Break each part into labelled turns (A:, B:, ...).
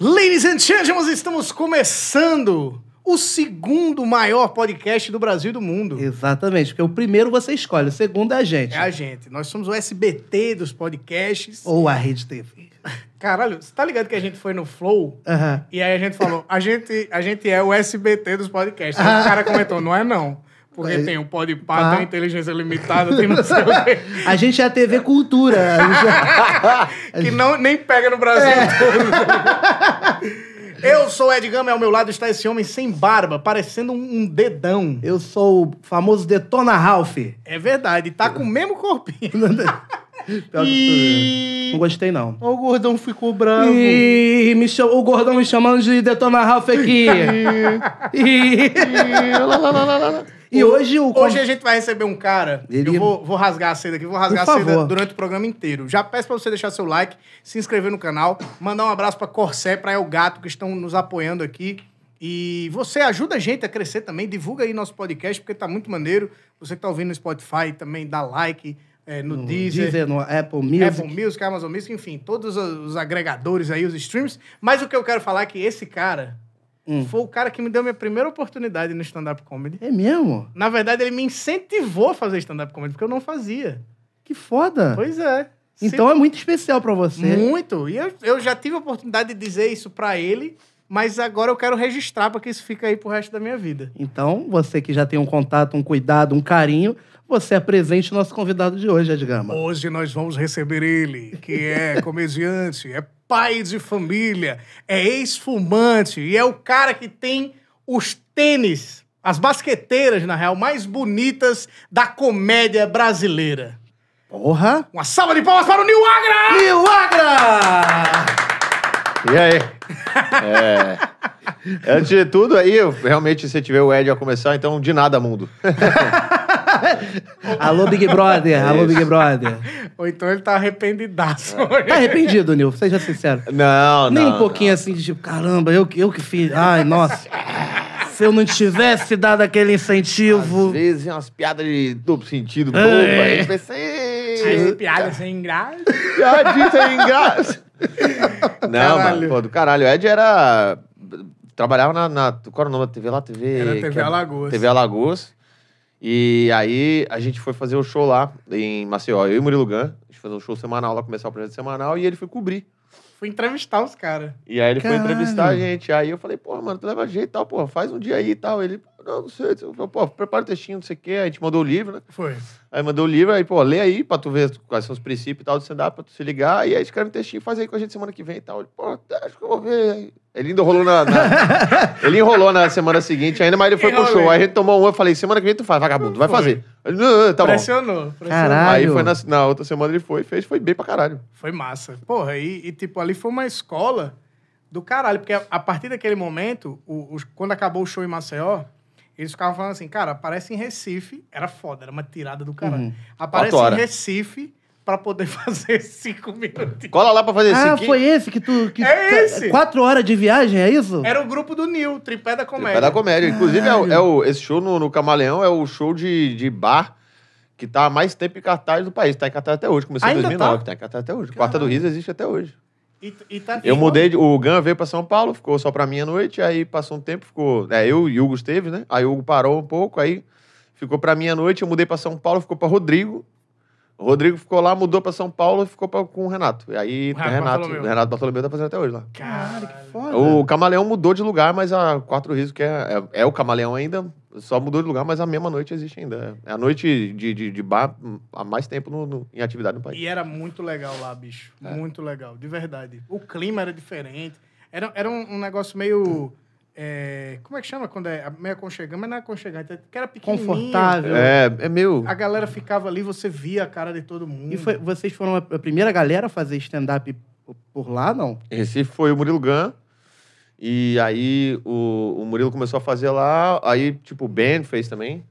A: Ladies and gentlemen, estamos começando o segundo maior podcast do Brasil e do mundo.
B: Exatamente, porque o primeiro você escolhe, o segundo é a gente.
A: É a gente. Nós somos o SBT dos podcasts.
B: Ou a Rede TV.
A: Caralho, você tá ligado que a gente foi no Flow?
B: Aham.
A: E aí a gente falou, a gente, a gente é o SBT dos podcasts. Aí o cara comentou, não é não. Porque
B: É.
A: tem o Podpah, tem
B: Pá.
A: a Inteligência Limitada, tem não sei o quê.
B: A gente é a TV Cultura. A gente é-
A: Que não, nem pega no Brasil todo. Eu sou o Ed Gama e ao meu lado está esse homem sem barba, parecendo um, um dedão.
B: Eu sou o famoso Detona Ralph.
A: É verdade, tá com o mesmo corpinho.
B: Pior que tudo. né? Não
A: E...
B: gostei, não.
A: Ó, O gordão ficou bravo.
B: Ih, me cham- o gordão me chamando de Detona Ralph aqui. Ih. e hoje o.
A: Hoje a gente vai receber um cara.
B: Ele-
A: Eu vou, vou rasgar a seda aqui, vou rasgar
B: Por
A: a seda
B: favor.
A: durante o programa inteiro. Já peço pra você deixar seu like, se inscrever no canal, mandar um abraço pra Corsé, pra El Gato, que estão nos apoiando aqui. E você ajuda a gente a crescer também, divulga aí nosso podcast, porque tá muito maneiro. Você que tá ouvindo no Spotify também, dá like eh, no,
B: no
A: Deezer.
B: Deezer, no Apple Music.
A: Apple Music, Amazon Music, enfim, todos os agregadores aí, os streams. Mas o que eu quero falar é que esse cara
B: Hum.
A: foi o cara que me deu minha primeira oportunidade no stand-up comedy.
B: É mesmo?
A: Na verdade, ele me incentivou a fazer stand-up comedy, porque eu não fazia.
B: Que foda.
A: Pois é.
B: Ah. então é muito especial pra
A: Sempre-
B: você.
A: Muito. E eu, eu já tive a oportunidade de dizer isso pra ele, mas agora eu quero registrar pra que isso fica aí pro resto da minha vida.
B: Então, você que já tem um contato, um cuidado, um carinho, você apresente o nosso convidado de hoje, Edgama.
A: Hoje nós vamos receber ele, que é comediante, é pai de família, é ex-fumante e é o cara que tem os tênis, as basqueteiras, na real, mais bonitas da comédia brasileira.
B: Porra!
A: Uma salva de palmas para o Nil Agra!
B: Milagra!
C: E aí? É. Antes de tudo, aí, eu- realmente, se tiver o Ed a começar, então de nada mundo.
B: Alô, Big
C: É
B: Brother! Alô, Big Brother!
A: Ou então ele tá arrependidaço.
B: Tá
C: É.
B: arrependido, Nil, seja sincero.
C: Não,
B: Nem
C: não.
B: um pouquinho assim de tipo, caramba, eu, que- eu que fiz. Ai, nossa. Se eu não tivesse dado aquele
C: Às
B: incentivo.
C: vezes é umas piadas de duplo sentido boba. Aí a gente pensa,
A: As
C: "Ei,
A: piadas sem graça.
C: piadita é engraçada. Não,
A: Caralho.
C: mano, pô, do caralho. O Ed era... Trabalhava na, na... Qual era o nome da TV lá? TV...
A: Era TV
C: que
A: Alagoas.
C: TV Alagoas. E aí a gente foi fazer o show lá em Maceió. Eu e Murilo Gun. A gente fez um show semanal lá, começar o projeto semanal. E ele foi cobrir.
A: Fui entrevistar os caras.
C: E aí ele
B: Caralho.
C: foi entrevistar a gente. Aí eu falei, pô, mano, tu leva jeito e tal, pô, faz um dia aí e tal. Ele, pô, não, não sei. Eu falei, pô, prepara o textinho, não sei o quê. Aí a gente mandou o livro, né?
A: Foi.
C: Aí mandou o livro, aí, pô, lê aí pra tu ver quais são os princípios e tal do stand-up, pra tu se ligar. E aí escreve um textinho, faz aí com a gente semana que vem e tal. Ele, pô, acho que eu vou ver. Aí Ele ainda rolou na, na- Ele enrolou na semana seguinte ainda, mas ele foi pro
A: Enrolei.
C: show. Aí a gente tomou um, eu falei, semana que vem tu faz, vagabundo, vai
A: Foi.
C: fazer. Ele, não, não, tá bom.
A: pressionou. pressionou.
B: Caralho.
C: Aí foi na, na outra semana ele foi, fez, foi bem pra caralho.
A: Foi massa. Porra, e, e, tipo, ali foi uma escola do caralho. Porque a, a partir daquele momento, o- os- quando acabou o show em Maceió, eles ficavam falando assim, cara, aparece em Recife. Era foda, era uma tirada do caralho. Aparece
C: Uhum. Quatro
A: em
C: horas.
A: Recife pra poder fazer cinco minutinhos.
C: Cola lá pra fazer
B: Ah,
C: esse aqui.
B: foi esse que tu. Que,
A: É
B: ca-
A: esse.
B: Quatro horas de viagem, é isso?
A: Era o grupo do Nil, Tripé da Comédia.
C: Vai dar comédia. Inclusive, é, o- é o, esse show no, no Camaleão é o show de, de bar que tá há mais tempo em cartaz do país. Tá em cartaz até hoje. Começou em
A: Ainda
C: 2009,
A: tá?
C: tá? em cartaz até hoje. Quarta do Riso existe até hoje.
A: E, e tá
C: Eu mudei, de- o Gan veio pra São Paulo, ficou só pra mim à noite, aí passou um tempo, ficou... É, eu e o Hugo esteve, né? Aí o Hugo parou um pouco, aí ficou pra mim à noite, eu mudei pra São Paulo, ficou pra Rodrigo. O Rodrigo ficou lá, mudou pra São Paulo e ficou pra, com o Renato. E aí
A: O
C: o
A: Renato
C: Renato,
A: Bartolomeu.
C: o Renato Bartolomeu tá fazendo até hoje lá.
A: Caralho, que
B: Foda.
C: O Camaleão mudou de lugar, mas a Quatro Risos, que é, é, é o Camaleão ainda, só mudou de lugar, mas a mesma noite existe ainda. É a noite de, de, de bar hum, há mais tempo no- no- em atividade no país.
A: E era muito legal lá, bicho.
C: É.
A: Muito legal, de verdade. O clima era diferente. Era, era um, um negócio meio. é, como é que chama quando é meio aconchegante? Mas não é aconchegante, é que era pequenininho.
B: Confortável.
C: É, é meio.
A: A galera ficava ali, você via a cara de todo mundo.
B: E foi- vocês foram a primeira galera a fazer stand-up por- por lá, não?
C: Em Recife foi o Murilo Gun. E aí o, o Murilo começou a fazer lá. Aí, tipo, o Ben fez também.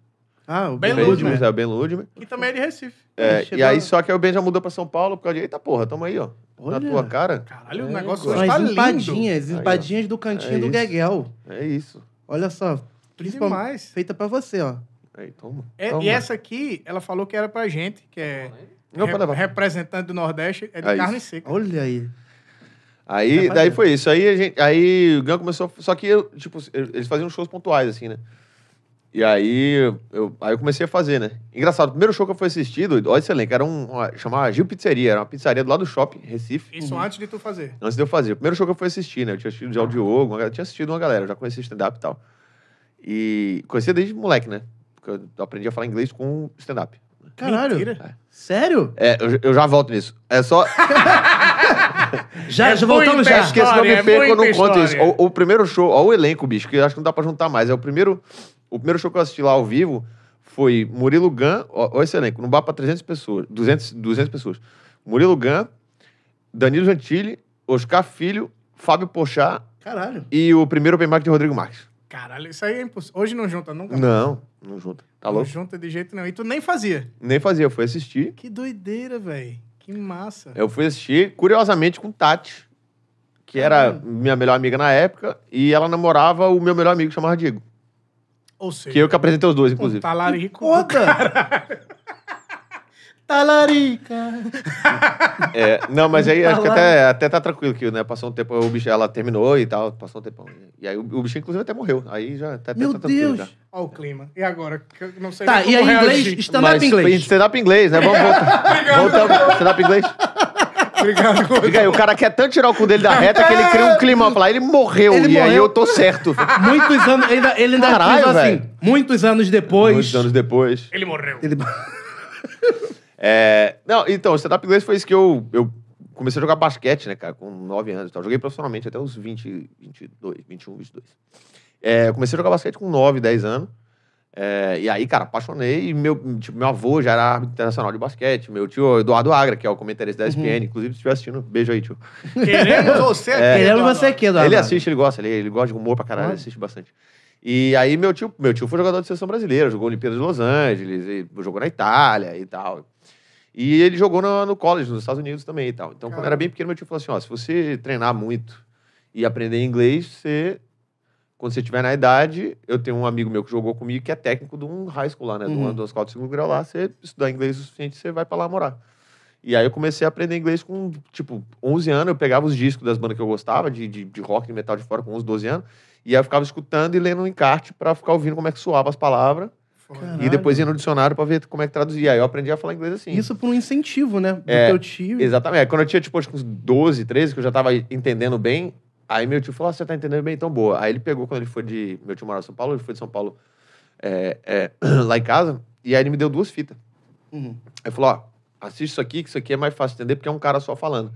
B: Ah, o
A: Bem
C: Ben
A: Ludmer.
C: Ludmer, é, o Ben Ludmer.
A: E também é de Recife.
C: É,
B: Chegou-
C: e aí, só que aí o Ben já mudou pra São Paulo por causa de. Eita porra, tamo aí, ó.
B: Olha.
C: Na tua cara.
A: Caralho, o
C: É,
A: negócio
C: cara.
A: hoje tá
B: As
A: lindo.
B: empadinhas,
C: Aí, ó.
B: empadinhas do cantinho
C: É
B: do
C: isso.
B: Gegel.
C: É isso.
B: Olha só, principalmente
A: Demais.
B: feita pra você, ó.
C: Aí, toma.
A: É,
C: toma.
A: e essa aqui, ela falou que era pra gente, que é
C: Não,
A: re-
C: pode levar.
A: representante do Nordeste, é de
C: É
A: carne
C: isso.
A: seca.
B: Olha aí.
C: Aí,
B: Dá pra
C: daí
B: ver.
C: foi isso. Aí, a gente, aí o Gan começou. Só que, eu, tipo, eles faziam shows pontuais, assim, né? E aí eu, aí eu comecei a fazer, né? Exençado, o primeiro show que eu fui assistido, olha esse elenco, era um, uma, chamava Gil Pizzeria, era uma pizzaria do lado do shopping, Recife.
A: Isso antes de tu fazer.
C: Antes de eu fazer. O primeiro show que eu fui assistir, né? Eu tinha assistido
B: Tá.
C: já o Diogo, uma galera- tinha assistido uma galera, eu já conhecia stand-up e tal. E conhecia desde moleque, né? Porque eu aprendi a falar inglês com stand-up.
B: Caralho.
A: Mentira.
B: Sério?
C: É, eu, eu já volto nisso. É só.
B: Já,
A: É
B: já voltamos
A: muito
B: já.
A: bem-
C: Porque esse nome
A: História,
C: é feio que eu não
A: muita
C: conto isso.
A: história.
C: O, o primeiro show, ó, o elenco, bicho, que eu acho que não dá pra juntar mais. É o primeiro, o primeiro show que eu assisti lá ao vivo foi Murilo Gan, ó, ó esse elenco, num bar pra 300 pessoas, 200, 200 pessoas. Murilo Gan, Danilo Gentili, Oscar Filho, Fábio Pochá
B: Caralho.
C: e o primeiro open mic de Rodrigo Marques.
A: Caralho, isso aí é impossível. Hoje não junta nunca.
C: Não, não junta. Tá
A: Não
C: louco?
A: junta de jeito nenhum. E tu nem fazia.
C: Nem fazia, eu fui assistir.
A: Que doideira, velho. Que massa.
C: Eu fui assistir, curiosamente, com Tati, que era minha melhor amiga na época, e ela namorava o meu melhor amigo, que chamava Diego.
A: Ou seja,
C: Que é eu que apresentei os dois,
A: um
C: inclusive.
A: talarico.
B: Foda! Talarica.
C: É, não, mas aí acho que
B: Tá lá.
C: até, até tá tranquilo que, né? Passou um tempo, o bicho, ela terminou e tal, passou um tempão. E aí o, o bicho, inclusive, até morreu. Aí já tá, até
B: Meu
C: tá tranquilo
B: Deus.
C: já.
A: Olha o clima. E agora? Que eu não sei
B: Tá,
A: nem
B: e aí
A: como
B: inglês,
A: reagir.
B: stand-up
C: Mas foi
B: inglês.
C: Stand-up inglês, né? Vamos voltar. Voltamos. Stand-up inglês.
A: Obrigado,
C: Fica aí, o cara quer tanto tirar o cu dele da reta que ele cria um climão pra lá. Ele morreu
B: É. Ele
C: e aí
B: morreu.
C: eu tô certo.
B: Muitos anos. Ele ainda, ele ainda
C: Caralho,
B: frisou
C: velho.
B: Muitos anos depois.
C: Muitos anos depois.
A: Ele morreu.
B: Ele...
C: É, não, então, o stand-up inglês foi isso que eu, eu comecei a jogar basquete, né, cara, com 9 anos e tal. Joguei profissionalmente até os 20, 22, 21, 22. É, eu comecei a jogar basquete com 9, 10 anos. É, e aí, cara, apaixonei. E meu, tipo, meu avô já era árbitro internacional de basquete. Meu tio Eduardo Agra, que é o comentarista da ESPN, inclusive, se estiver assistindo, beijo aí, tio.
A: Queremos
C: É.
A: você aqui.
B: Queremos
A: Eduardo.
B: você aqui, Eduardo.
C: Ele assiste, ele gosta, ele, ele gosta de humor pra caralho, ele
B: Ah.
C: assiste bastante. E aí meu tio, meu tio foi jogador de seleção brasileira, jogou Olimpíadas de Los Angeles, e jogou na Itália e tal. E ele jogou no, no college, nos Estados Unidos também e tal. Então, quando
A: Caramba.
C: era bem pequeno, meu tio falou assim: ó, se você treinar muito e aprender inglês, você. Quando você tiver na idade, eu tenho um amigo meu que jogou comigo que é técnico de um high school lá, né? De
B: Uhum.
C: uma, de uma escola de segundo grau lá, você estudar inglês o suficiente, você vai pra lá morar. E aí eu comecei a aprender inglês com, tipo, 11 anos. Eu pegava os discos das bandas que eu gostava, de, de, de rock, de metal de fora, com 11, 12 anos. E aí eu ficava escutando e lendo um encarte pra ficar ouvindo como é que soava as palavras.
A: Foda.
C: E depois ia no dicionário pra ver como é que traduzia. Aí eu aprendi a falar inglês assim.
B: Isso por um incentivo, né? Do
C: É,
B: teu tio.
C: Exatamente. Aí Quando eu tinha, tipo, acho que uns 12, 13, que eu já tava entendendo bem, aí meu tio falou, ah, você tá entendendo bem, então boa. Aí ele pegou, quando ele foi de... Meu tio morava em São Paulo, ele foi de São Paulo é, é, lá em casa, e aí ele me deu duas fitas.
B: Uhum.
C: Aí falou, ó, assiste isso aqui, que isso aqui é mais fácil de entender, porque é um cara só falando.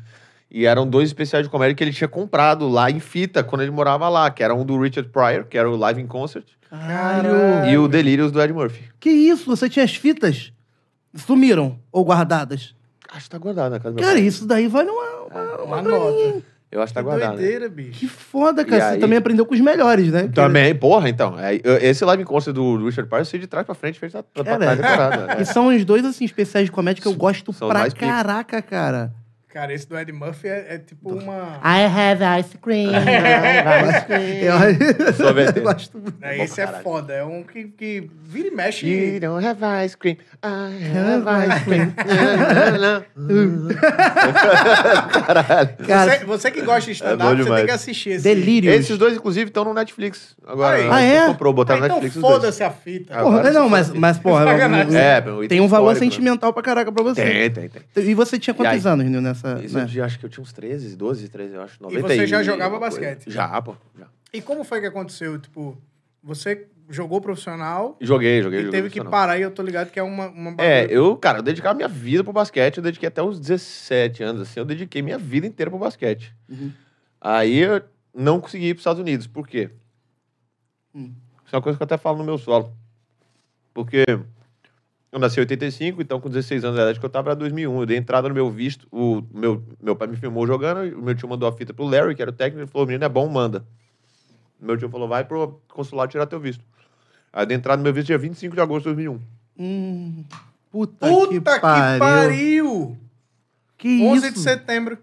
C: E eram dois especiais de comédia que ele tinha comprado lá em fita, quando ele morava lá, que era um do Richard Pryor, que era o Live in Concert,
B: Caralho.
C: e o Delirious do Ed Murphy.
B: Que isso? Você tinha as fitas? Sumiram ou guardadas?
C: Acho que tá guardado na casa do meu
B: Cara,
C: pai.
B: isso daí vale uma, uma, uma
A: Uma
B: graninha.
A: nota.
C: Eu acho que tá
A: Que
C: guardado. né?
A: doideira, bicho.
B: Que foda, cara.
C: E
B: Você
C: aí?
B: também aprendeu com os melhores,
A: É
B: né?
C: Também, porra, então. É, eu- Esse live concert do Richard Pryor, eu sei de trás pra frente,
A: É,
C: fez pra, pra
B: Cara.
C: trás da parada.
B: E
C: né?
B: são os dois, assim, especiais de comédia que eu gosto
C: São
B: pra
C: mais pica.
B: caraca, cara.
A: Cara, esse do Ed Murphy é, é tipo uma.
C: Ah,
B: I have ice cream. Eu-
C: Só vender.
B: Eu gosto muito.
A: É,
C: bom
A: esse
C: pra
A: é
C: caralho.
A: foda. É um que, que vira e mexe.
C: You don't have ice cream, I have ice cream. Na, na, na. Caralho.
B: Cara,
A: Você, você que gosta de
C: É bom
A: stand-up, você
C: demais.
A: tem que assistir esse.
B: delírios.
C: Esses dois, inclusive, estão no Netflix. Agora,
A: Aí.
B: Ah, é?
C: comprou, botaram
A: Ah,
C: no
A: então
C: Netflix os dois.
A: foda-se a fita.
C: Ah,
B: Porra,
C: Agora
B: não,
C: você
B: mas,
C: sabe.
B: mas porra,
A: Sacanagem.
C: É,
B: tem um valor
C: histórico, né?
B: sentimental pra caraca pra
A: assim.
B: você.
C: Tem, tem, tem.
B: E você tinha quantos
C: E aí?
B: anos Nil, nessa.
C: Isso
B: né?
C: eu já- acho que eu tinha uns 13, 12, 13, eu acho. 90
A: É, você já jogava
C: alguma coisa.
A: basquete?
C: Já, pô. já.
A: E como foi que aconteceu? Tipo, você jogou profissional
C: Joguei, joguei.
A: e
C: joguei
A: teve que
C: profissional.
A: parar. E eu tô ligado que é uma. uma
C: É,
A: bagulho.
C: eu, cara, eu dedicava minha vida pro basquete, eu dediquei até os 17 anos, assim, eu dediquei minha vida inteira pro basquete.
B: Uhum.
C: Aí eu não consegui ir pros Estados Unidos, por quê?
B: Hum.
C: Isso é uma coisa que eu até falo no meu solo. Porque eu nasci em 85, então com 16 anos de idade que eu tava era 2001, eu dei entrada no meu visto, o meu, meu pai me filmou jogando, o meu tio mandou a fita pro Larry, que era o técnico, ele falou, menino é bom, manda. Meu tio falou, vai pro consulado tirar teu visto. Aí eu dei entrada no meu visto dia 25 de agosto de 2001.
B: Hum, puta,
A: Puta
B: que pariu. Que
A: 11 de
B: isso?
A: setembro.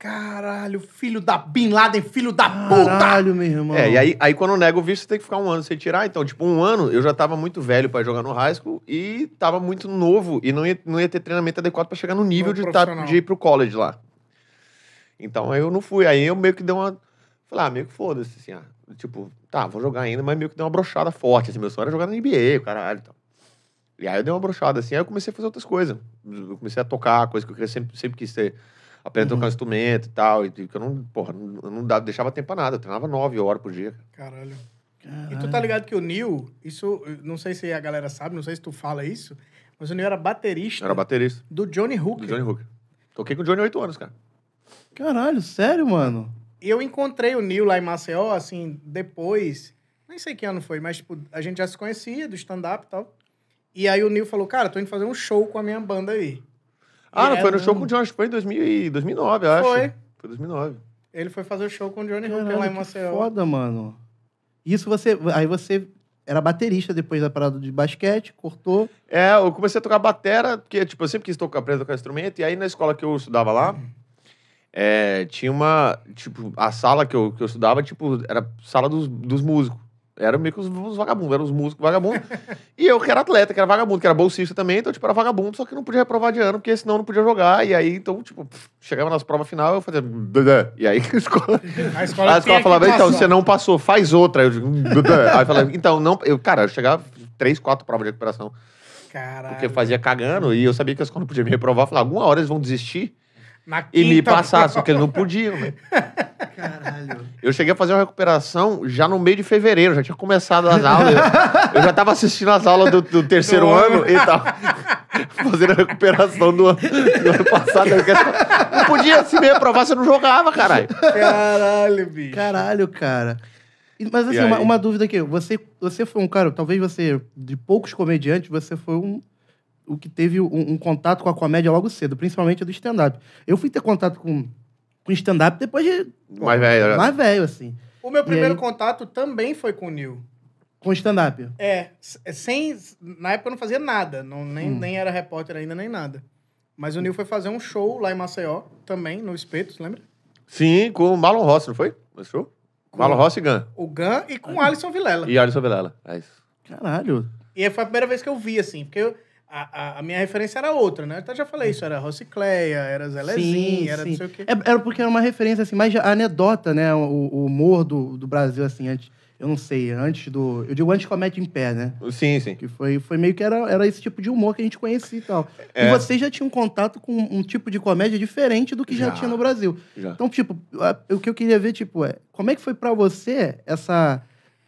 A: Caralho, filho da Bin Laden, filho da puta!
B: Caralho, meu irmão.
C: É, e aí, aí quando nega o visto, você tem que ficar um ano sem tirar. Então, tipo, um ano eu já tava muito velho pra jogar no high school e tava muito novo e não ia, não ia ter treinamento adequado pra chegar no nível de, tá,
A: profissional.
C: de ir pro college lá. Então aí eu não fui. Aí eu meio que dei uma. Falei, ah, meio que foda-se, assim, ah. Tipo, tá, vou jogar ainda, mas meio que deu uma brochada forte. Assim, meu sonho era jogar na NBA, o caralho e tal. E aí eu dei uma brochada, assim, aí eu comecei a fazer outras coisas. Eu comecei a tocar, coisa que eu queria, sempre, sempre quis ter. Aprender a
A: Uhum.
C: tocar um instrumento e tal. E, que eu não, porra, não, eu não dava- deixava tempo pra nada. Eu treinava nove horas por dia.
A: Caralho. E tu tá ligado que o Neil, isso, não sei se a galera sabe, não sei se tu fala isso, mas o Neil era baterista
C: Eu era baterista
A: do Johnny
C: do
A: Hooker.
C: Johnny Hooker. Toquei com o Johnny oito anos, cara.
B: Caralho, sério, mano.
A: E eu encontrei o Neil lá em Maceió, assim, depois. Nem sei que ano foi, mas tipo, a gente já se conhecia do stand-up e tal. E aí o Neil falou, cara, tô indo fazer um show com a minha banda aí.
C: Ah, não,
A: É,
C: foi no show
A: não.
C: com o Johnny, foi em 2000 e 2009, eu acho.
A: Foi.
C: Foi 2009.
A: Ele foi fazer o show com o Johnny Hooker lá em
B: Caralho, que
A: Maceió.
B: foda, mano. Isso você. Aí você era baterista depois da parada de basquete, cortou.
C: É, eu comecei a tocar batera, porque, tipo, eu sempre quis tocar, aprender a tocar instrumento, e aí na escola que eu estudava lá, é, tinha uma, tipo, a sala que eu, que eu estudava, tipo, era sala dos, dos músicos. Era meio que os, os vagabundos, eram os músicos vagabundos. e eu que era atleta, que era vagabundo, que era bolsista também, então, tipo, era vagabundo, só que não podia reprovar de ano, porque senão não podia jogar, e aí, então, tipo, pff, chegava nas provas final, eu fazia... "Dudã", E aí a escola...
A: A escola,
C: Aí a escola
A: tinha que
C: falava, então,
A: passar.
C: você não passou, faz outra. Eu digo, aí eu falava, então, não... Eu, cara, eu chegava três, quatro provas de recuperação.
A: Caralho.
C: Porque eu fazia cagando e eu sabia que as escola não podia me reprovar. Eu Falava, alguma hora eles vão desistir
A: Na
C: e me
A: quinta-
C: passar, só que eles não podiam, né?
B: Caralho.
C: Eu cheguei a fazer uma recuperação já no meio de fevereiro, já tinha começado as aulas. Eu, eu já tava assistindo as aulas do, do terceiro
A: Do ano.
C: ano e tal. Fazendo a recuperação do ano, do ano passado. Eu quero- Não podia se me reprovar, você não jogava, caralho.
A: Caralho, bicho.
B: Caralho, cara. E- Mas
C: E
B: assim,
C: aí?
B: uma, uma dúvida aqui. Você, você foi um cara, talvez você, de poucos comediantes, você foi um. O que teve um, um contato com a comédia logo cedo, principalmente a do stand-up. Eu fui ter contato com, com stand-up depois de.
C: Mas, velho,
B: Mais velho, assim.
A: O meu primeiro
B: aí?
A: contato também foi com o Neil.
B: Com stand-up.
A: É, s- é, sem. Na época eu não fazia nada, não, nem,
C: Hum.
A: nem era repórter ainda, nem nada. Mas o Nil foi fazer um show lá em Maceió, também, no Espeto, você lembra?
C: Sim, com o Marlon Rossi, não foi? Mas show? Marlon Rossi e Gun.
A: O Gan e com o Alisson Vilela. E...
C: E Alisson Velela. É isso.
B: Caralho.
A: aí foi a primeira vez que eu vi, assim, porque eu- a, a- a minha referência era outra, né? Eu até já falei isso, era Rocicleia, era Zé Lezinho,
B: Sim,
A: era
B: sim.
A: não sei o quê.
B: É- era porque era uma referência, assim, mais de anedota, né? O, o humor do, do Brasil, assim, antes. Eu não sei, antes do. Eu digo antes comédia em pé, né?
C: Sim, sim.
B: Que foi, foi meio que era, era esse tipo de humor que a gente conhecia e tal. E
C: É.
B: vocês já tinham contato com um tipo de comédia diferente do que já,
C: Já.
B: tinha no Brasil.
C: Já.
B: Então, tipo, a- o que eu queria ver, tipo, é como é que foi pra você essa.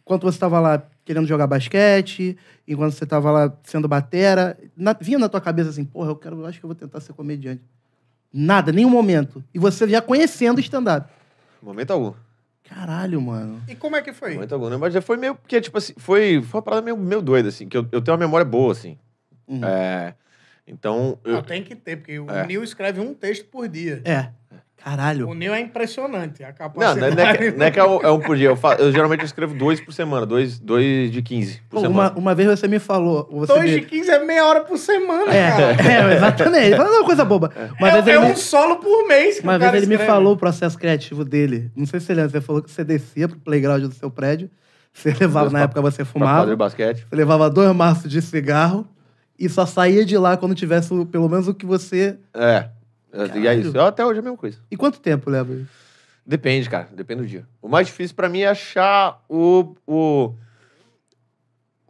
B: Enquanto você tava lá querendo jogar basquete, enquanto você tava lá sendo batera, na- vinha na tua cabeça assim, porra, eu quero, eu acho que eu vou tentar ser comediante. Nada, nenhum momento. E você já conhecendo stand-up.
C: Momento algum.
B: Caralho, mano.
A: E como é que foi?
C: Muito algum, né? Mas já foi meio. Porque, tipo assim, foi, foi uma parada meio, meio doida, assim, que eu, eu tenho uma memória boa, assim.
B: Uhum. Ah,
C: É. Então. eu-
A: Não, tem que ter, porque o
C: É.
A: Nil escreve um texto por dia.
B: É. Caralho.
A: O Nil é impressionante, a
C: não, não é,
A: capacidade.
C: não é que, não é que é um, é um por dia. Eu, fa- eu geralmente escrevo dois por semana, dois, dois de 15 por
B: Pô,
C: semana.
B: uma, uma vez você me falou. Você
A: é Dois
B: me-
A: de 15 é meia hora por semana, cara.
B: É, é, exatamente. Ele falou uma coisa boba. Uma
A: é
B: vez
A: é
B: ele,
A: um
B: me,
A: solo por mês que
B: uma
A: o um cara
B: vez ele me
A: escreve.
B: falou o processo criativo dele. Não sei se você lembra, você falou que você descia pro playground do seu prédio, você levava, na
C: pra-
B: época você
C: Pra fazer
B: fumava,
C: basquete.
B: você levava dois maços de cigarro e só saía de lá quando tivesse o- pelo menos o que você...
C: É. E é isso.
B: Caralho.
C: Até hoje é a mesma coisa.
B: E quanto tempo leva? isso?
C: Depende, cara. Depende do dia. O mais difícil pra mim é achar o, o,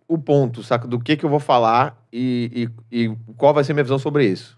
C: o ponto, saca? Do que, que eu vou falar e, e, e qual vai ser minha visão sobre isso.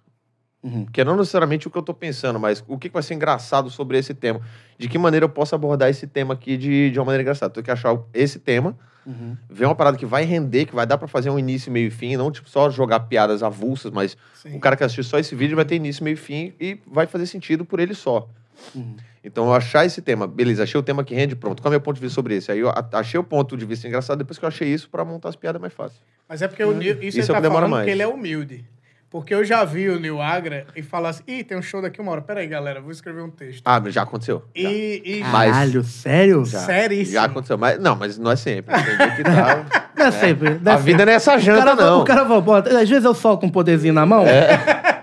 B: Uhum.
C: Que é não necessariamente o que eu tô pensando, mas o que, que vai ser engraçado sobre esse tema. De que maneira eu posso abordar esse tema aqui de, de uma maneira engraçada. Tenho que achar esse tema,
B: Uhum.
C: ver uma parada que vai render, que vai dar pra fazer um início, meio e fim, não tipo, só jogar piadas avulsas, mas
A: Sim.
C: o um cara que assistir só esse vídeo vai ter início, meio e fim e vai fazer sentido por ele só.
B: Uhum.
C: Então eu achar esse tema, beleza, achei o tema que rende, pronto. Qual é o meu ponto de vista sobre isso? Aí eu a- achei o ponto de vista engraçado, depois que eu achei isso, pra montar as piadas é mais fácil.
A: Mas é porque o Nil, isso,
C: Isso é
A: ele
C: o que
A: tá
C: demora
A: falando
C: mais.
A: que ele é humilde. Porque eu já vi o Nil Agra e falar assim, ih, tem um show daqui uma hora. Peraí, galera, vou escrever um texto.
C: Ah, mas já aconteceu. Já. Ah,
A: E, e
C: Mas-
B: Caralho, sério?
C: Já.
A: seríssimo.
C: Já aconteceu, mas não, mas não é sempre. Tem dia que tá-
B: Não é sempre.
C: A
B: deve ser.
C: vida não é essa
B: O
C: janta,
B: cara,
C: não.
B: o cara falou, pô, às vezes eu solto um poderzinho na mão,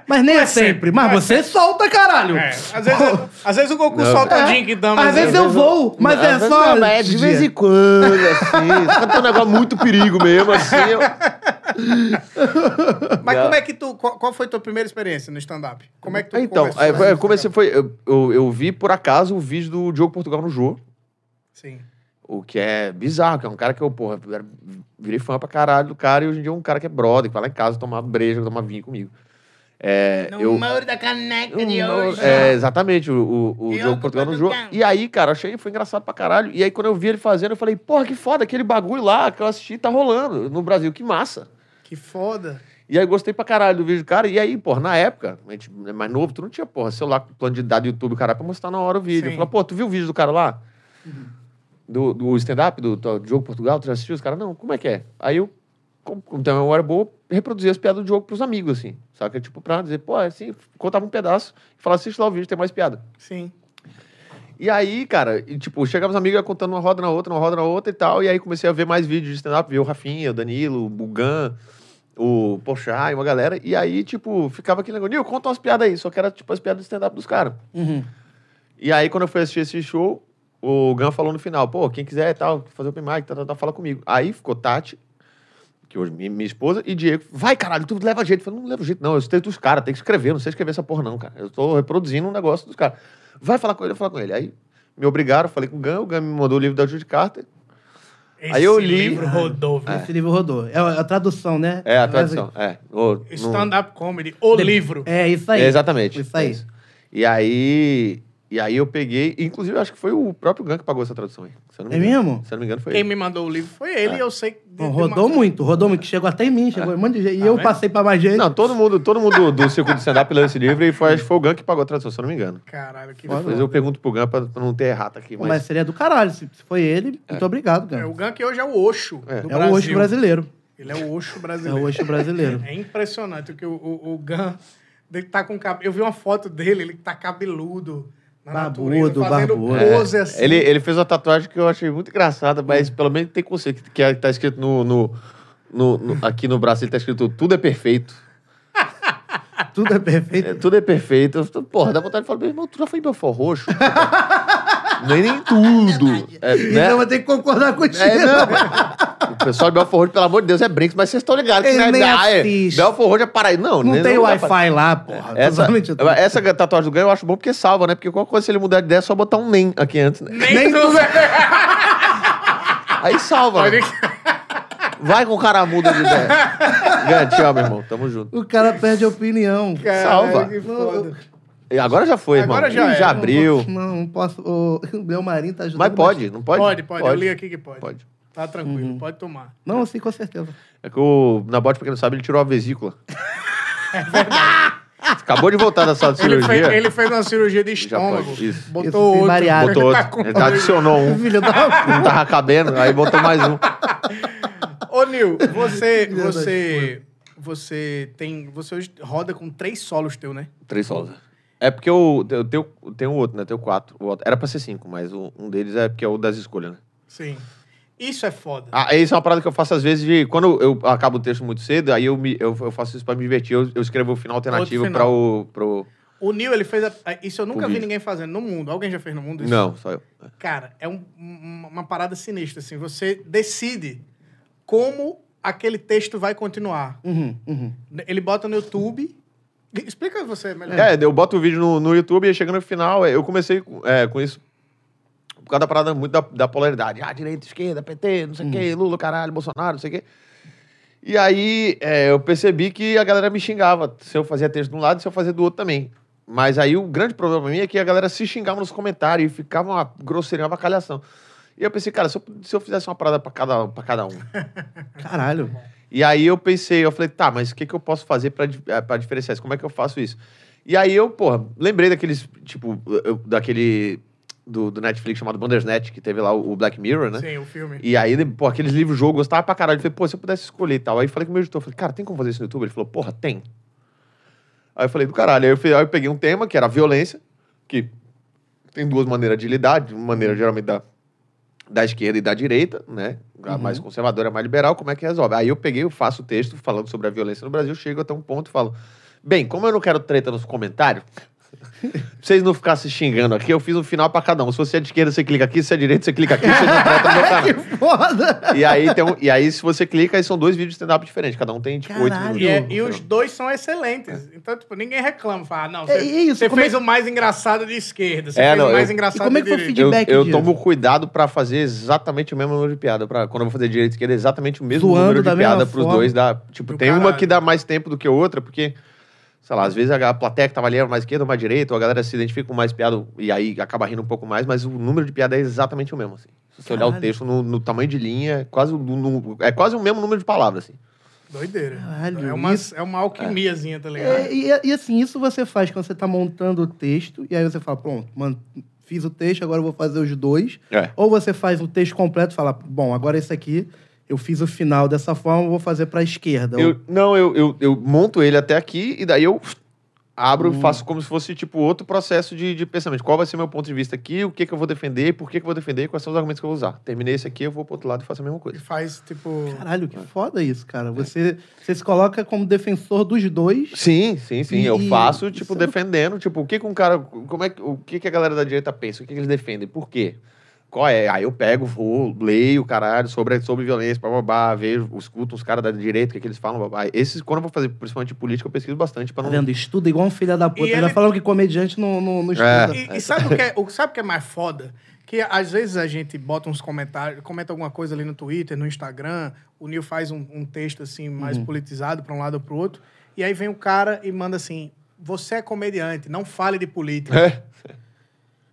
B: Mas nem
A: Não
B: é
A: é sempre,
B: sempre.
A: não
B: Mas
A: é
B: você solta, caralho.
A: É, às, vezes, às vezes o Goku
C: Não.
A: solta
B: É.
A: a Jin que dá,
B: Às vezes eu vou, mas
C: Não,
B: é
C: às vezes
B: só.
C: não, mas é de vez em quando, assim. Quando tem um negócio muito perigo mesmo, assim. eu-
A: Mas
C: Não.
A: como é que tu. Qual, qual foi tua primeira experiência no stand-up? Como é que tu
C: Então,
A: começou?
C: aí,
B: né?
C: foi- eu comecei, foi. Eu, eu, eu vi, por acaso, o vídeo do Diogo Portugal no Jô.
A: Sim.
C: O que é bizarro, que é um cara que eu, porra, era- virei fã pra caralho do cara e hoje em dia é um cara que é brother, que vai lá em casa tomar breja, tomar vinho comigo. É, eu,
A: da caneca
C: Não, É, exatamente, o, o, o
A: Diogo
C: Diogo Portugal no jogo.
A: Portugal.
C: E aí, cara, eu achei, foi engraçado pra caralho. E aí, quando eu vi ele fazendo, eu falei, porra, que foda, aquele bagulho lá que eu assisti tá rolando no Brasil, que massa.
A: Que foda.
C: E aí, gostei pra caralho do vídeo do cara. E aí, porra, na época, a gente é mais novo, tu não tinha, porra, celular com plano de idade do YouTube, caralho, pra mostrar na hora o vídeo.
A: Sim.
C: Eu falei, pô, tu viu o vídeo do cara lá? Do, do stand-up, do, do Diogo Portugal, tu já assistiu? Os caras, não, como é que é? Aí eu, como, como tem uma memória boa, reproduzir as piadas do Diogo pros amigos, assim. Saca? Tipo, pra dizer, pô, é assim, contava um pedaço e falava, assiste lá o vídeo, tem mais piada.
A: Sim.
C: E aí, cara, e, tipo, chegava os amigos ia contando uma roda na outra, uma roda na outra e tal. E aí comecei a ver mais vídeos de stand-up, vi o Rafinha, o Danilo, o Bugan, o Pochá e uma galera. E aí, tipo, ficava aquele negócio, Nil, conta umas piadas aí, só que era tipo as piadas de stand-up dos caras.
B: Uhum.
C: E aí, quando eu fui assistir esse show, o Gan falou no final, pô, quem quiser e tal, fazer o mic, tal, tal, tal, fala comigo. Aí ficou Tati, que hoje é minha, minha esposa, e Diego, vai, caralho, tu leva jeito. Eu falei, não leva jeito, não, eu sustento dos caras, tem que escrever, não sei escrever essa porra, não, cara. Eu tô reproduzindo um negócio dos caras. Vai falar com ele, eu falo com ele. Aí me obrigaram, falei com o Gan, o Gan me mandou o livro da Judy Carter. Aí eu li- Ah,
A: livro rodou, velho.
B: Esse livro rodou. É a a tradução, né?
C: É a tradução, é. O- não-
A: Stand-up comedy, o livro.
B: É isso aí.
C: É, exatamente.
B: tá Isso aí.
C: É E aí. E aí eu peguei, inclusive eu acho que foi o próprio Gan que pagou essa tradução aí. Se eu não me
B: É
C: engano.
B: mesmo?
C: Se eu não me engano, foi É.
A: Quem
C: ele.
A: me mandou o livro foi ele, e eu sei que. de-
B: Bom,
A: de
B: rodou
A: uma-
B: muito, rodou muito. que Chegou até em mim, chegou em um monte de gente. E
A: Tá
B: eu
A: vendo?
B: passei pra mais gente.
C: Não, todo mundo, todo mundo do- do circuito de stand-up leu esse livro e foi, acho que foi o Gan que pagou a tradução, se eu não me engano.
A: Caralho, que
C: Depois
A: foda.
C: eu pergunto pro Gan pra, pra não ter errado aqui,
B: Pô,
C: mas...
B: mas... seria do caralho. Se se foi ele, muito obrigado,
A: É,
B: cara.
A: o Gank hoje é o Oxo
C: É.
A: do
B: É o Oxo brasileiro.
A: Ele é o Oxo
B: É
A: brasileiro.
B: o Oxo brasileiro.
A: É impressionante o que o, o, o Gun ele tá com cabelo. Eu vi uma foto dele, ele tá cabeludo. Na
B: Barbudo,
A: natureza, fazendo
B: barbudo.
A: pose
C: É,
A: assim.
C: ele, ele fez uma tatuagem que eu achei muito engraçada, mas pelo menos tem conceito, que é- tá escrito no, no- no- no- aqui no braço, ele tá escrito tudo é perfeito.
B: Tudo é perfeito.
C: É, tudo é perfeito. Eu tô- porra, dá vontade de falar, meu irmão, tu já foi em Belfort Roxo? nem, nem tudo. É, né?
B: Então eu tenho que concordar contigo.
C: É, não. O pessoal de Belfort Roxo, pelo amor de Deus, é brinks, mas vocês estão ligados que
B: Ele
C: não é,
B: nem
C: ah, é-
B: assiste.
C: Belfort Roxo é paraíso. Não,
B: Não
C: nem-
B: tem
C: dá pra- É,
B: Wi-Fi lá, porra.
C: Essa,
B: Totalmente-
C: tá. essa tatuagem do Gan eu acho bom porque salva, né? Porque qualquer coisa, se ele mudar de ideia, é só botar um NEM aqui antes. Né?
A: Nem, tudo é.
C: Aí salva. né? Vai com o cara muda de ideia. Gan, tchau, meu irmão. Tamo junto.
B: O cara perde a opinião.
C: Salva.
A: Que foda.
C: E agora já foi,
A: Agora
C: irmão.
A: já
C: Ih,
A: é.
C: já
A: Não
C: abriu.
B: Não, não posso. O o meu marinho tá ajudando.
C: Mas pode, não pode?
A: Pode, pode, Eu li aqui que pode.
C: Pode.
A: Tá tranquilo, pode tomar.
B: Não, assim, com certeza.
C: É que o Nabote, pra quem não sabe, ele tirou a vesícula. Acabou de voltar da sala de
A: É Ele
C: cirurgia.
A: fez, ele fez uma cirurgia de
C: Já pode,
A: estômago.
C: isso.
B: Isso,
A: Botou outro.
B: variado.
C: Botou
A: Ele tá
C: outro.
A: com-
C: Ele tá- adicionou um.
B: Filho da.
C: Não tava cabendo, aí botou mais um.
A: Ô, Nil, você,
B: Filha da
A: você, você tem, você hoje roda com três solos teu, né?
C: Três solos. É porque eu, eu tenho, eu tenho outro, né? Eu tenho quatro. O outro- Era pra ser cinco, mas o- um deles é porque é o das escolhas, né?
A: Sim. Isso é foda.
C: Ah, isso é uma parada que eu faço às vezes de. Quando eu acabo o texto muito cedo, aí eu, me, eu, eu faço isso pra me divertir. Eu, eu escrevo o final alternativo
A: final.
C: pra o. Pro...
A: O Nil, ele fez, a- a- isso eu nunca vi
C: vídeo.
A: ninguém fazendo no mundo. Alguém já fez no mundo isso?
C: Não, só eu.
A: Cara, é um- um- uma parada sinistra, assim. Você decide como aquele texto vai continuar.
B: Uhum, uhum.
A: Ele bota no YouTube... Explica você melhor.
C: É, eu boto o vídeo no, no YouTube e chegando no final, é, eu comecei com- é, com isso por causa da parada muito da, da polaridade. Ah, direita, esquerda, PT, não sei o quê, Lula, caralho, Bolsonaro, não sei o quê. E aí é, eu percebi que a galera me xingava se eu fazia texto de um lado e se eu fazia do outro também. Mas aí o grande problema pra mim é que a galera se xingava nos comentários e ficava uma grosseria, uma bacalhação. E eu pensei, cara, se eu, se eu fizesse uma parada pra cada, pra cada um,
B: Caralho.
C: e aí eu pensei, eu falei, tá, mas o que, que eu posso fazer pra, di- eh, pra diferenciar isso? Como é que eu faço isso? E aí eu, porra, lembrei daqueles, tipo, eu- daquele. Do, do Netflix chamado Bandersnatch, que teve lá o o Black Mirror, né?
A: Sim, o filme.
C: E aí, pô, aqueles livros-jogo, eu gostava pra caralho. Eu falei, pô, se eu pudesse escolher e tal. Aí eu falei com o meu editor, falei, cara, tem como fazer isso no YouTube? Ele falou, porra, tem. Aí eu falei, do caralho. Aí eu, fui- aí eu peguei um tema, que era a violência, que tem duas maneiras de lidar, de uma maneira geralmente da, da esquerda e da direita, né? A mais conservadora, a mais liberal, como é que resolve? Aí eu peguei, eu faço o texto falando sobre a violência no Brasil, chego até um ponto e falo, Bem, como eu não quero treta nos comentários, pra vocês não ficarem se xingando aqui, eu fiz um final pra cada um. Se você é de esquerda, você clica aqui. Se é de direita, você clica aqui. Você não treta no meu canal.
B: Que foda!
C: E aí, tem um- e aí, se você clica, aí são dois vídeos de stand-up diferentes. Cada um tem, tipo, oito
B: Caralho.
C: minutos.
A: E, é- e os dois são excelentes. Então, tipo, ninguém reclama. Fala, ah, não, você,
B: É, e isso,
A: você
B: como é
A: fez o mais engraçado de esquerda, você
C: É,
A: fez
C: não,
A: o mais
C: eu-
A: engraçado
B: E como é
A: de
B: que foi o
A: direita.
C: Eu,
B: feedback
C: eu
B: disso?
C: tomo cuidado pra fazer exatamente o mesmo número de piada. Pra, quando eu vou fazer direito e esquerda, é exatamente o mesmo
B: Zoando
C: número
B: da
C: de
B: mesma
C: piada pros
B: forma.
C: dois. Dá, tipo,
A: Do
C: tem uma
A: caralho.
C: que dá mais tempo do que outra, porque, sei lá, às vezes a, a plateia que tava ali era mais esquerda ou mais direita, ou a galera se identifica com mais piada e aí acaba rindo um pouco mais, mas o número de piada é exatamente o mesmo. assim. Se você olhar o
B: Caralho.
C: texto no, no tamanho de linha, é quase, o nu- é quase o mesmo número de palavras. Assim.
A: Doideira.
B: Caralho,
A: é, uma,
B: isso-
A: é uma alquimiazinha, tá ligado?
B: É, e, e assim, isso você faz quando você tá montando o texto, e aí você fala, pronto, mano, fiz o texto, agora eu vou fazer os dois.
C: É.
B: Ou você faz um texto completo e fala, bom, agora esse aqui, eu fiz o final dessa forma, eu vou fazer pra esquerda.
C: Eu, não, eu, eu, eu monto ele até aqui e daí eu abro, faço como se fosse tipo outro processo de, de pensamento. Qual vai ser meu ponto de vista aqui? O que, que eu vou defender? Por que, que eu vou defender? e Quais são os argumentos que eu vou usar? Terminei esse aqui, eu vou pro outro lado e faço a mesma
A: E
C: coisa.
A: faz, tipo...
B: Caralho,
C: Ah.
B: que foda isso, cara. Você, você se coloca como defensor dos dois.
C: Sim, sim, sim.
B: E-
C: eu
B: e
C: faço, tipo,
B: isso-
C: defendendo. Tipo, o que, que um cara. Como é que, o que, que a galera da direita pensa? O que, que eles defendem? Por quê? Qual é? Aí eu pego, vou, leio, caralho, sobre, sobre violência, bababá, vejo, escuto os caras da direita, o que, que eles falam, babá. Esses, quando eu vou fazer, principalmente política, eu pesquiso bastante pra
B: Tá
C: não.
B: vendo? Estuda igual um filho da puta.
A: E
B: Ainda
A: ele-
B: falando que comediante não, não, não estuda.
A: E, e sabe, o que é, o- sabe o que é mais foda? Que às vezes a gente bota uns comentários, comenta alguma coisa ali no Twitter, no Instagram, o Nil faz um, um texto assim mais
B: Uhum.
A: politizado pra um lado ou pro outro, e aí vem o cara e manda assim: você é comediante, não fale de política.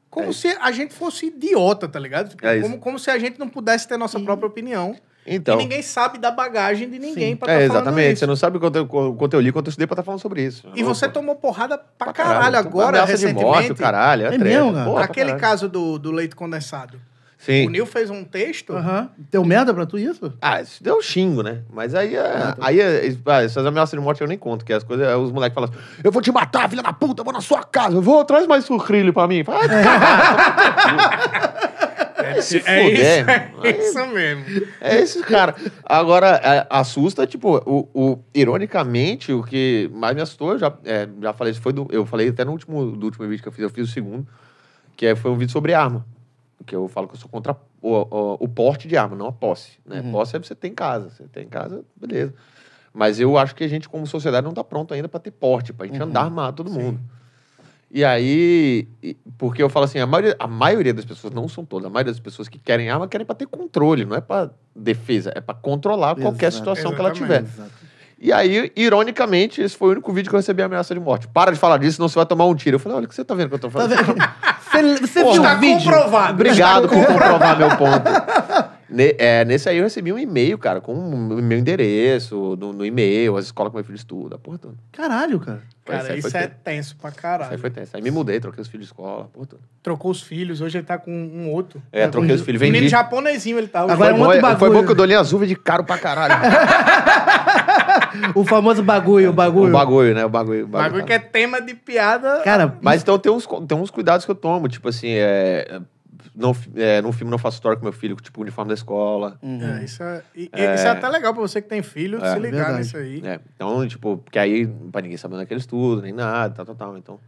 C: É.
A: Como se a gente fosse idiota, tá ligado? Tipo,
C: É isso.
A: como, como se a gente não pudesse ter nossa própria opinião.
C: Então.
A: E ninguém sabe da bagagem de ninguém
B: Sim.
A: pra tá
C: É,
A: falando
C: exatamente.
A: isso.
C: Você não sabe quanto eu, quanto eu li, quanto eu estudei pra estar falando sobre isso.
A: E
C: Eu-
A: você tomou porrada pra caralho, agora,
C: Ameaça de morte, o
A: recentemente.
C: caralho. É,
B: É
C: treta.
B: mesmo, cara?
C: Porra, pra
A: aquele
C: caralho.
A: caso do, do leite condensado. O
C: Sim.
A: Nil fez um texto.
B: Aham. Deu merda pra tu isso?
C: Ah, isso deu um xingo, né? Mas aí, é- aí é- es- ah, essas ameaças de morte eu nem conto, que as coisas, aí os moleques falam assim, eu vou te matar, filha da puta, eu vou na sua casa, eu vou, traz mais sucrilho pra mim. Fala, "Ah, "Ai,
B: É.
C: caralho, se
A: É isso,
C: fuder,
A: é
C: mano. Aí-
A: isso mesmo.
C: É esses cara. Agora, é, assusta, tipo, o, o- ironicamente, o que mais me assustou, eu já, é, já falei isso, foi do. Eu falei até no último, do último vídeo que eu fiz, eu fiz o segundo, que é, foi um vídeo sobre arma. Que eu falo que eu sou contra o, o- o porte de arma, não a posse. Né? Posse é você ter em casa. Você tem em casa, beleza. Mas eu acho que a gente, como sociedade, não tá pronto ainda para ter porte, pra gente andar armado, todo mundo. E aí, e- porque eu falo assim, a maioria, a maioria das pessoas, não são todas, a maioria das pessoas que querem arma querem para ter controle, não é para defesa, é para controlar qualquer
B: Exato.
C: situação que ela tiver.
A: Exatamente.
C: E aí, ironicamente, esse foi o único vídeo que eu recebi ameaça de morte. Para de falar disso, senão você vai tomar um tiro. Eu falei, olha o que você tá vendo que eu tô
B: Tá
C: falando.
B: vendo? Você, você
C: Porra,
B: viu
A: Está
B: o um vídeo?
A: tá comprovado.
C: Obrigado por comprovar meu ponto. Ne- é, nesse aí eu recebi um e-mail, cara, com o meu endereço, no, no e-mail, as escolas que meu filho estuda, a porra toda.
B: Caralho, cara.
C: Esse
A: Cara,
C: aí
A: isso
C: foi
A: é
C: tenso.
A: tenso pra
C: Esse aí
A: caralho.
C: foi tenso. Aí me mudei, troquei os filhos de escola, a porra toda.
A: Trocou os filhos, hoje ele tá com um outro.
C: É, troquei os filhos,
A: Um Menino
C: vendi.
A: japonesinho ele tá. hoje.
B: Agora é
C: foi,
B: um
C: bom,
B: outro
C: é- foi
B: bagulho.
C: bom que o Dolinha Azul veio de caro pra
A: É
C: caralho.
B: O famoso bagulho, o
C: É, o
B: bagulho.
C: bagulho, né? O bagulho. o
A: um Bagulho que é tema de piada.
B: Cara,
C: Mas então tem uns, co- tem uns cuidados que eu tomo, tipo assim, é, não, fi- é, no filme não faço história com meu filho, tipo uniforme da escola.
A: É, isso, é, e- e- isso é até legal pra você que tem filho,
C: É.
A: se ligar
B: verdade.
A: nisso aí.
C: né? Então, tipo, porque aí, pra ninguém saber onde é que ele estuda, nem nada, tal, tal, tal. Então,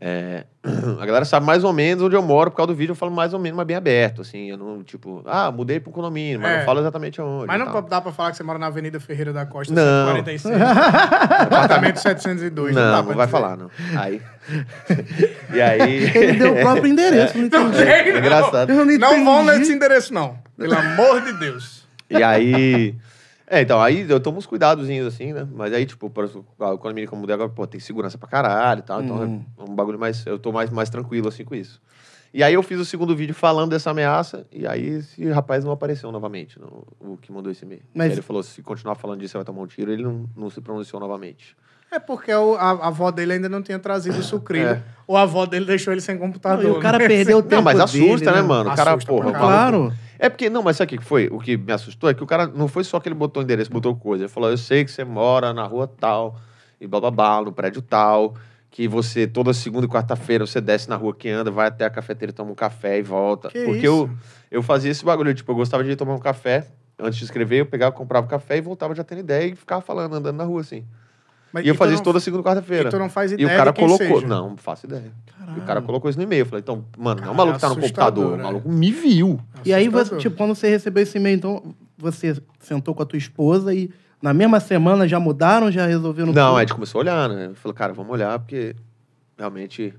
C: é, a galera sabe mais ou menos onde eu moro, por causa do vídeo eu falo mais ou menos, mas bem aberto, assim. Eu não, tipo, ah, mudei pro condomínio, mas
A: É.
C: não falo exatamente aonde.
A: Mas
C: e
A: não
C: tal.
A: dá pra falar que você mora na Avenida Ferreira da Costa,
C: Não.
A: 146, apartamento 702.
C: Não,
A: dá
C: não,
A: pra
C: vai
A: dizer.
C: falar, não. Aí. e aí.
B: ele deu o próprio
C: É.
B: endereço, não
A: Não,
B: entendi.
A: sei, não.
C: engraçado.
B: Eu não
A: Não vão
B: entendi.
A: nesse endereço, não. Pelo amor de Deus.
C: E aí. É, então, aí eu tomo uns cuidadozinhos, assim, né? Mas aí, tipo, por exemplo, a condomínio que eu mudei agora, pô, tem segurança pra caralho e tal. Então
B: Hum.
C: é um bagulho mais. Eu tô mais, mais tranquilo, assim, com isso. E aí eu fiz o segundo vídeo falando dessa ameaça, e aí esse rapaz não apareceu novamente, no- o que mandou esse e-mail.
B: Mas-
C: Ele falou: se continuar falando disso, você vai tomar um tiro, ele não, não se pronunciou novamente.
A: É porque o- a, a avó dele ainda não tinha trazido o sucrilho.
C: É.
A: Ou a avó dele deixou ele sem computador.
B: E o cara
A: né?
B: perdeu o tempo
C: Não, mas
B: dele,
C: assusta, né, mano? o cara,
A: Assusta
C: porra,
A: pra
C: o maluco-
B: Claro.
C: É porque, não, mas sabe o que que foi? O que me assustou é que o cara não foi só que ele botou o endereço, botou coisa. Ele falou: eu sei que você mora na rua tal, e blá blá blá, no prédio tal, que você, toda segunda e quarta-feira, você desce na rua que anda, vai até a cafeteira, toma um café e volta.
A: Que
C: porque
A: isso?
C: eu, eu fazia esse bagulho, tipo, eu gostava de tomar um café antes de escrever, eu pegava, comprava o café e voltava já tendo ideia e ficava falando, andando na rua assim.
A: Mas
C: e eu
A: tu
C: fazia
A: não-
C: isso toda segunda e quarta-feira.
A: E tu não faz
C: E
A: ideia
C: o cara
A: de quem
C: colocou.
A: seja.
C: Não, não faço ideia. E o cara
B: Caralho.
C: colocou isso no e-mail. Eu falei, então, mano, não é
A: Cara,
C: um maluco que tá no
A: assustador,
C: computador. O
A: né?
C: maluco me viu.
B: E aí, você,
A: Assustador.
B: tipo, quando você recebeu esse e-mail, então você sentou com a tua esposa e na mesma semana já mudaram, já resolveram
C: Não,
B: tudo?
C: a gente começou a olhar, né? Falou, cara, vamos olhar, porque realmente.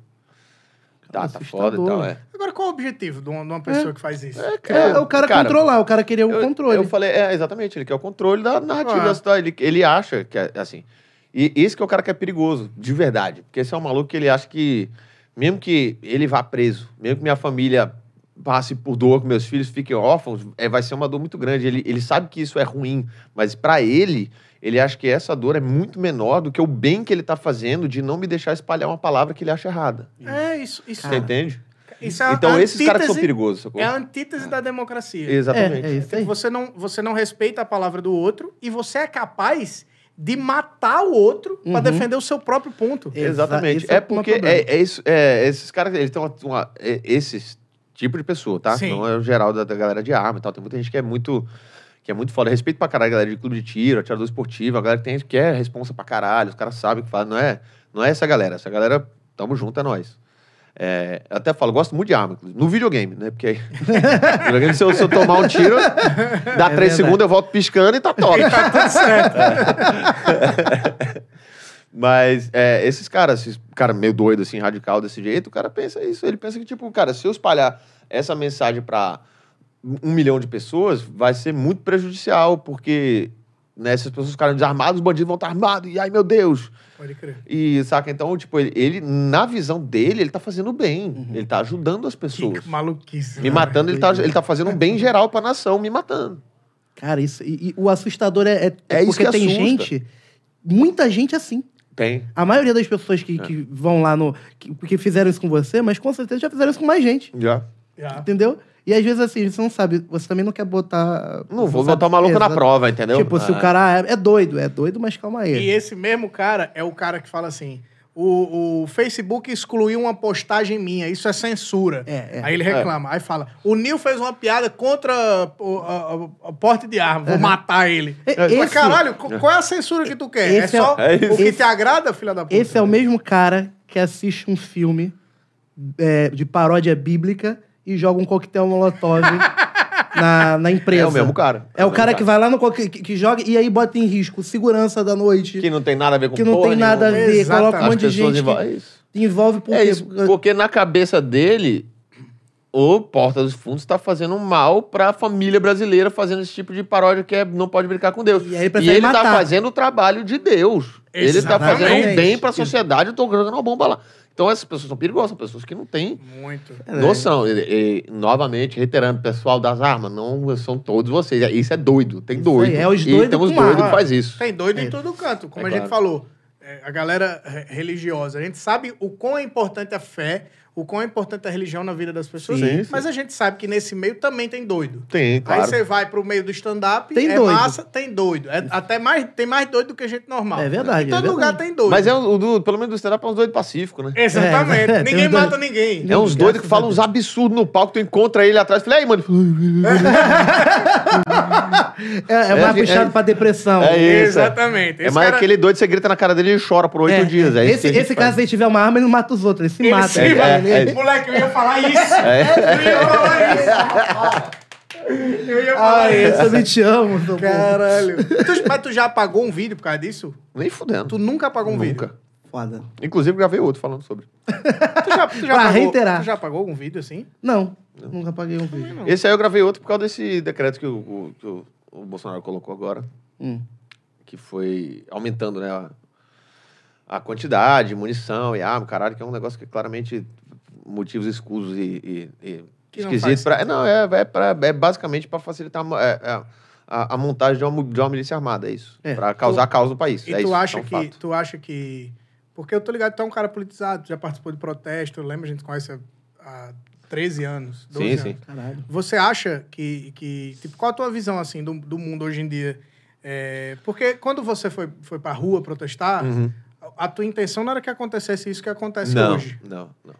C: Tá,
B: Cara,
C: tá foda e tal,
B: assustador.
C: é.
A: Agora, qual o objetivo de uma, de uma pessoa que faz isso?
C: É,
B: É, o cara, controlar, o cara queria o
C: eu,
B: controle.
C: Eu falei, é, exatamente, ele quer o controle da narrativa
A: Ah.
C: da história. Ele, ele acha que é assim. E esse que é o cara que é perigoso, de verdade. Porque esse é um maluco que ele acha que, mesmo que ele vá preso, mesmo que minha família passe por dor, que meus filhos fiquem órfãos, é, vai ser uma dor muito grande. Ele, ele sabe que isso é ruim, mas pra ele, ele acha que essa dor é muito menor do que o bem que ele tá fazendo de não me deixar espalhar uma palavra que ele acha errada.
A: É isso. Isso,
C: Você entende?
A: isso é a
C: então, esses caras que são
A: antítese-
C: perigosos, sacou?
A: É a antítese da democracia.
C: Exatamente.
B: É, é isso
A: Tipo,
B: aí.
A: Você não, você não respeita a palavra do outro e você é capaz de matar o outro pra
B: Uhum.
A: defender o seu próprio ponto.
B: Exa-
C: Exatamente.
B: esse é
C: É
B: o meu
C: porque
B: problema.
C: é, é isso, é, esses caras, eles estão é, esses tipo de pessoa, tá?
A: Sim.
C: Não é o geral da, da galera de arma e tal. Tem muita gente que é muito que é muito foda. Respeito pra caralho a galera de clube de tiro, atirador esportivo, a galera que tem que é responsa pra caralho, os caras sabem o que fazem, não é? Não é essa galera, essa galera tamo junto é nós. É, eu até falo, gosto muito de arma, inclusive, no videogame, né? Porque aí. no videogame, se, eu, se eu tomar um tiro, dá
B: É
C: três
B: verdade.
C: segundos, eu volto piscando e tá top.
A: Tá tudo certo.
C: Mas é, esses caras, esses cara meio doido, assim, radical desse jeito, o cara pensa isso. Ele pensa que, tipo, cara, se eu espalhar essa mensagem pra um milhão de pessoas, vai ser muito prejudicial, porque né, essas pessoas ficaram desarmadas, os bandidos vão estar armados, e ai meu Deus!
A: Pode crer.
C: E saca? Então, tipo, ele, ele, na visão dele, ele tá fazendo bem,
B: Uhum.
C: ele tá ajudando as pessoas.
A: Que maluquice.
C: Me
A: né?
C: matando, ele tá, ele tá fazendo um bem geral pra nação, me matando.
B: Cara, isso, e, e o assustador é, é,
C: É isso
B: porque
C: que
B: tem
C: assusta.
B: gente, muita gente assim.
C: Tem.
B: A maioria das pessoas
C: É.
B: que, que vão lá no. Que, que fizeram isso com você, mas com certeza já fizeram isso com mais gente.
C: Já.
A: Já.
B: Entendeu? E às vezes assim, você não sabe, você também não quer botar.
C: Não vou
B: você sabe-
C: botar o maluco na
B: Exato.
C: prova, entendeu?
B: Tipo, se o
C: Ah.
B: cara é, é doido, é doido, mas calma aí.
A: E esse mesmo cara é o cara que fala assim: o, o Facebook excluiu uma postagem minha, isso é censura.
B: É, é.
A: Aí ele reclama, aí fala: o Nil fez uma piada contra o, a- a- a porte de arma, vou matar ele.
B: É,
A: Mas,
B: esse-
A: caralho, co- qual é a censura que tu quer? É
B: Esse é-
A: só
C: É
A: o
C: isso.
A: que te
B: Esse-
A: agrada, filha da puta?
B: Esse é o mesmo cara que assiste um filme é, de paródia bíblica e joga um coquetel molotov na, na empresa.
C: É o mesmo cara.
B: É o cara
C: que
B: que vai lá no coque- que, que joga e aí bota em risco segurança da noite,
C: Que
B: que,
C: não tem nada a ver com
B: não
C: porra
B: tem nada a
C: nenhuma.
B: ver, coloca um
A: Exatamente.
B: monte de
C: As pessoas
B: gente
C: envol- É
B: que
C: isso.
B: envolve porque
C: É isso. Porque na cabeça dele, o Porta dos Fundos tá fazendo mal pra família brasileira fazendo esse tipo de paródia que é não pode brincar com Deus.
B: E aí ele
C: e
B: prefere
C: ele tá
B: matar.
C: fazendo o trabalho de Deus. Ele tá
A: Exatamente.
C: fazendo um bem pra sociedade, eu tô jogando uma bomba lá. Então essas pessoas são perigosas, são pessoas que não
B: é-
C: têm
A: Muito.
C: noção. E, e, novamente, reiterando, pessoal das armas, não são todos vocês. Isso é doido, tem
B: Isso
C: doido.
B: aí, é os
C: e
B: doidos
C: tem uns
B: com
C: doidos
B: arma.
C: que faz isso.
A: Tem doido em
B: É.
A: todo canto, como
C: É
A: a
C: claro.
A: gente falou. é, A galera re- religiosa, a gente sabe o quão é importante a fé, o quão é importante a religião na vida das pessoas,
C: Sim, sim.
A: mas a gente sabe que nesse meio também tem doido.
C: Tem, claro.
A: Aí você vai pro meio do stand-up,
B: Tem
A: é
B: doido.
A: massa, tem doido. É, até mais, tem mais doido do que gente normal.
B: É
A: Em
B: verdade,
A: todo
B: é
A: lugar
B: verdade.
A: tem doido.
C: Mas é o o do, pelo menos do stand-up é uns doidos pacíficos, né?
A: Exatamente.
B: É, é, tem
A: ninguém
B: os dois.
A: mata ninguém.
C: É uns doidos que falam uns absurdos no palco, tu encontra ele atrás, fala, e aí, mano?
B: É, é mais
C: É,
B: puxado
C: é-
B: pra depressão.
C: É isso.
A: Exatamente.
C: É mais
A: cara-
C: aquele doido que você grita na cara dele e chora por oito
B: É,
C: dias. É isso
B: esse
C: que a gente
B: esse
C: faz.
B: caso, se ele tiver uma arma, ele não mata os outros, ele se
A: Ele
B: mata.
A: se
C: é,
A: mata.
C: é.
A: Moleque, eu ia falar isso. Eu ia falar isso. Eu ia
C: É.
A: falar
B: Ah,
A: isso.
B: esse eu não te amo. seu
A: Caralho. Tu- mas tu já apagou um vídeo por causa disso?
C: Nem fudendo.
A: Tu nunca apagou um vídeo?
C: Nunca.
B: povo. Foda.
C: Inclusive, gravei outro falando sobre.
A: Tu já, tu já
B: Pra
A: apagou,
B: reiterar.
A: Tu já apagou algum vídeo assim?
B: Não, nunca paguei um vídeo.
C: Esse aí eu gravei outro por causa desse decreto que o, o- que o- o Bolsonaro colocou agora,
B: Hum.
C: que foi aumentando, né? A, a quantidade, munição e arma, caralho, que é um negócio que é claramente motivos escusos e, e, e
A: Que não faz
C: esquisitos. pra- Não, é, é, pra- é basicamente para facilitar a, é- é a- a montagem de uma, mu- de uma milícia armada, é isso.
B: É.
C: Pra Para causar caos no país.
A: E
C: é
A: tu
C: isso,
A: acha
C: é um
A: que.
C: fato.
A: Tu acha que. Porque eu tô ligado, tu é um cara politizado, tu já participou de protesto, eu lembro, a gente conhece há, há 13 anos. 12
C: Sim,
A: anos.
C: sim.
B: Caralho.
A: Você acha que, que tipo, qual a tua visão assim do, do mundo hoje em dia? É, porque quando você foi, foi pra rua protestar,
C: Uhum.
A: a, a tua intenção não era que acontecesse isso que Ah, acontece
C: não,
A: hoje.
C: Não, não.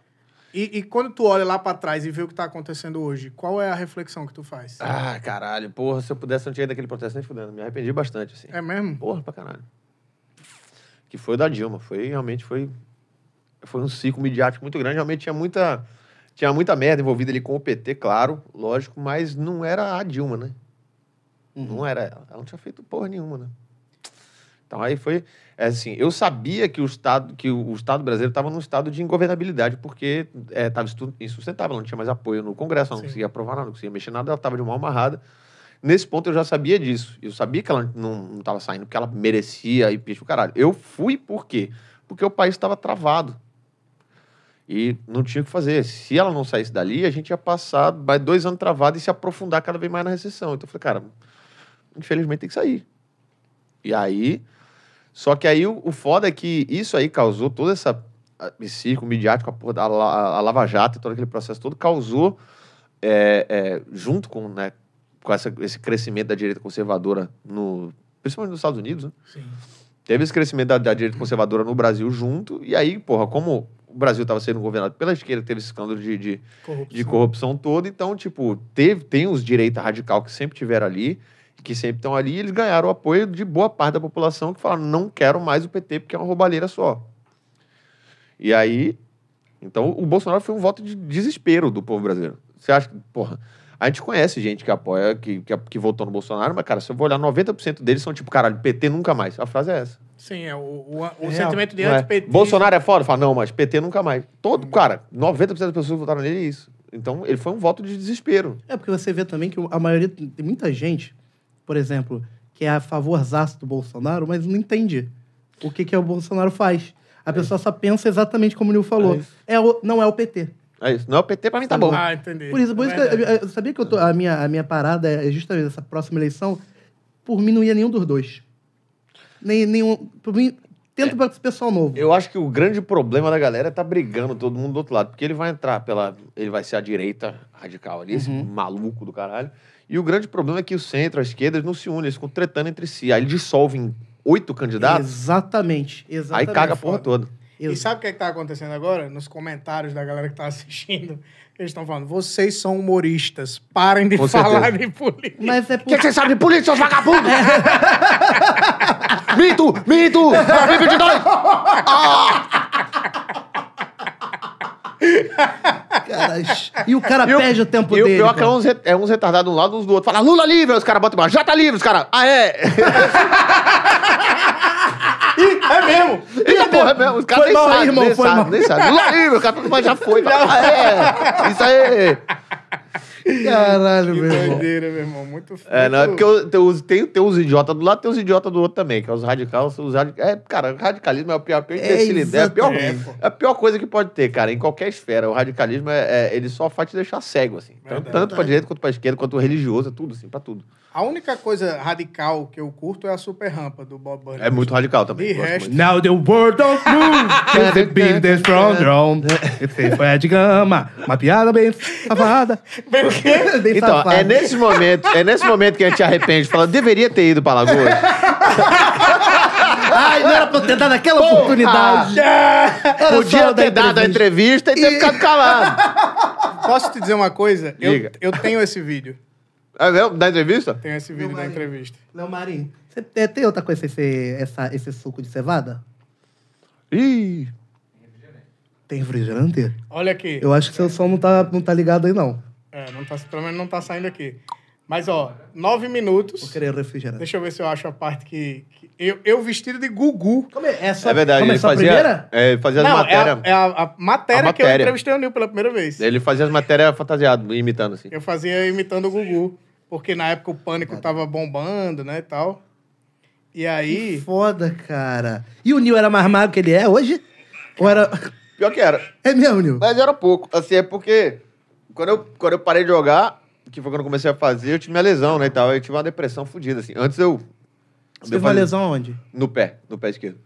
A: E, e quando tu olha lá pra trás e vê o que tá acontecendo hoje, qual é a reflexão que tu faz?
C: Ah, caralho, porra, se eu pudesse, eu não tinha ido daquele protesto nem fudendo. Me arrependi bastante, assim.
A: É mesmo?
C: Porra pra caralho. que foi o da Dilma. Foi realmente foi foi um ciclo midiático muito grande. Realmente tinha muita tinha muita merda envolvida ali com o PT, claro, lógico, mas não era a Dilma, né?
B: Hum.
C: Não era ela. Ela não tinha feito porra nenhuma, né? Então aí foi é assim, eu sabia que o estado que o o estado brasileiro estava num estado de ingovernabilidade porque estava insustentável, ela não tinha mais apoio no Congresso, ela não
A: Sim.
C: conseguia aprovar nada, não conseguia mexer nada, ela estava de mão amarrada. Nesse ponto eu já sabia disso. Eu sabia que ela não estava saindo porque ela merecia e picho o caralho. Eu fui por quê? Porque o país estava travado. E não tinha o que fazer. Se ela não saísse dali, a gente ia passar mais dois anos travado e se aprofundar cada vez mais na recessão. Então eu falei, cara, infelizmente tem que sair. E aí. Só que aí o, o foda é que isso aí causou toda essa. a- Esse circo midiático, a, porra da la- a, Lava Jato, e todo aquele processo todo, causou, é, é, junto com, né, com essa- esse crescimento da direita conservadora, no, principalmente nos Estados Unidos, né?
A: Sim.
C: Teve esse crescimento da, da direita conservadora no Brasil junto, e aí, porra, como o Brasil estava sendo governado pela esquerda, teve esse escândalo de, de, de
A: Corrupção.
C: corrupção toda, então, tipo, teve, tem os direita radical que sempre tiveram ali, que sempre estão ali, e eles ganharam o apoio de boa parte da população que falaram, não quero mais o PT porque é uma roubalheira só. E aí, então, o Bolsonaro foi um voto de desespero do povo brasileiro. Você acha que, porra, a gente conhece gente que apoia, que, que, que votou no Bolsonaro, mas, cara, se eu vou olhar, 90% deles são tipo, caralho, PT nunca mais. A frase é essa.
A: Sim, é o, o, o
B: É
A: sentimento de
C: Não é.
A: antipetismo.
C: Bolsonaro é foda? Fala, não, mas PT nunca mais. Todo, cara, 90% das pessoas que votaram nele é isso. Então, ele foi um voto de desespero.
B: É porque você vê também que a maioria, tem muita gente, por exemplo, que é a favorzaço do Bolsonaro, mas não entende o que, que o Bolsonaro faz. A pessoa só pensa exatamente como o Nil
C: É
B: falou.
C: isso.
B: É o, não é o PT.
C: É isso. Não é o PT, pra mim tá bom.
A: Ah, entendi.
B: Por isso, por isso que eu,
A: Verdade.
B: eu- eu sabia que eu tô- a, minha, a minha parada é justamente essa próxima eleição. Por mim, não ia nenhum dos dois. Nem, nenhum. Por mim, tenta para esse pessoal novo.
C: Eu acho que o grande problema da galera é tá brigando todo mundo do outro lado. Porque ele vai entrar pela. Ele vai ser a direita radical ali, esse maluco do caralho. E o grande problema é que o centro, a esquerda, eles não se unem, eles ficam tretando entre si. Aí eles dissolvem oito candidatos,
B: Exatamente.
C: aí
B: Exatamente.
C: caga a porra toda.
A: E
B: Ex-
A: sabe o que, é que tá acontecendo agora? Nos comentários da galera que tá assistindo, eles estão falando: vocês são humoristas, parem de
C: Com
A: falar de política.
B: Mas é
C: O que que vocês sabem de política, seus vagabundos? mito! Mito! 2022!
B: Cara, e o cara
C: E o-
B: perde o tempo
C: e o
B: dele.
C: pior que é
B: cara.
C: uns, re- é uns retardados de um lado, uns do outro. Fala, Lula livre, aí os caras botam embaixo. Já tá livre, os caras. Ah, é?
A: Ih, é mesmo!
C: Eita, porra, é mesmo. Os caras
B: Foi
C: nem
B: mal aí,
C: sabem,
B: irmão,
C: nem
B: foi
C: sabem,
B: mal.
C: nem sabem. Lula livre, o cara fala, mas já foi. Fala, ah, é? Isso aí.
B: Caralho,
A: Que
B: meu irmão.
A: doideira, meu irmão. Muito
C: É, não, é
A: muito-
C: porque eu- tem, os- tem, tem uns idiotas do lado, tem uns idiotas do outro também, que é os radicais. Os radic... É, cara, radicalismo é a pior, a pior
B: É,
C: imbecilidade, é a pior,
B: exatamente.
C: é a pior coisa que pode ter, cara, em qualquer esfera. O radicalismo, é, é- ele só faz te deixar cego, assim. Tanto,
A: Verdade.
C: tanto pra direita, quanto pra esquerda, quanto religioso, é tudo, assim, pra tudo.
A: A única coisa radical que eu curto é a super rampa do Bob Burns.
C: É muito radical também.
A: De
C: gosto muito.
A: resto,
B: Now the world don't move to the beat that's from drone. Esse foi de gama, uma piada bem safada.
A: Bem o quê?
B: Bem
C: Então,
B: safada.
C: é nesse momento, é nesse momento que a gente arrepende, fala, deveria ter ido pra Lagoas.
B: Ai, não era pra eu ter dado aquela oportunidade.
A: Ah!
B: Era só da
C: Podia ter dado a entrevista e ter ficado calado.
A: Posso te dizer uma coisa? Eu,
C: Diga.
A: eu tenho esse vídeo.
C: É mesmo? Da entrevista?
A: Tenho esse vídeo da entrevista.
B: Léo Marinho, você tem, tem outra coisa esse, essa, esse suco de cevada?
C: Ih,
B: Tem refrigerante?
A: Olha aqui.
B: Eu acho que seu som não tá, não tá ligado aí, não.
A: É, não tá, pelo menos não tá saindo aqui. Mas, ó, nove minutos.
B: Vou querer refrigerante.
A: Deixa eu ver se eu acho a parte que. que- eu, eu vestido de Gugu.
B: Como é, é, só,
C: é verdade,
B: como é
C: ele
B: só a
C: fazia,
B: primeira?
C: é, ele fazia as
A: Não, é a,
C: matérias.
A: é a- a matéria
C: A
A: que eu
C: matéria.
A: entrevistei o Nil pela primeira vez.
C: Ele fazia as matérias fantasiado, imitando, assim.
A: Eu fazia imitando o Gugu. Porque na época o pânico tava bombando, né e tal. E aí.
B: Foda, cara. E o Nil era mais magro que ele é hoje? Ou era...
C: Pior que era.
B: É mesmo, Nil?
C: Mas era pouco. Assim, é porque quando eu, quando eu parei de jogar, que foi quando eu comecei a fazer, eu tive minha lesão, né, e tal. Eu tive uma depressão fodida, assim. Antes eu...
B: Você
C: eu
B: teve uma
C: fazia-
B: lesão onde?
C: No pé, no pé esquerdo.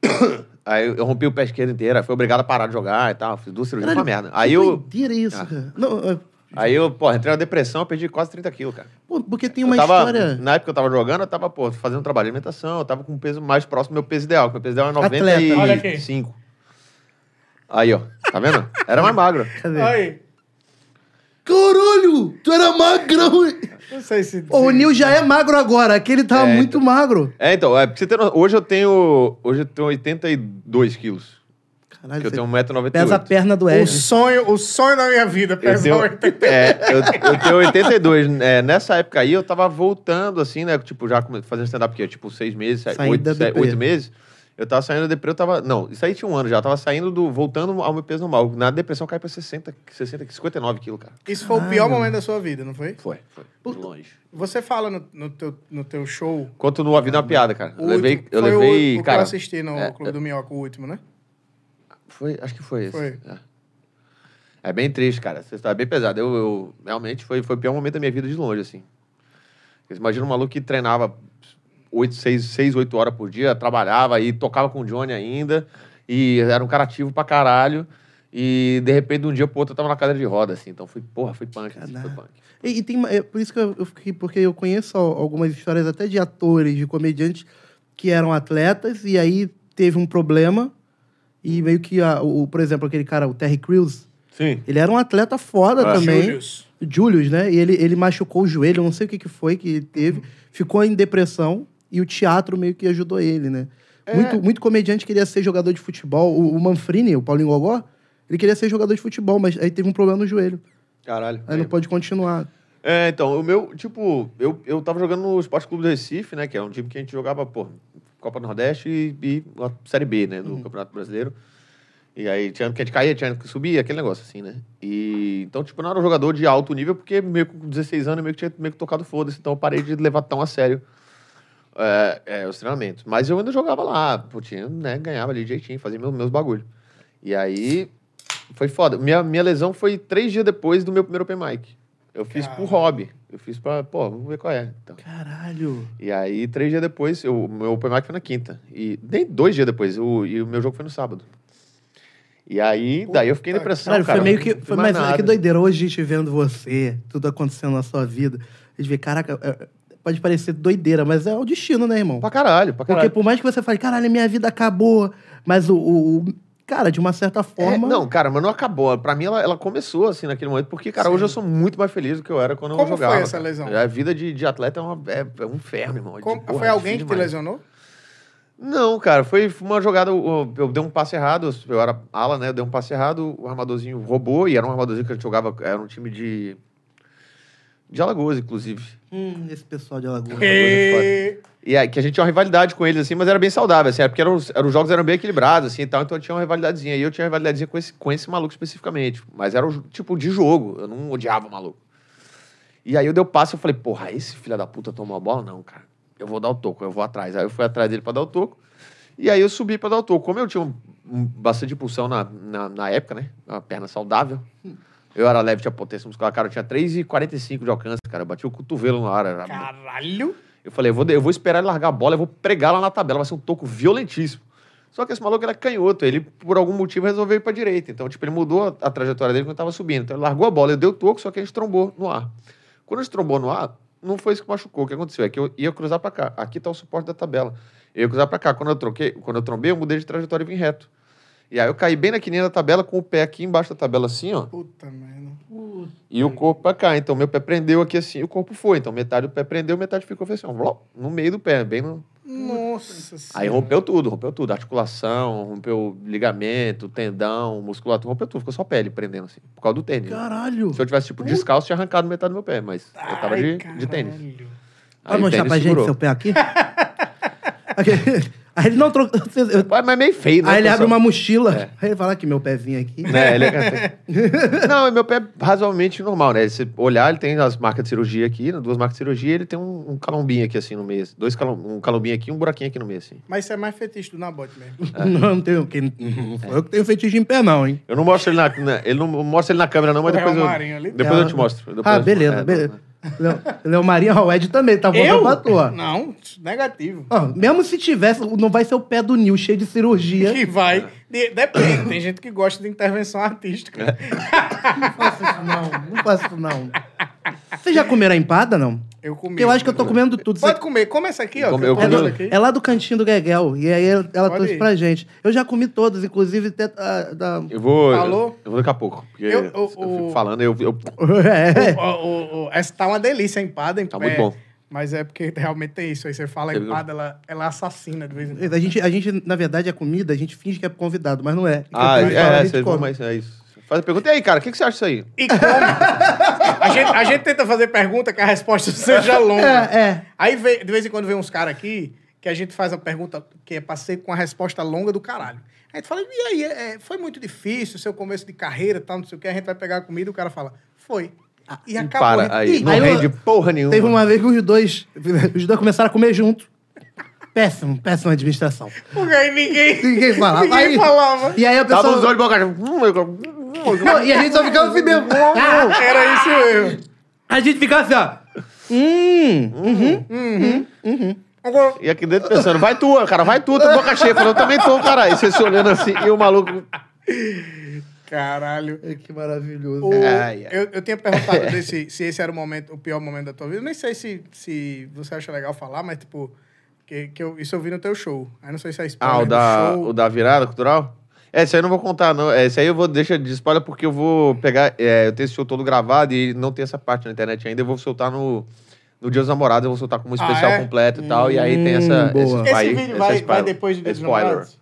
C: Aí eu eu rompi o pé esquerdo inteiro, aí fui obrigado a parar de jogar e tal. Fiz duas cirurgias, foi uma merda. Aí
B: que
C: eu, Ah.
B: doideira isso, cara. Não, é,
C: aí eu, pô, entrei na depressão, eu perdi quase 30 quilos, cara.
B: pô, porque tem
C: Eu
B: uma
C: tava-
B: história.
C: Na época que eu tava jogando, eu tava, pô, fazendo um trabalho de alimentação, eu tava com um peso mais próximo do meu peso ideal, que meu peso ideal é
B: Atleta.
A: Olha aqui.
C: 95. Aí, ó, tá vendo? Era mais magro.
B: Cadê?
A: Aí.
B: Caralho! Tu era magrão!
A: Não sei se.
B: Ô, o Nil já é magro agora, aquele tava
C: É,
B: muito magro.
C: É, então, é porque você tem no- Hoje eu tenho. Hoje eu tenho 82 quilos.
B: Caralho,
C: Porque eu
B: você
C: tenho 1,98m.
B: pesa a perna do
A: O
B: Ed.
A: sonho, o sonho da minha vida,
C: Eu
A: pesar
C: tenho,
A: 80.
C: é, eu, eu tenho 82. É, nessa época aí, eu tava voltando, assim, né? Tipo, já come- fazendo stand-up, que é tipo seis meses, sete-
B: Saindo da
C: oito, se-
B: deprê.
C: oito meses. Eu tava saindo da depressão, eu tava... Não, isso aí tinha um ano já. Eu tava saindo do... Voltando ao meu peso normal. Na depressão, cai pra 60, 60 59 quilos, cara.
A: Isso foi o pior momento da sua vida, não foi?
C: Foi, foi. De longe.
A: Você fala no, no teu, no teu show.
C: Quanto no A Vida é uma Piada, cara.
A: o
C: Eu levei...
A: último-
C: Eu
A: foi
C: levei,
A: o, o que eu
C: cara...
A: assisti no
C: é,
A: Clube do Minhoca, o último, né?
C: Foi, acho que foi esse.
A: Foi.
C: É. É bem triste, cara. Você está bem pesado. Eu, eu- realmente foi, foi o pior momento da minha vida de longe, assim. Você imagina um maluco que treinava 8, 6, 6, 8 horas por dia, trabalhava e tocava com o Johnny ainda. E era um cara ativo pra caralho. E de repente, de um dia pro outro, eu tava na cadeira de roda, assim. Então foi, porra, foi punk, assim, foi
B: Caralho.
C: punk.
B: E, e tem, ma- é por isso que eu, eu fiquei, porque eu conheço al- algumas histórias até de atores, de comediantes que eram atletas e aí teve um problema e meio que, a- o, por exemplo, aquele cara, o Terry Crews,
C: Sim.
B: ele era um atleta foda
C: Ah,
B: também.
A: Julius.
B: Julius, né? E ele, ele machucou o joelho, eu não sei o que, que foi que ele teve. Ficou em depressão e o teatro meio que ajudou ele, né? Muito, muito comediante queria ser jogador de futebol. O, o Manfrini, o Paulinho Gogó, ele queria ser jogador de futebol, mas aí teve um problema no joelho.
C: Caralho.
B: Aí não pode continuar.
C: É, então, o meu, tipo, eu, eu tava jogando no Esporte Clube do Recife, né? Que é um time que a gente jogava, pô, Copa do Nordeste e, e a Série B, né? Do Campeonato Brasileiro. E aí tinha ano que a gente caía, tinha ano que subia, aquele negócio assim, né? E, então, tipo, eu não era um jogador de alto nível, porque meio que com 16 anos eu meio que tinha meio que tocado foda-se, então eu parei de levar tão a sério é, é, os treinamentos. Mas eu ainda jogava lá, pô, tinha, né? Ganhava ali jeitinho, fazia meus, meus bagulhos. E aí, foi foda. Minha, minha lesão foi três dias depois do meu primeiro open mic. Eu fiz por
A: Caralho.
C: hobby. Eu fiz pra, pô, vamos ver qual é. Então.
B: Caralho.
C: E aí, três dias depois, eu, o meu open mic foi na quinta. E nem dois dias depois, o, e o meu jogo foi no sábado. E aí, daí eu fiquei em
A: Puta
C: depressão,
B: Caralho,
C: é um cara.
B: foi meio
C: Não
B: que.
C: fiz
B: Foi,
C: mais
B: mas olha
C: nada.
B: que doideira. Hoje a gente vendo você, tudo acontecendo na sua vida, a gente vê, caraca, é- é- pode parecer doideira, mas é o destino, né, irmão?
C: Pra caralho, pra
B: Porque
C: caralho.
B: por mais que você fale, caralho, minha vida acabou, mas o. o- o- cara, de uma certa
C: É,
B: forma.
C: não, cara, mas não acabou. Pra mim, ela, ela começou assim naquele momento, porque, cara, hoje eu sou muito mais feliz do que eu era quando
A: Como
C: eu
A: foi
C: jogava.
A: essa
C: cara.
A: lesão?
C: A vida de, de atleta é, uma- é- é um inferno, irmão. É de-
A: Como-
C: porra,
A: foi
C: é
A: alguém que
C: difícil
A: te
C: demais.
A: lesionou?
C: Não, cara, foi uma jogada. Eu, eu dei um passe errado, eu era ala, né? Eu dei um passe errado, o armadorzinho roubou, e era um armadorzinho que a gente jogava, era um time de. de Alagoas, inclusive.
B: Hum, esse pessoal de Alagoas.
C: É.
A: E...
B: Tá
C: E aí, que a gente tinha uma rivalidade com eles, assim, mas era bem saudável, assim, era porque eram, eram- os jogos eram bem equilibrados, assim, e tal, então tinha uma rivalidadezinha. E eu tinha uma rivalidadezinha com esse, com esse maluco especificamente. Mas era, o jo- tipo, de jogo, eu não odiava o maluco. E aí eu dei o passe, eu falei, porra, esse filho da puta tomou a bola? Não, cara. Eu vou dar o toco, eu vou atrás. Aí eu fui atrás dele pra dar o toco. E aí eu subi pra dar o toco. Como eu tinha um- um- bastante impulsão na, na, na época, né? Uma perna saudável. Eu era leve, tinha potência muscular, cara, eu tinha 3,45 de alcance, cara. Eu bati o cotovelo na hora. era-
A: Caralho!
C: eu falei, eu vou, de- eu vou esperar ele largar a bola, eu vou pregar lá na tabela, vai ser um toco violentíssimo. Só que esse maluco era canhoto, ele por algum motivo resolveu ir pra direita. Então, tipo, ele mudou a, a trajetória dele quando tava subindo. Então, ele largou a bola, eu dei o toco, só que a gente trombou no ar. Quando a gente trombou no ar, não foi isso que machucou. O que aconteceu? É que eu ia cruzar pra cá. Aqui tá o suporte da tabela. Eu ia cruzar pra cá. Quando eu, troquei, quando eu trombei, eu mudei de trajetória e vim reto. E aí eu caí bem na quininha da tabela, com o pé aqui embaixo da tabela, assim, ó.
A: Puta merda.
C: E o corpo pra cá. Então, meu pé prendeu aqui assim e o corpo foi. Então, metade do pé prendeu, metade ficou fez assim, ó, vlop, no meio do pé, bem no.
A: Nossa
C: Aí
A: senhora.
C: rompeu tudo, rompeu tudo. Articulação, rompeu ligamento, tendão, musculatura, rompeu tudo. Ficou só pele prendendo, assim, por causa do tênis. né?
B: Caralho.
C: Se eu tivesse, tipo, descalço, tinha arrancado metade do meu pé, mas eu tava de,
A: Ai,
C: de tênis.
A: caralho.
C: Aí
B: Pode
C: o
B: mostrar
C: tênis
B: pra gente
C: Ah, segurou.
B: seu pé aqui? Aqui. Aí ele não trocou. eu-
C: Ué, Mas é meio feio, né?
B: Aí ele abre
C: pessoal?
B: uma mochila.
C: É.
B: Aí ele fala aqui, meu pezinho aqui.
C: Né, ele é- Não, meu pé é razoavelmente normal, né? Se olhar, ele tem as marcas de cirurgia aqui, né? duas marcas de cirurgia, ele tem um, um calombinho aqui, assim, no meio. Dois calom... Um calombinho aqui e um buraquinho aqui no meio, assim.
A: Mas você é mais fetiche do Nabote mesmo.
B: Não, não tenho. Quem,
C: É.
B: não sou eu que tenho fetiche em pé, não, hein?
C: Eu não mostro ele na, na- ele não mostra ele na câmera, não, mas
A: O
C: depois eu,
A: Elmarinho um ali.
C: depois eu te mostro. depois eu
B: Ah,
C: te-
B: beleza,
C: é,
B: beleza. Léo- Léo Marinho, ó, o Ed também, tá voltando pra tua.
A: Não, negativo.
B: Ó, mesmo se tivesse, não vai ser o pé do Nil cheio de cirurgia.
A: Que vai. de- depende, tem gente que gosta de intervenção artística.
C: É.
B: Não faço isso, não. Não faço isso, não. Vocês já comeram a empada, não?
A: Eu comi.
B: Porque eu acho que eu tô comendo tudo. Isso
A: Pode
B: aqui
A: comer, come essa aqui, ó.
C: Eu
A: que
C: comi- eu
A: tô
C: comi-
A: aqui.
B: É lá do cantinho do Gegel. E aí ela, ela
A: Olha
B: trouxe
A: aí.
B: pra gente. Eu já comi todas, inclusive. até a- da-
C: Eu vou.
A: Falou?
C: Eu vou daqui a pouco. Porque
A: Eu-
C: eu,
A: eu-
C: fico
A: o-
C: falando, eu, eu-
B: É.
A: Ó, ó, ó, essa tá uma delícia, a empada. em
C: Tá
A: pé.
C: muito bom.
A: Mas é porque realmente tem isso. Aí você fala
C: Entendeu?
A: empada, ela, ela assassina de vez em quando.
B: é. A gente, a gente, na verdade, a comida, a gente finge que é convidado, mas não é. Enquanto a
C: Ah, é,
B: gente fala, a
C: é,
B: gente
C: vocês vão,
B: come.
C: mas é isso. Faz a pergunta. E aí, cara, o que, que você acha disso aí?
A: E come. a, gente, a gente tenta fazer pergunta que a resposta seja longa.
B: É, é.
A: Aí vem- de vez em quando vem uns caras aqui que a gente faz a pergunta que é pra ser com a resposta longa do caralho. A gente fala, e aí, é, é, foi muito difícil seu começo de carreira, tal, não sei o que. A gente vai pegar a comida e o cara fala, foi. E
C: E
A: acabou.
C: Ah, para aí.
A: E-
C: Não
B: Aí eu-
C: rende porra nenhuma.
B: Teve uma vez que os dois, os dois começaram a comer junto. Péssimo, péssima administração.
A: Porque aí ninguém,
B: Ninguém falava.
A: ninguém
B: Aí-
A: falava.
B: E aí a
C: Tava
B: pessoa...
C: os dois de boca. Hum, eu- hum, eu-
B: Não, e a gente só ficava assim mesmo. Ah,
A: Era isso mesmo.
B: a gente ficava assim, ó. Hum.
A: Agora,
C: E aqui dentro pensando, vai tua, cara, vai tua, tá boca cheia. Falando, eu também tô, cara. E você se olhando assim, e o maluco.
A: Caralho.
B: Que maravilhoso. É.
A: O-
C: Ai, ai.
A: Eu, eu tinha perguntado desse- se esse era o momento, o pior momento da tua vida. Eu nem sei se, se você acha legal falar, mas tipo, que, que eu- isso eu vi no teu show. Aí não sei se é spoiler
C: Ah, o
A: do
C: da,
A: show.
C: o da virada cultural? É, esse aí eu não vou contar, não. É, Esse aí eu vou deixar de spoiler porque eu vou pegar. é, eu tenho esse show todo gravado e não tem essa parte na internet ainda. Eu vou soltar no. No Dia dos Namorados, eu vou soltar como especial
A: é?
C: completo e tal. E aí tem essa.
B: Hum, boa.
C: esses
A: Esse
C: vai-
A: vídeo
C: essa
A: vai,
C: spoiler.
A: vai depois do Dia dos
C: Spoiler.
A: Namorados?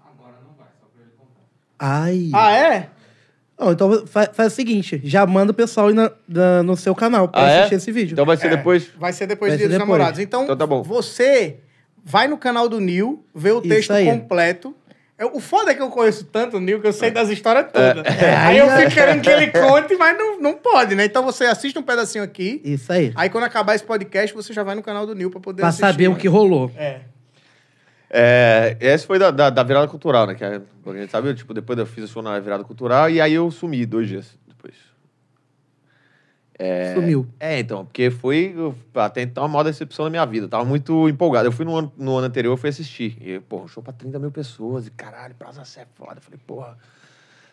B: Ai.
A: Ah, é?
B: Não, então fa- faz o seguinte, já manda o pessoal aí na- na- no seu canal pra
C: Ah, é?
B: assistir esse vídeo.
C: Então vai ser depois.
A: Vai ser depois
B: Vai
A: do Dia
B: ser
A: dos
B: depois.
A: Namorados. Então,
C: Então tá bom.
A: você vai no canal do Nil, vê o
B: Isso
A: texto
B: aí.
A: completo. Eu- o foda é que eu conheço tanto o Nil que eu sei das
C: É.
A: histórias todas. Aí eu
B: Ainda-
A: fico querendo que ele conte, mas não, não pode, né? Então você assiste um pedacinho aqui.
B: Isso aí.
A: Aí quando acabar esse podcast, você já vai no canal do Nil pra poder
B: pra
A: assistir.
B: saber o que rolou.
A: É.
C: É, esse foi da, da, da virada cultural, né? Que a a gente sabe, eu, tipo, depois eu fiz o show na virada cultural e aí eu sumi dois dias depois.
B: Sumiu.
C: É, então, porque foi eu- até então a maior decepção da minha vida. Eu tava muito empolgado. Eu fui no ano, no ano anterior, eu fui assistir. E, porra, um show pra 30 mil pessoas. E caralho, Praça Sé é foda. Eu falei, porra,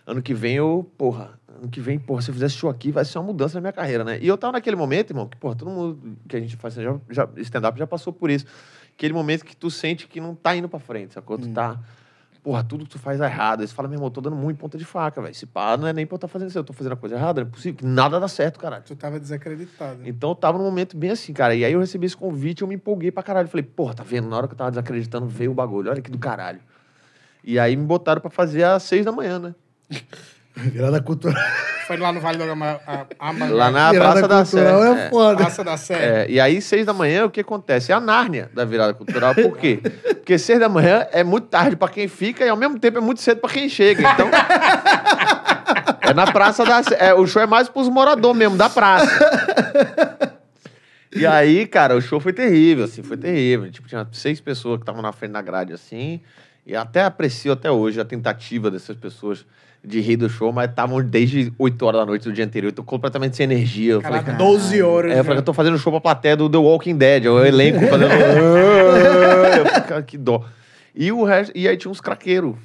C: ano que vem eu, porra, ano que vem, porra, se eu fizer esse show aqui, vai ser uma mudança na minha carreira, né? E eu tava naquele momento, irmão, que, porra, todo mundo que a gente faz já, já- stand-up já passou por isso. Aquele momento que tu sente que não tá indo pra frente, sacou? Tu tá. Porra, tudo que tu faz é errado. Aí você fala, meu irmão, eu tô dando muito ponta de faca, velho. Se pá, não é nem pra eu tá fazendo isso. Eu tô fazendo a coisa errada, não é possível. que Nada dá certo, caralho.
A: Tu tava desacreditado.
C: Então eu tava num momento bem assim, cara. E aí eu recebi esse convite, eu me empolguei pra caralho. Falei, porra, tá vendo? Na hora que eu tava desacreditando, veio o bagulho. Olha que do caralho. E aí me botaram pra fazer às seis da manhã, né?
B: Virada cultural.
A: Foi lá no Vale do Ama- a- Amangá.
C: Lá na Praça da Sé.
B: cultural é,
C: É.
B: foda.
A: Praça da Sé.
C: É, e aí, seis da manhã, o que acontece? É a Nárnia da virada cultural. Por quê? Porque seis da manhã é muito tarde pra quem fica e, ao mesmo tempo, é muito cedo pra quem chega. Então... é na Praça da Sé. É, o show é mais pros moradores mesmo, da praça. E aí, cara, o show foi terrível, assim, foi terrível. Tipo, tinha seis pessoas que estavam na frente da grade, assim, e até aprecio até hoje a tentativa dessas pessoas de rir do show, mas estavam desde 8 horas da noite do dia anterior, tô completamente sem energia. Eu falei,
A: Caraca, 12 horas.
C: é, eu
A: né?
C: falei que eu tô fazendo show pra plateia do The Walking Dead. Eu elenco fazendo. Eu falei, cara, que dó. E, o resto, e aí tinha uns craqueiros,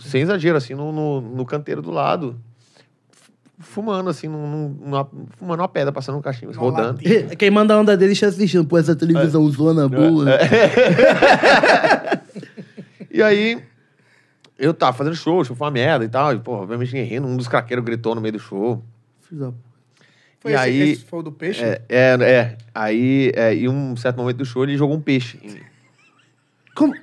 C: sem exagero, assim, no, no, no canteiro do lado. f- Fumando, assim, num- num- numa- fumando uma pedra, passando um cachimbo,
A: Uma
C: rodando.
A: latinha.
B: Quem manda a onda dele está assistindo. Pô, essa televisão zona boa.
C: E aí, eu tava fazendo show, o show foi uma merda e tal. E, pô, obviamente ninguém rindo. Um dos craqueiros gritou no meio do show.
B: Filho da puta.
A: Foi
C: e
A: esse,
C: aí-
A: esse foi o do peixe?
C: É, é, é. Aí, é, em um certo momento do show, ele jogou um peixe em mim.
B: Como,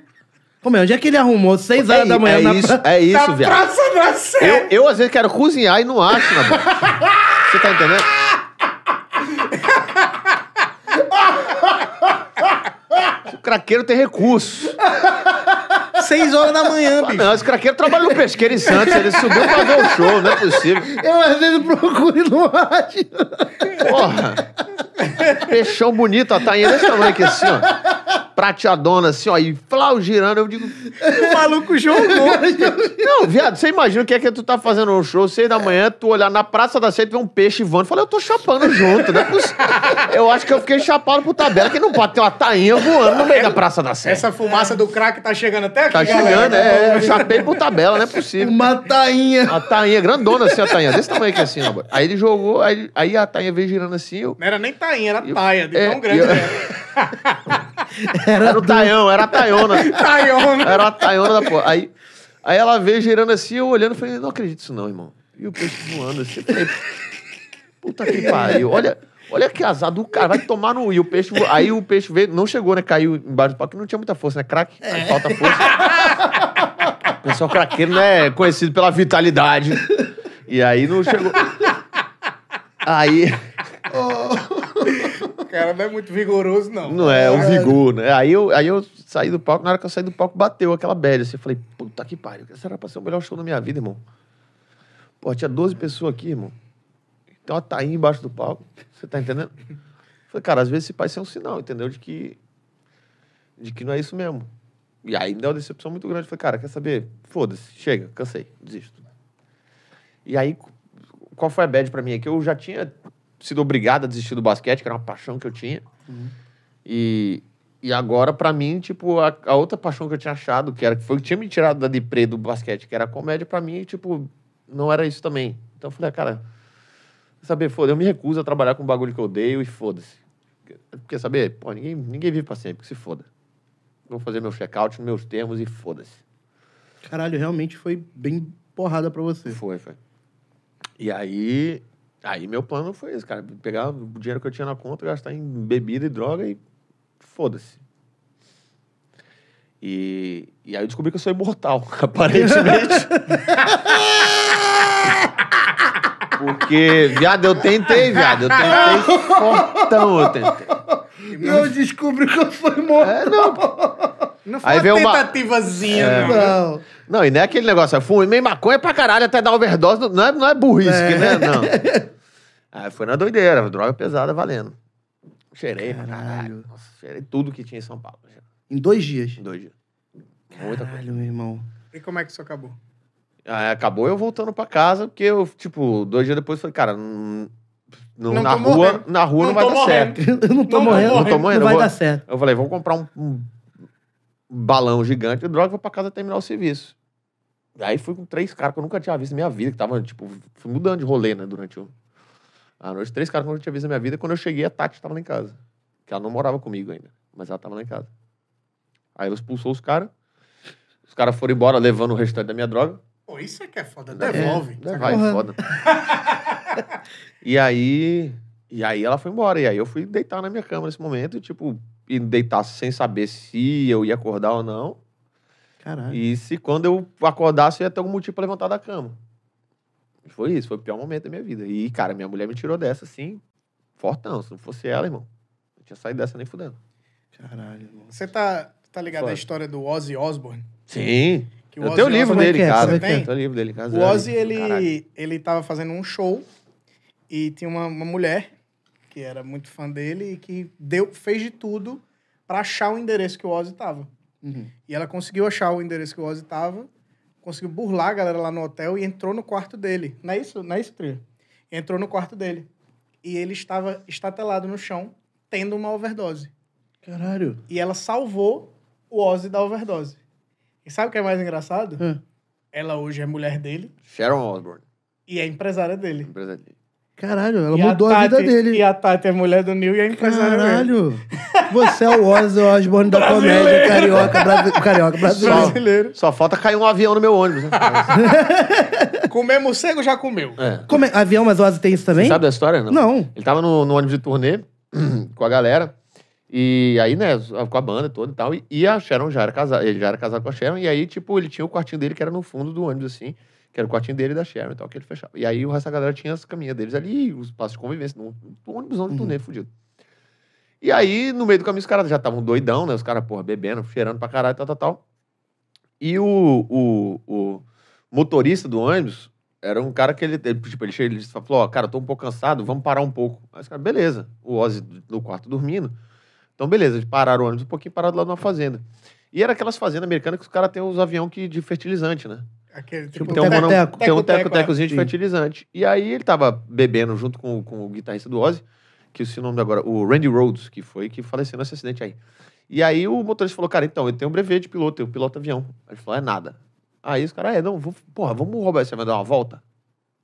B: como é? Onde é que ele arrumou? Seis
C: É,
B: horas da manhã
C: é
B: na
C: isso,
B: praça.
C: é isso,
A: na
C: viado.
A: Praça da Sé.
C: Eu, eu, às vezes quero cozinhar e não acho, na boca. Você tá entendendo? O craqueiro tem recursos.
B: Seis horas da manhã, bicho.
C: Não, esse craqueiro trabalha no pesqueiro em Santos. Ele subiu pra ver o show, não é possível.
B: Eu às vezes procuro e não acho.
C: Porra. Peixão bonito, ó. Tá desse tamanho aqui assim, ó. prateadona assim, ó, e flau girando. Eu digo,
A: O maluco jogou.
C: não, viado, você imagina o que é que tu tá fazendo um show, seis da manhã, tu olhar na Praça da Sé, tu vê um peixe voando. Fala, eu tô chapando junto, né? Eu acho que eu fiquei chapado por tabela, que não pode ter uma tainha voando no meio da Praça da Sé.
A: Essa fumaça do crack tá chegando até aqui.
C: Tá
A: galera.
C: chegando, é, eu chapei por tabela, não é possível.
B: Uma tainha.
C: A tainha, grandona assim, a tainha, desse tamanho aqui assim, ó. boy. Aí ele jogou, aí, aí a tainha veio girando assim, eu...
A: Não era nem tainha, era taia, de
C: é,
A: tão grande.
C: eu-
A: que era.
B: Era
C: Era o taião, era a taiona.
A: Taiona.
C: Era a taiona da porra. Aí, aí ela veio girando assim, eu olhando, falei, não acredito isso não, irmão. E o peixe voando assim, eu falei, puta que pariu, olha... Olha que azar do cara, vai tomar no. E o peixe. vo- Aí o peixe veio, não chegou, né? Caiu embaixo do palco, que não tinha muita força, né? Craque. Aí Falta força. O pessoal craqueiro, né? Conhecido pela vitalidade. E aí não chegou. Aí.
A: O cara não é muito vigoroso, não.
C: Não é, o vigor, né? Aí eu, aí eu saí do palco, na hora que eu saí do palco, bateu aquela bad, assim, eu falei, puta que pariu, esse era pra ser o melhor show da minha vida, irmão. Pô, tinha 12 pessoas aqui, irmão. Então ela tá aí embaixo do palco, você tá entendendo? Eu falei, cara, às vezes esse pai é um sinal, entendeu? De que, de que não é isso mesmo. E aí me deu uma decepção muito grande. Eu falei, cara, quer saber? Foda-se, chega, cansei, desisto. E aí, qual foi a bad pra mim? É que eu já tinha sido obrigado a desistir do basquete, que era uma paixão que eu tinha. E, e agora, pra mim, tipo, a, a outra paixão que eu tinha achado, que era que foi o que tinha me tirado da deprê do basquete, que era a comédia, pra mim, tipo, não era isso também. Então eu falei, ah, cara, quer saber, foda, eu me recuso a trabalhar com um bagulho que eu odeio e foda-se. Quer saber? Pô, ninguém, ninguém vive pra sempre, que se foda. Vou fazer meu check-out nos meus termos e foda-se.
B: Caralho, realmente foi bem porrada pra você.
C: Foi, foi. E aí, aí meu plano foi esse, cara. Pegar o dinheiro que eu tinha na conta, gastar em bebida e droga e foda-se. E, e aí eu descobri que eu sou imortal, aparentemente. Porque, viado, eu tentei, viado. Eu tentei fortão, eu tentei.
B: Eu descobri que eu fui morto.
C: É, não,
A: Não foi
C: Aí veio
A: uma
C: uma- É.
A: tentativazinha, não.
B: Não.
C: Não, e não é aquele negócio, eu fumei maconha pra caralho até dar overdose, não- não é, não é burrice,
B: É.
C: que, né? Não. Aí foi na doideira, droga pesada valendo. Cheirei pra caralho.
B: Caralho.
C: Nossa, cheirei tudo que tinha em São Paulo, já,
B: Em dois dias.
C: em dois dias. Muita coisa.
B: Caralho, meu irmão.
A: E como é que isso acabou?
C: Aí acabou eu voltando pra casa, porque eu, tipo, dois dias depois falei, cara, não, não-
A: Não
C: na,
A: tô
C: rua,
A: morrendo.
C: na rua
A: Não
C: não, vai
A: tô
C: dar
A: morrendo.
C: certo.
B: Eu não tô
A: Não,
B: morrendo.
A: não
C: tô morrendo,
B: Não vai
C: eu vou-
B: dar certo.
C: Eu falei, vamos comprar um, um balão gigante de droga e vou pra casa terminar o serviço. Aí fui com três caras que eu nunca tinha visto na minha vida, que tava, tipo, fui mudando de rolê, né, durante o... a noite. Três caras que eu nunca tinha visto na minha vida. Quando eu cheguei, a Tati tava lá em casa. Que ela não morava comigo ainda, mas ela tava lá em casa. Aí ela expulsou os caras. Os caras foram embora levando o restante da minha droga.
A: Pô, isso é que é foda.
C: É,
A: Devolve.
C: Né, vai,
B: Porra.
C: foda. e aí. E aí ela foi embora. E aí eu fui deitar na minha cama nesse momento, e, tipo, e deitar sem saber se eu ia acordar ou não.
B: Caralho.
C: E se quando eu acordasse, eu ia ter algum motivo pra levantar da cama. E Foi isso, foi o pior momento da minha vida. E, cara, minha mulher me tirou dessa, assim, fortão. Se não fosse ela, irmão, eu tinha saído dessa nem fudendo.
B: Caralho, irmão.
A: Você tá, tá ligado à
C: Foda.
A: história do Ozzy Osbourne?
C: Sim.
A: Que
C: Eu tenho o
A: Ozzy
C: livro
B: como é
C: dele,
B: que é?
C: cara.
B: Como
A: é que é?
C: Eu tenho o livro dele, em casa.
A: O Ozzy,
C: Caralho.
A: ele, ele tava fazendo um show e tinha uma, uma mulher que era muito fã dele e que deu, fez de tudo pra achar o endereço que o Ozzy tava.
B: Uhum.
A: E ela conseguiu achar o endereço que o Ozzy tava, conseguiu burlar a galera lá no hotel e entrou no quarto dele. Não é isso? Não é isso, Trio? Entrou no quarto dele. E ele estava estatelado no chão, tendo uma overdose.
B: Caralho.
A: E ela salvou o Ozzy da overdose. E sabe o que é mais engraçado?
B: Ah,
A: Ela hoje é mulher dele
C: Sharon Osbourne,
A: e é empresária dele.
C: empresa dele.
B: Caralho, ela
A: E
B: mudou a,
A: Tati-
B: vida dele.
A: E a Tati é mulher do Neil e é empresária dele.
B: Caralho. Você é o Ozzy Osbourne da
A: Brasileiro.
B: comédia carioca, brasi... carioca brasileiro.
A: Brasileiro.
C: Só falta cair um avião no meu ônibus, né?
A: Comer morcego já comeu.
C: É.
B: Como é? Avião, mas Ozzy tem isso também?
C: Você sabe da história, não?
B: Não.
C: Ele tava no, no ônibus de turnê com a galera. E aí, né, com a banda toda e tal. E, e a Sharon já era casada. Ele já era casado com a Sharon. E aí, tipo, ele tinha o quartinho dele que era no fundo do ônibus, assim. Que era o quartinho dele e da Sharon e tal, que ele fechava. E aí o resto da galera tinha as caminhas deles ali, os passos de convivência, num num ônibusão de turnê fudido. E aí, no meio do caminho, os caras já estavam doidão, né? Os caras, porra, bebendo, cheirando pra caralho, tal, tal, tal. E o, o, o motorista do ônibus era um cara que ele, ele, tipo, ele, chega- ele falou, ó, cara, eu tô um pouco cansado, vamos parar um pouco. Aí os caras, beleza. O Ozzy no quarto dormindo. Então, beleza, eles pararam o ônibus um pouquinho, pararam lá numa fazenda. E era aquelas fazendas americanas que os caras têm uns aviões que, de fertilizante, né?
A: Aquele
B: Tipo,
A: tipo...
C: Tem um,
B: teco-teco.
C: mono- tem um
A: Teco-teco,
C: teco-tecozinho de
B: é. Sim.
C: fertilizante. E aí ele tava bebendo junto com, com o guitarrista do Ozzy, que se o nome agora, o Randy Rhodes, que foi que faleceu nesse acidente aí. E aí o motorista falou, cara, então, eu tenho um brevet de piloto, eu piloto avião. Aí ele falou, é nada. Aí os caras, é, não, vou, porra, vamos roubar esse avião, dar uma volta?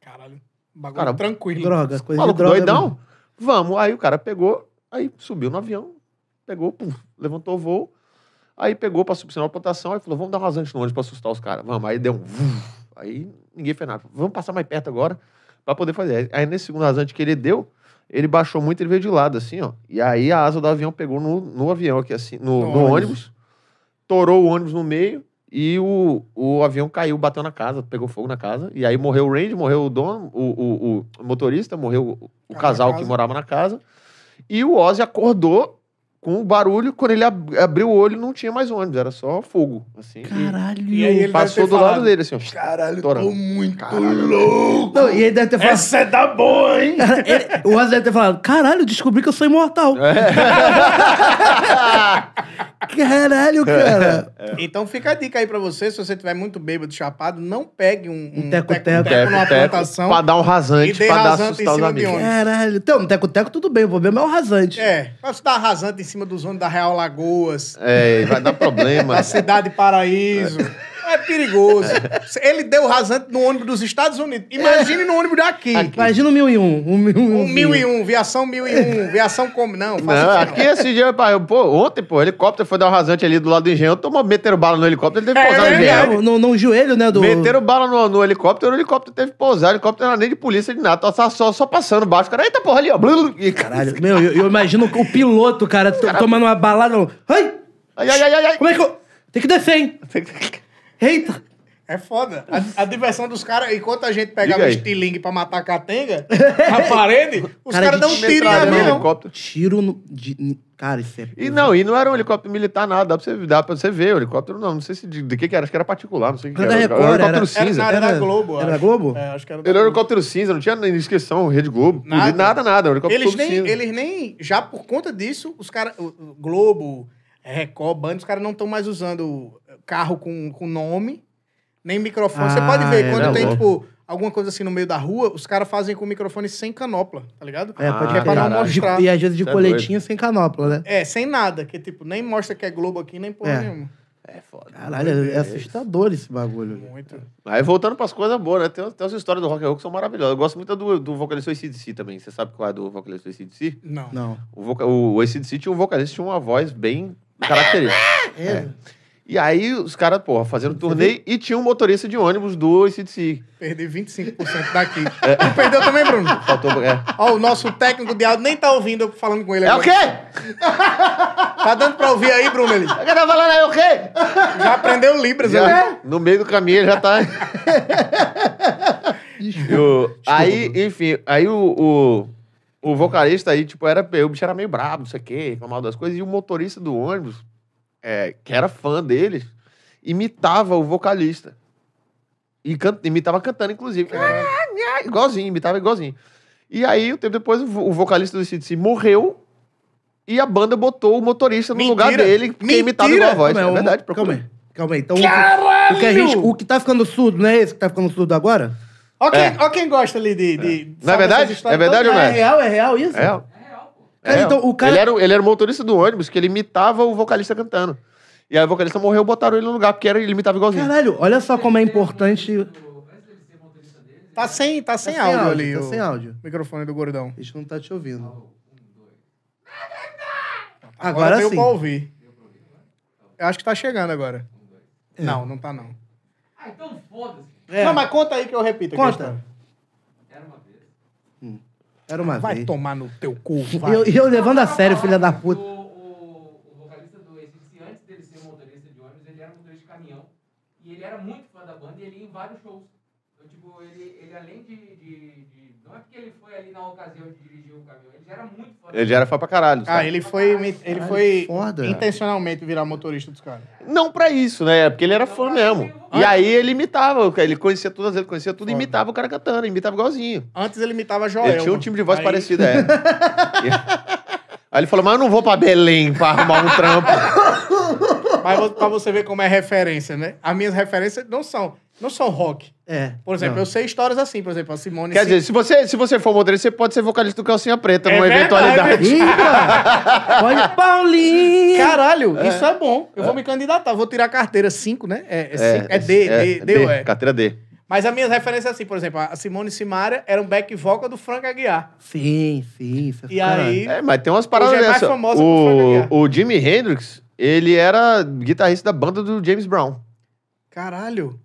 A: Caralho. um Bagulho
C: Cara,
A: tranquilo.
B: Droga, coisa
C: Maluco,
B: de droga. né?
C: doidão?
B: mano.
C: Vamos. Aí o cara pegou, aí subiu no avião, pegou, pum, levantou o voo. Aí pegou, passou pro sinal de plantação, aí falou, vamos dar um rasante no ônibus pra assustar os caras. Vamos. Aí deu um... vum. Aí ninguém fez nada. Vamos passar mais perto agora pra poder fazer. Aí nesse segundo rasante que ele deu, ele baixou muito, ele veio de lado, assim, ó. E aí a asa do avião pegou no, no avião aqui, assim, no,
A: No
C: no ônibus. torou o ônibus no meio e o, o avião caiu, bateu na casa, pegou fogo na casa. E aí morreu o Randy, morreu o dono, o, o, o motorista, morreu o, o
A: Ah,
C: casal
A: na
C: que
A: casa.
C: morava na casa. E o Ozzy acordou com o barulho. Quando ele ab- abriu o olho, não tinha mais ônibus, era só fogo, assim. e
B: Caralho.
A: E aí ele
C: passou
A: deve ter
C: do lado
A: falado,
C: dele, assim, ó.
A: Caralho,
C: Estourando.
A: tô muito
C: Caralho.
A: louco.
B: Não, e ele deve ter falado.
A: Essa é da boa, hein?
B: Cara, ele- o Ozzy deve ter falado: caralho, descobri que eu sou imortal.
C: É. Ah, É.
B: Caralho, cara.
A: Então fica a dica aí pra você, se você tiver muito bêbado, chapado, não pegue um,
B: Um teco-teco.
A: teco-teco numa
C: Teco-teco,
A: plantação.
C: pra dar um
A: e
C: rasante,
A: dei
C: pra dar
A: rasante em
C: assustar os
A: cima de
C: amigos.
A: ônibus.
B: Caralho. Então, no teco-teco tudo bem, o problema é o rasante.
A: É, pra você dar arrasante em cima dos ônibus da Real Lagoas,
C: É, vai dar problema.
A: da Cidade Paraíso. É perigoso. Ele deu rasante no ônibus dos Estados Unidos. Imagine no ônibus daqui.
B: Imagina um mil e um. Um mil e um.
A: Um mil e um, viação mil e um, viação como. Não, faça
C: Não, ah,
A: isso
C: aqui esse dia, pá, eu- pô, ontem, pô, o helicóptero foi dar um rasante ali do lado do engenheiro, tomou, meteram bala no helicóptero, ele teve
A: É
C: que pousar no
A: verdade.
C: engenheiro.
B: Não, não, não, joelho, né? Do...
C: Meteram bala no, no helicóptero, o helicóptero teve que pousar, o helicóptero não era nem de polícia, de nada, só, só, só passando baixo, o cara, eita porra ali, ó, blu, blu, e caralho.
B: Caralho, meu, eu, eu imagino o piloto, cara, to- tomando uma balada. não. Ai!
C: Ai, ai, ai, ai, ai.
B: Como é que eu. Tem que descer, hein? Eita!
A: É foda. A, a diversão dos caras, enquanto a gente pegava
C: Diga
A: o
C: aí.
A: estilingue pra matar a catenga, na parede, os
B: Cara,
A: caras
B: de né?
A: dão um tiro em
C: Metralhando o
A: avião.
C: helicóptero.
B: Tiro no. de- Cara, isso é.
C: E não, e não era um helicóptero militar, nada, dá pra você, dá pra você ver o helicóptero, não, não sei se de, de que que era, acho que era particular, não sei o que,
B: Era
C: que
B: da
C: era.
B: Record,
C: um helicóptero
A: Era,
C: cinza.
A: não, era da
B: Era-
A: Globo.
B: era da
A: acho.
B: Globo?
A: É, acho que era da
C: Ele era um
A: Globo.
C: helicóptero cinza, não tinha nem inscrição, Rede Globo,
A: Nada.
C: nada, nada, nada, era um helicóptero
A: Eles
C: todo
A: nem,
C: cinza.
A: eles nem, já por conta disso, os caras, o- o Globo, é, Record, Band, os caras não estão mais usando carro com, com nome, nem microfone. Você
B: Ah,
A: pode ver,
B: é,
A: quando
C: né,
A: tem,
C: louco.
A: tipo, alguma coisa assim no meio da rua, os caras fazem com microfone sem canopla, tá ligado?
B: É, pode
C: Ah,
B: crer.
C: pra não
A: mostrar.
B: De- E às vezes de
C: Isso é
B: coletinha sem canopla, né?
A: É, sem nada, que tipo, nem mostra que é Globo aqui, nem porra
B: É.
A: nenhuma.
C: É foda.
B: Caralho, é assustador esse bagulho.
A: Muito.
C: Aí voltando pras coisas boas, né? Tem, tem as histórias do rock and roll que são maravilhosas. Eu gosto muito do, do vocalista do ACDC também. Você sabe qual é do vocalista do ACDC?
A: Não.
B: Não.
C: O, voca... o ACDC tinha um vocalista, tinha uma voz bem característica.
B: É.
C: E aí os caras, porra, fazendo turnê e tinha um motorista de ônibus do ACDC.
A: Perdi 25% daqui. Tu perdeu também, Bruno?
C: Faltou... É.
A: Ó, o nosso técnico de áudio nem tá ouvindo eu falando com ele
C: é o
A: agora.
C: quê?
A: Tá dando pra ouvir aí, Bruno? Ele
C: O cara falando é o quê?
A: já aprendeu Libras ali.
B: É.
C: Já, no meio do caminho ele já tá... E o- aí, enfim, aí o, o, o vocalista aí, tipo, era, o bicho era meio brabo, não sei o quê, reclamava das coisas, e o motorista do ônibus, é, que era fã deles, imitava o vocalista. E can- imitava cantando, inclusive. Ah, ah, igualzinho, imitava igualzinho. E aí, um tempo depois, o, vo- o vocalista do CDC morreu e a banda botou o motorista no
A: Mentira.
C: lugar dele, que
A: Mentira.
C: imitava igual a voz.
B: Calma aí,
C: é
B: o-
C: verdade, procura.
B: Calma aí. Calma aí. Então, o que- o que, a gente, o que tá ficando surdo, não é esse que tá ficando surdo agora?
A: Ó quem,
C: É.
A: ó quem gosta ali de. de
C: Não é
A: sabe
C: verdade?
A: essas histórias
C: É verdade
A: todas?
C: ou não é?
B: real, é real isso?
C: É.
B: Cara,
C: É,
B: então, o cara-
C: ele, era, o- ele era o motorista do ônibus que ele imitava o vocalista cantando. E aí o vocalista morreu, botaram ele no lugar, porque era, ele imitava igualzinho.
B: Caralho, olha só como é importante.
A: Tá sem, tá sem
B: sem
A: áudio,
B: áudio,
A: ali.
B: tá
A: o
B: sem áudio.
A: Microfone do gordão.
B: A gente não tá te ouvindo.
A: Agora,
B: Agora
A: deu
B: sim.
A: pra ouvir. Eu acho que tá chegando agora. Não, não tá não.
D: Ah, então foda-se.
B: É,
A: Não, mas conta aí que eu repito. aqui a
B: Conta.
A: história.
D: Era uma vez.
B: Era uma
A: Vai
B: vez.
A: tomar no teu cu,
B: E
A: vai.
B: eu, e eu levando a Tá sério, filha da
D: O,
B: puta.
D: o- o vocalista do ACDC, antes dele ser motorista de ônibus, ele era um motorista de caminhão. E ele era muito fã da banda e ele ia em vários shows. Então, tipo, ele, ele além de, de- de- Não é porque ele foi ali na ocasião de dirigir o caminhão, ele já era muito fã. da
C: Ele já era fã pra caralho.
A: Ah,
C: sabe?
A: ele foi, me- ele
B: Caralho,
A: foi
B: foda.
A: intencionalmente virar motorista dos caras.
C: Não pra isso, né? Porque ele era fã mesmo. E aí ele imitava, ele conhecia todas ele conhecia tudo,
A: Foda.
C: imitava o cara cantando, imitava igualzinho. um
A: Antes ele imitava Joel.
C: Ele tinha um time de voz
A: Aí-
C: parecido, é. Aí ele falou, mas eu não vou pra Belém pra arrumar um trampo.
A: Mas vo- pra você ver como é referência, né? As minhas referências não são, não são rock.
B: É.
A: Por exemplo,
B: não.
A: eu sei histórias assim, por exemplo, a Simone.
C: Quer
A: Sim-
C: dizer, se você, se você for modelo, você pode ser vocalista do Calcinha Preta,
A: É
C: numa
A: verdade.
C: eventualidade.
B: Ih, mano. Olha, Paulinho!
A: Caralho, isso é bom. Eu vou me candidatar, vou tirar a carteira 5, né? É, é, cinco, é D, D, D, ou é.
C: Carteira D.
A: Mas as minhas referências assim, por exemplo, a Simone Simaria era um back vocal do Frank Aguiar.
B: Sim, sim. isso é
A: E
B: caralho.
A: aí,
C: É, mas tem umas paradas
A: Hoje é mais
C: dessa.
A: famosa que o Frank Aguiar.
C: o, o Jimi Hendrix, ele era guitarrista da banda do James Brown.
A: caralho.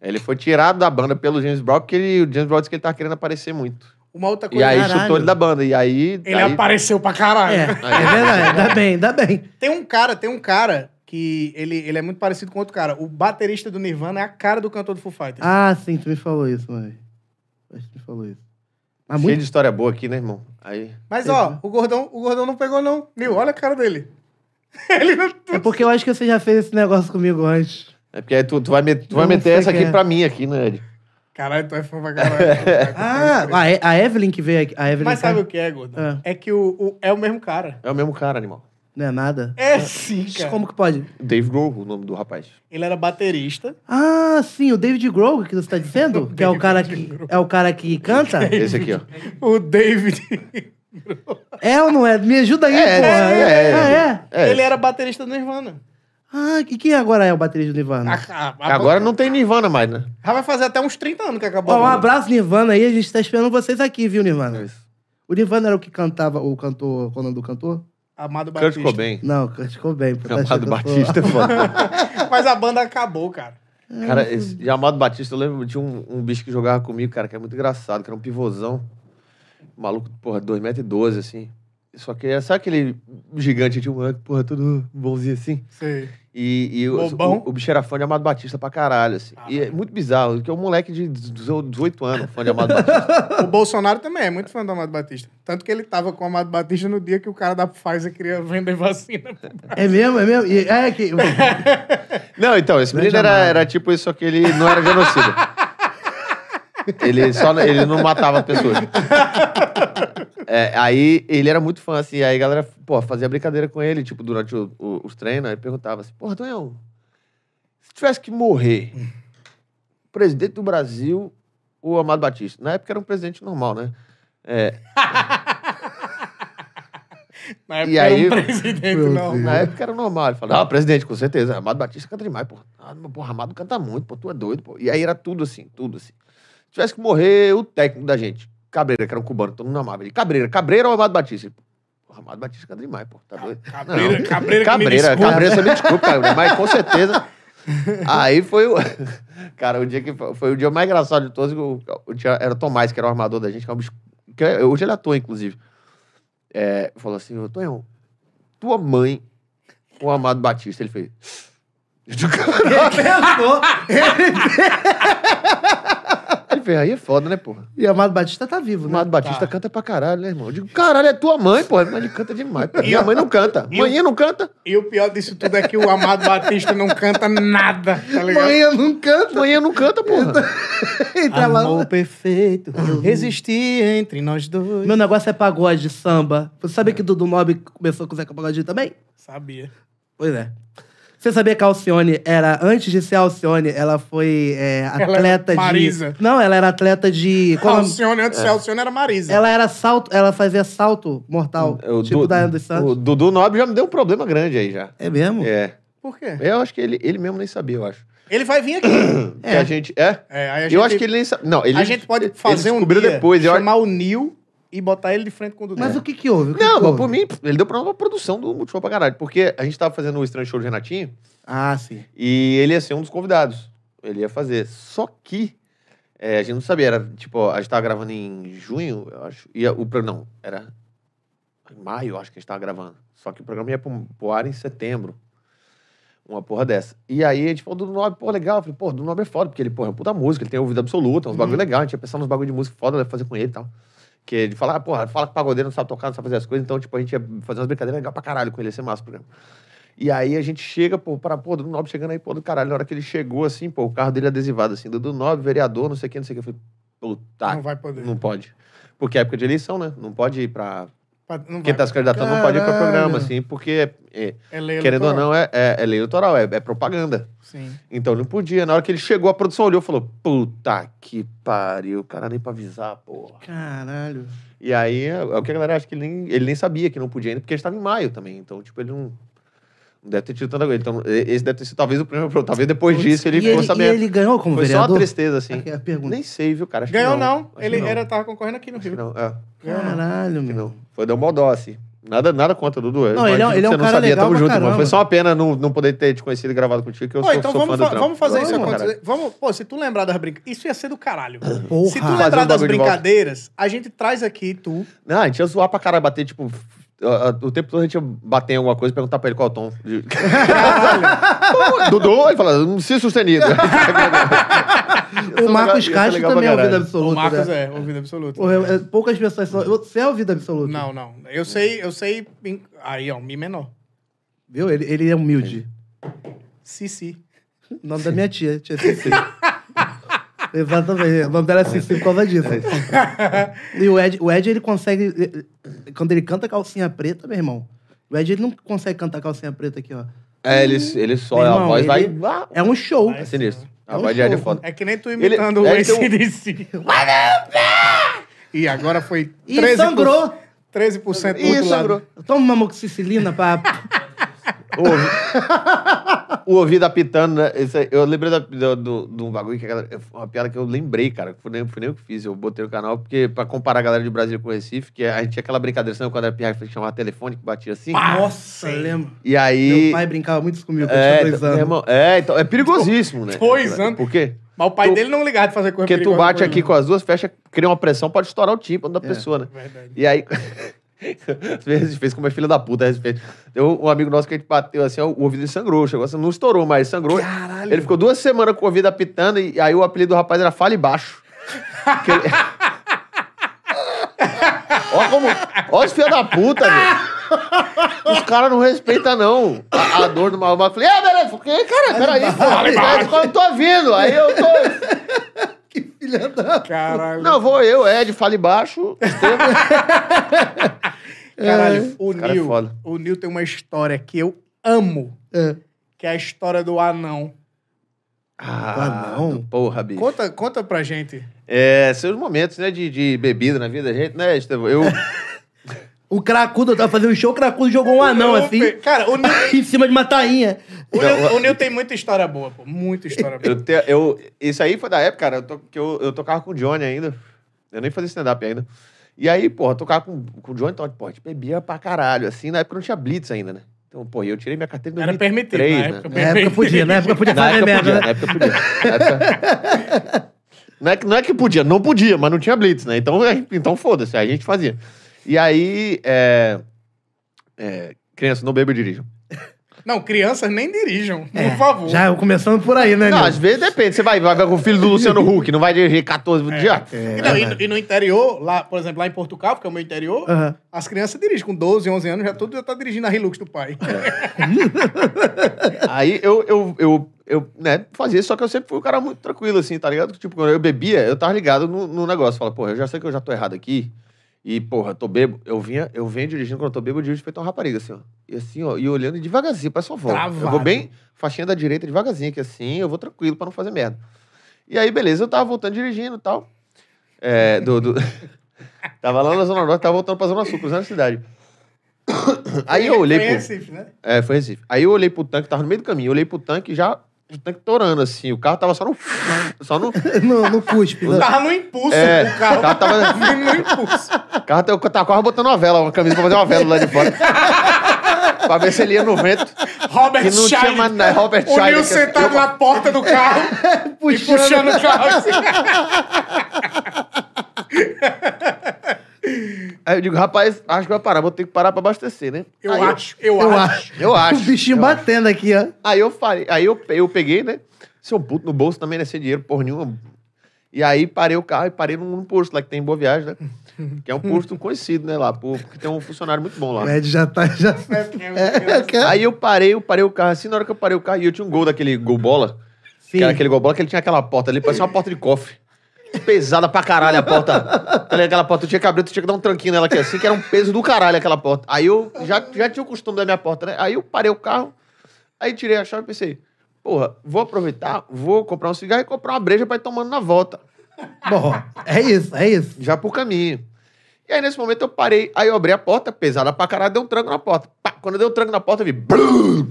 C: Ele foi tirado da banda pelo James Brown, porque ele- o James Brown disse que ele tava querendo aparecer muito.
A: Uma outra
C: E
A: coisa.
C: aí
B: Caralho.
C: chutou ele da banda. E aí.
A: Ele
C: aí-
A: apareceu pra
B: É,
A: caralho.
B: é verdade. Dá bem, dá bem.
A: Tem um cara, tem um cara que ele, ele é muito parecido com outro cara. O baterista do Nirvana é a cara do cantor do Foo Fighters.
B: Ah, sim, tu me falou isso, mano. Acho que tu me falou isso. Mas
C: Cheio
B: muito...
C: de história boa aqui, né, irmão? Aí.
A: Mas ó, o gordão, o gordão não pegou não. Mil, olha a cara dele. Ele não...
B: É porque eu acho que você já fez esse negócio comigo antes.
C: É porque aí tu, tu vai, met- tu vai
B: Não sei
C: meter essa aqui
B: quem é.
C: pra mim aqui, né, Ed?
A: Caralho, tu é fã pra caralho.
B: Ah, a, E- a Evelyn que veio aqui. A Evelyn tá-
A: Mas
B: Car-
A: sabe o que é, gordão?
B: Ah.
A: É que o, o- é o mesmo cara.
C: É o mesmo cara, animal.
B: Não é nada.
A: É sim, cara.
B: Como que pode?
C: Dave Grohl, o nome do rapaz.
A: Ele era baterista.
B: Ah, sim, o David Grohl que você tá dizendo? que é o cara que é o cara que canta?
C: Esse aqui, ó.
A: O David.
B: É ou não é? Me ajuda aí,
C: É,
B: porra.
C: é, é.
B: Ah, é.
C: É.
A: Ele era baterista do Nirvana.
B: Ah, e quem agora é o baterista do
A: A-
B: Nirvana?
A: a- a-
C: Agora não tem Nirvana mais, né?
A: Já vai fazer até uns 30 anos que acabou.
B: Ó, um
A: a banda.
B: abraço, Nirvana, aí. A gente tá esperando vocês aqui, viu, Nirvana? O Nirvana era o que cantava, o cantor, qual o nome do cantor?
A: Amado
C: Kurt
A: Batista.
C: Cobain.
B: Não, ficou bem. pô, tá achando
C: Amado
B: que eu sou-
C: Batista, foda.
A: Mas a banda acabou, cara.
C: Cara, esse de Amado Batista, eu lembro de um, um bicho que jogava comigo, cara, que é muito engraçado, que era um pivôzão. Um Maluco, porra, 2,12m, assim. Só que, é- sabe aquele gigante de um ano, porra, todo bonzinho assim?
A: Sei.
C: E, e o,
A: Bobão.
C: o, o bicho era fã de Amado Batista pra caralho, assim.
A: Ah,
C: e é muito bizarro, porque é um moleque de 18 anos, fã de Amado Batista.
A: O Bolsonaro também é muito fã do Amado Batista. Tanto que ele tava com o Amado Batista no dia que o cara da Pfizer queria vender vacina.
B: É mesmo, é mesmo? E- É que...
C: Não, então, esse
B: Grande
C: menino era,
B: Amado.
C: era tipo isso, só que ele não era genocida. ele, só, ele não matava pessoas. É, aí ele era muito fã, assim, aí a galera, pô, fazia brincadeira com ele, tipo, durante o- o- os treinos, aí perguntava assim, porra, Tonhão, se tivesse que morrer, presidente do Brasil ou Amado Batista? Na época era um presidente normal, né?
A: Na época
C: E
A: era
C: aí-
A: um presidente,
B: Meu
A: não.
B: Deus.
C: Na época era normal. Ele falava, ah, presidente, com certeza. Amado Batista canta demais, pô. Ah, mas, porra, Amado canta muito, pô, tu é doido, pô. E aí era tudo assim, tudo assim. Se tivesse que morrer o técnico da gente, Cabreira, que era um cubano, todo mundo amava ele. Cabreira, Cabreira ou Amado Batista? Ele, Porra, Amado Batista canta demais, pô, tá doido.
A: Cabreira,
C: Não.
A: cabreira, que me
C: Cabreira,
A: desculpe.
C: Cabreira, você me desculpa, Cabreira, mas com certeza. Aí foi o. Cara, o dia que foi, foi o dia mais engraçado de todos. O, o, tinha- era o Tomás, que era o armador da gente, que, é um bicho- que é- hoje ele atua, inclusive. É, falou assim: "Ô, Tonhão, tua mãe, com o Amado Batista, ele fez.
B: Ele pensou.
C: Ele fez, aí é foda, né, porra?
B: E Amado Batista tá vivo,
C: O
B: né?
C: Amado Batista canta pra caralho, né, irmão? Eu digo, caralho, é tua mãe, porra. Mas ele canta demais. Porra. Minha mãe não canta.
A: E o-
C: Manhã não canta.
A: E o pior disso tudo é que o Amado Batista não canta nada, tá ligado?
B: Manhã não canta.
C: Manhã não canta, porra.
B: Entra tá lá.
A: perfeito, resistir entre nós dois.
B: Meu negócio é pagode, samba. Você sabia que Dudu Nobre começou com o Zeca Pagodinho também?
A: Sabia.
B: Pois é. Você sabia que a Alcione era, antes de ser Alcione, ela foi é,
A: era
B: atleta
A: Marisa.
B: de. Não, ela era atleta de. qual o nome?
A: Alcione, antes de ser
C: É.
A: Alcione, era Marisa.
B: Ela era salto, ela fazia salto mortal,
C: O
B: tipo
C: Du-
B: da Ana dos Santos.
C: O Dudu Nobre já me deu um problema grande aí já.
B: É mesmo?
C: É.
A: Por quê?
C: Eu acho que ele, ele mesmo nem sabia, eu acho.
A: Ele vai vir aqui.
C: Que a gente. É?
A: É, aí a
C: Eu
A: gente-
C: acho que ele nem sabia. Não, ele.
A: a gente pode
C: ele
A: fazer um
C: descobriu
A: dia,
C: depois. Eu... acho-
A: chamar o Nil e botar ele de frente com o Dudu.
B: Mas o que que houve? O que
C: Não,
B: que
C: mas
B: houve?
C: por mim, ele deu problema pra produção do Multishow pra caralho. Porque a gente tava fazendo o estranho show do Renatinho
B: Ah, sim.
C: e ele ia ser um dos convidados. Ele ia fazer. Só que. é, a gente não sabia, era tipo, ó, a gente tava gravando em junho, eu acho. E o programa. Não, era. Em maio, eu acho que a gente tava gravando. Só que o programa ia pro, pro ar em setembro. Uma porra dessa. E aí a gente falou do Nobre, pô, legal. Eu falei, pô, do Nobre é foda, porque ele, pô, é um puta música, ele tem ouvido absoluto, é uns
A: Uhum.
C: bagulho legal. A gente ia pensar nos bagulho de música foda, deve fazer com ele e tal. Que ele fala, ah, porra, fala que pagodeiro não sabe tocar, não sabe fazer as coisas, então, tipo, a gente ia fazer umas brincadeiras legais pra caralho com ele, ia ser massa o programa. E aí a gente chega, pô, para, pô, do Nobre chegando aí, pô, do caralho. Na hora que ele chegou, assim, pô, o carro dele adesivado, assim, do Nobre, vereador, não sei o que, não sei o que. Eu falei, puta,
A: Não vai poder.
C: não pode. Porque é época de eleição, né? Não pode ir pra,
A: Pra- Não
C: Quem
A: vai.
C: tá se candidatando não pode ir para o programa,
B: Caralho.
C: assim, porque, é,
A: É lei
C: querendo ou
A: eleitoral.
C: não, é, é, é lei eleitoral, é, é propaganda.
A: Sim.
C: Então não podia. Na hora que ele chegou, a produção olhou e falou: puta que pariu, cara, nem pra avisar, porra.
B: Caralho.
C: E aí, é o que a galera acha que ele nem, ele nem sabia que não podia ainda, porque a gente tava em maio também. Então, tipo, ele não. Não deve ter tido tanta coisa. Então, e- esse deve ter sido talvez o primeiro. pro- Talvez depois disso ele
B: e
C: ficou
B: ele,
C: sabendo.
B: E ele ganhou como
C: Foi só
B: vereador?
C: uma tristeza, assim.
B: Aqui é a pergunta.
C: Nem sei, viu, cara? Acho que
A: Ganhou não.
C: Acho
A: Ele
C: que não.
A: era, tava concorrendo aqui no
C: Acho que
A: Rio.
C: não. É, acho
A: Ganhou não.
B: Caralho,
C: que
B: meu.
C: não. Foi dar um mó dó, assim. Nada, nada contra, Dudu. Eu
B: Não, ele é-
C: imagino
B: ele é
C: que
B: um cara legal
C: Tamo
B: pra
C: junto,
B: caramba.
C: Foi só uma pena não, não poder ter te conhecido e gravado contigo, que eu
A: Pô,
C: sou,
A: então
C: sou
A: vamos,
C: fã
A: fa-
C: do trampo.
A: vamos fazer isso
C: Vamos, cara.
A: acontecer. Vamos, pô, se tu lembrar das brincadeiras. Isso ia ser do caralho.
B: Porra.
A: Se tu
B: Fazer
C: um
A: lembrar das
C: bagulho de volta.
A: brincadeiras, a gente traz aqui tu.
C: Não, a gente ia zoar pra caralho, bater, tipo... a- a- O tempo todo a gente ia bater em alguma coisa e perguntar pra ele qual é o tom. de- Dudu, ele fala, um si sustenido.
B: O Marcos
C: Isso é
B: Castro
C: legal
B: também é
C: pra
B: ouvido
C: caralho.
B: absoluto.
A: o Marcos
B: né?
A: é, ouvido absoluto.
B: Porra, é- é- poucas pessoas são. eu- Você é ouvido absoluto?
A: Não, não. Eu sei, eu sei. em- Aí, ó, um Mi menor.
B: Viu? Ele, ele é humilde.
A: Cici.
B: O nome da minha tia, tia Cici. Exatamente. O nome dela é Cici por causa disso. E o Ed, o Ed, ele consegue. eh, Quando ele canta calcinha preta, meu irmão. O Ed, ele não consegue cantar calcinha preta aqui, ó.
C: É, ele, ele só,
B: Meu
C: a
B: irmão,
C: voz
B: ele-
C: vai...
B: É um show.
C: É sinistro.
B: É
C: A
B: um
C: voz de Ed é
B: show.
C: foda.
A: É que nem tu
C: Ele-
A: imitando
C: é,
A: o
C: então-
A: ACDC. e agora foi 13%.
B: E sangrou.
A: 13% do
C: Ih,
A: outro lado.
C: sangrou.
B: Toma uma moxicilina pra.
C: O ouvi- o ouvido apitando, né? Isso aí, eu lembrei da, do, do, do bagulho que a galera. Uma piada que eu lembrei, cara. que Foi nem, foi nem eu que fiz. Eu botei no canal, porque pra comparar a galera de Brasília com o Recife, que a gente tinha aquela brincadeira, sabe quando era pirra que chamava telefone, que batia assim.
B: Nossa, eu lembro.
C: E aí.
B: Meu pai brincava muito isso comigo quando eu
C: É,
B: tinha dois
C: então, meu
B: anos.
C: irmão, é, então, é perigosíssimo, né?
A: Dois anos.
C: Por quê?
A: Mas o pai
C: Tu-
A: dele não ligava de fazer coisa
C: Porque tu
A: perigosa
C: bate
A: com
C: aqui
A: ele,
C: com as duas, fecha, cria uma pressão, pode estourar o tímpano da
B: É.
C: pessoa, né?
A: não. Verdade.
C: E aí. Às vezes fez como é filho da puta, às vezes. Deu um amigo nosso que a gente bateu assim, o ouvido dele sangrou, chegou assim, não estourou, mas sangrou.
B: Caralho.
C: Ele ficou duas semanas com o ouvido apitando, e aí o apelido do rapaz era Fale Baixo. Porque ele- Ó como. Ó os filhos da puta, velho. Os caras não respeitam, não. A, a dor do mal. Eu falei, ah, beleza, porque, cara, peraí, pô. Aí quando eu tô vindo, aí eu tô.
B: Que filha da.
A: Caralho.
C: Não, vou eu, Ed, fale baixo.
A: Caralho, o
C: Cara é
A: Nil.
C: foda.
A: o Nil tem uma história que eu amo,
B: É.
A: que é a história do anão.
C: Ah,
B: não.
C: Porra, bicho.
A: Conta, conta pra gente.
C: É, seus momentos, né, de, de bebida na vida da gente, né, Estevão? Eu,
B: O cracudo, eu tava fazendo um show, o cracudo jogou um anão
A: Eu-
B: assim,
A: Cara, o Nil,
B: em cima de uma tainha.
A: o
C: Não,
A: Nil-
C: o-
A: o Nil tem muita história boa, pô. Muita história boa.
C: eu, te- eu- Isso aí foi da época, cara, eu to- que eu, eu tocava com o Johnny ainda. Eu nem fazia stand-up ainda. E aí, porra, eu tocava com, com o Johnny, então, porra, a gente bebia pra caralho, assim. Na época não tinha Blitz ainda, né? Então, pô, eu tirei minha carteira em
A: Era permitido
C: 2003,
A: na
C: né?
A: época.
B: Na época podia, na época podia
C: Na
B: fazer
C: época
B: merda,
C: podia,
B: né?
C: na época podia. Na época- Não é, que, não é que podia, não podia, mas não tinha blitz, né? Então, é- então foda-se, aí a gente fazia. E aí, é, é, criança, não beba e dirija.
A: Não, crianças nem dirijam, por favor.
B: É, Já começando por aí, né,
C: Não,
B: Nil?
C: às vezes depende, você vai, vai com o filho do Luciano Huck, não vai dirigir 14 por dia.
B: É,
A: E, não, e
B: né?
A: no- e no interior, lá, por exemplo, lá em Portugal, porque é o meu interior,
B: Aham.
A: as crianças dirigem com 12, 11 anos, já tudo já tá dirigindo a Hilux do pai.
C: Aí eu, eu, eu, eu né, fazia isso, só que eu sempre fui um cara muito tranquilo, assim, tá ligado? Tipo, quando eu bebia, eu tava ligado no, no negócio. Falava, porra, eu já sei que eu já tô errado aqui. E, porra, tô bebo. Eu vinha, eu venho dirigindo quando eu tô bebo, eu dirijo feito uma rapariga, assim, ó. E assim, ó, e olhando devagarzinho pra sua avó.
A: Travado.
C: Eu vou bem faixinha da direita devagarzinho aqui, assim, eu vou tranquilo pra não fazer merda. E aí, beleza, eu tava voltando dirigindo e tal. É, do, do- tava lá na Zona Norte, tava voltando pra Zona Sul, cruzando a cidade. Aí eu olhei
A: Foi em
C: pro...
A: Recife, né?
C: É, foi Recife. Aí eu olhei pro tanque, tava no meio do caminho, eu olhei pro tanque e já o tanque torando, assim. O carro tava só no. Só no.
B: No, no cuspe.
C: Tá.
B: né?
A: Tava no impulso
C: É,
A: o carro.
C: tava- tava-
A: no impulso.
C: O carro tava, tava quase botando uma vela, uma camisa pra fazer uma vela lá de fora. pra ver se ele ia no vento.
A: Robert
C: Que não tinha
A: Scheider.
C: mais nada, Robert
A: O
C: Scheider,
A: Nil
C: que-
A: sentado
C: eu-
A: na porta do carro e puxando o carro. assim.
C: Aí eu digo, rapaz, acho que vai parar, vou ter que parar pra abastecer, né?
A: Eu
C: Aí
A: acho, eu,
B: Eu
A: acho.
B: acho.
C: Eu acho.
B: O bichinho
C: eu
B: batendo aqui, ó.
C: Aí eu falei, aí eu, eu peguei, né? Seu puto no bolso também, né? Sem dinheiro, porra nenhuma. E aí parei o carro e parei num, num posto lá que tem em Boa Viagem, né? Que é um posto conhecido, né? Lá, por- porque tem um funcionário muito bom lá.
B: O Ed já tá. Já...
A: É,
C: Aí eu parei, eu parei o carro assim, na hora que eu parei o carro, e eu tinha um gol daquele gol bola,
B: Sim.
C: que era aquele gol bola que ele tinha aquela porta ali, parecia uma porta de cofre. pesada pra caralho a porta. Tá ligado? Aquela porta, eu tinha que abrir, tu tinha que dar um tranquinho nela aqui assim, que era um peso do caralho aquela porta. Aí eu já, já tinha o costume da minha porta, né? Aí eu parei o carro, aí tirei a chave e pensei, porra, vou aproveitar, vou comprar um cigarro e comprar uma breja pra ir tomando na volta.
B: Bom, é isso, é isso.
C: já pro caminho. E aí, nesse momento, eu parei. Aí eu abri a porta, pesada pra caralho, dei um tranco na porta. Pá, quando eu dei um tranco na porta, eu vi. brum.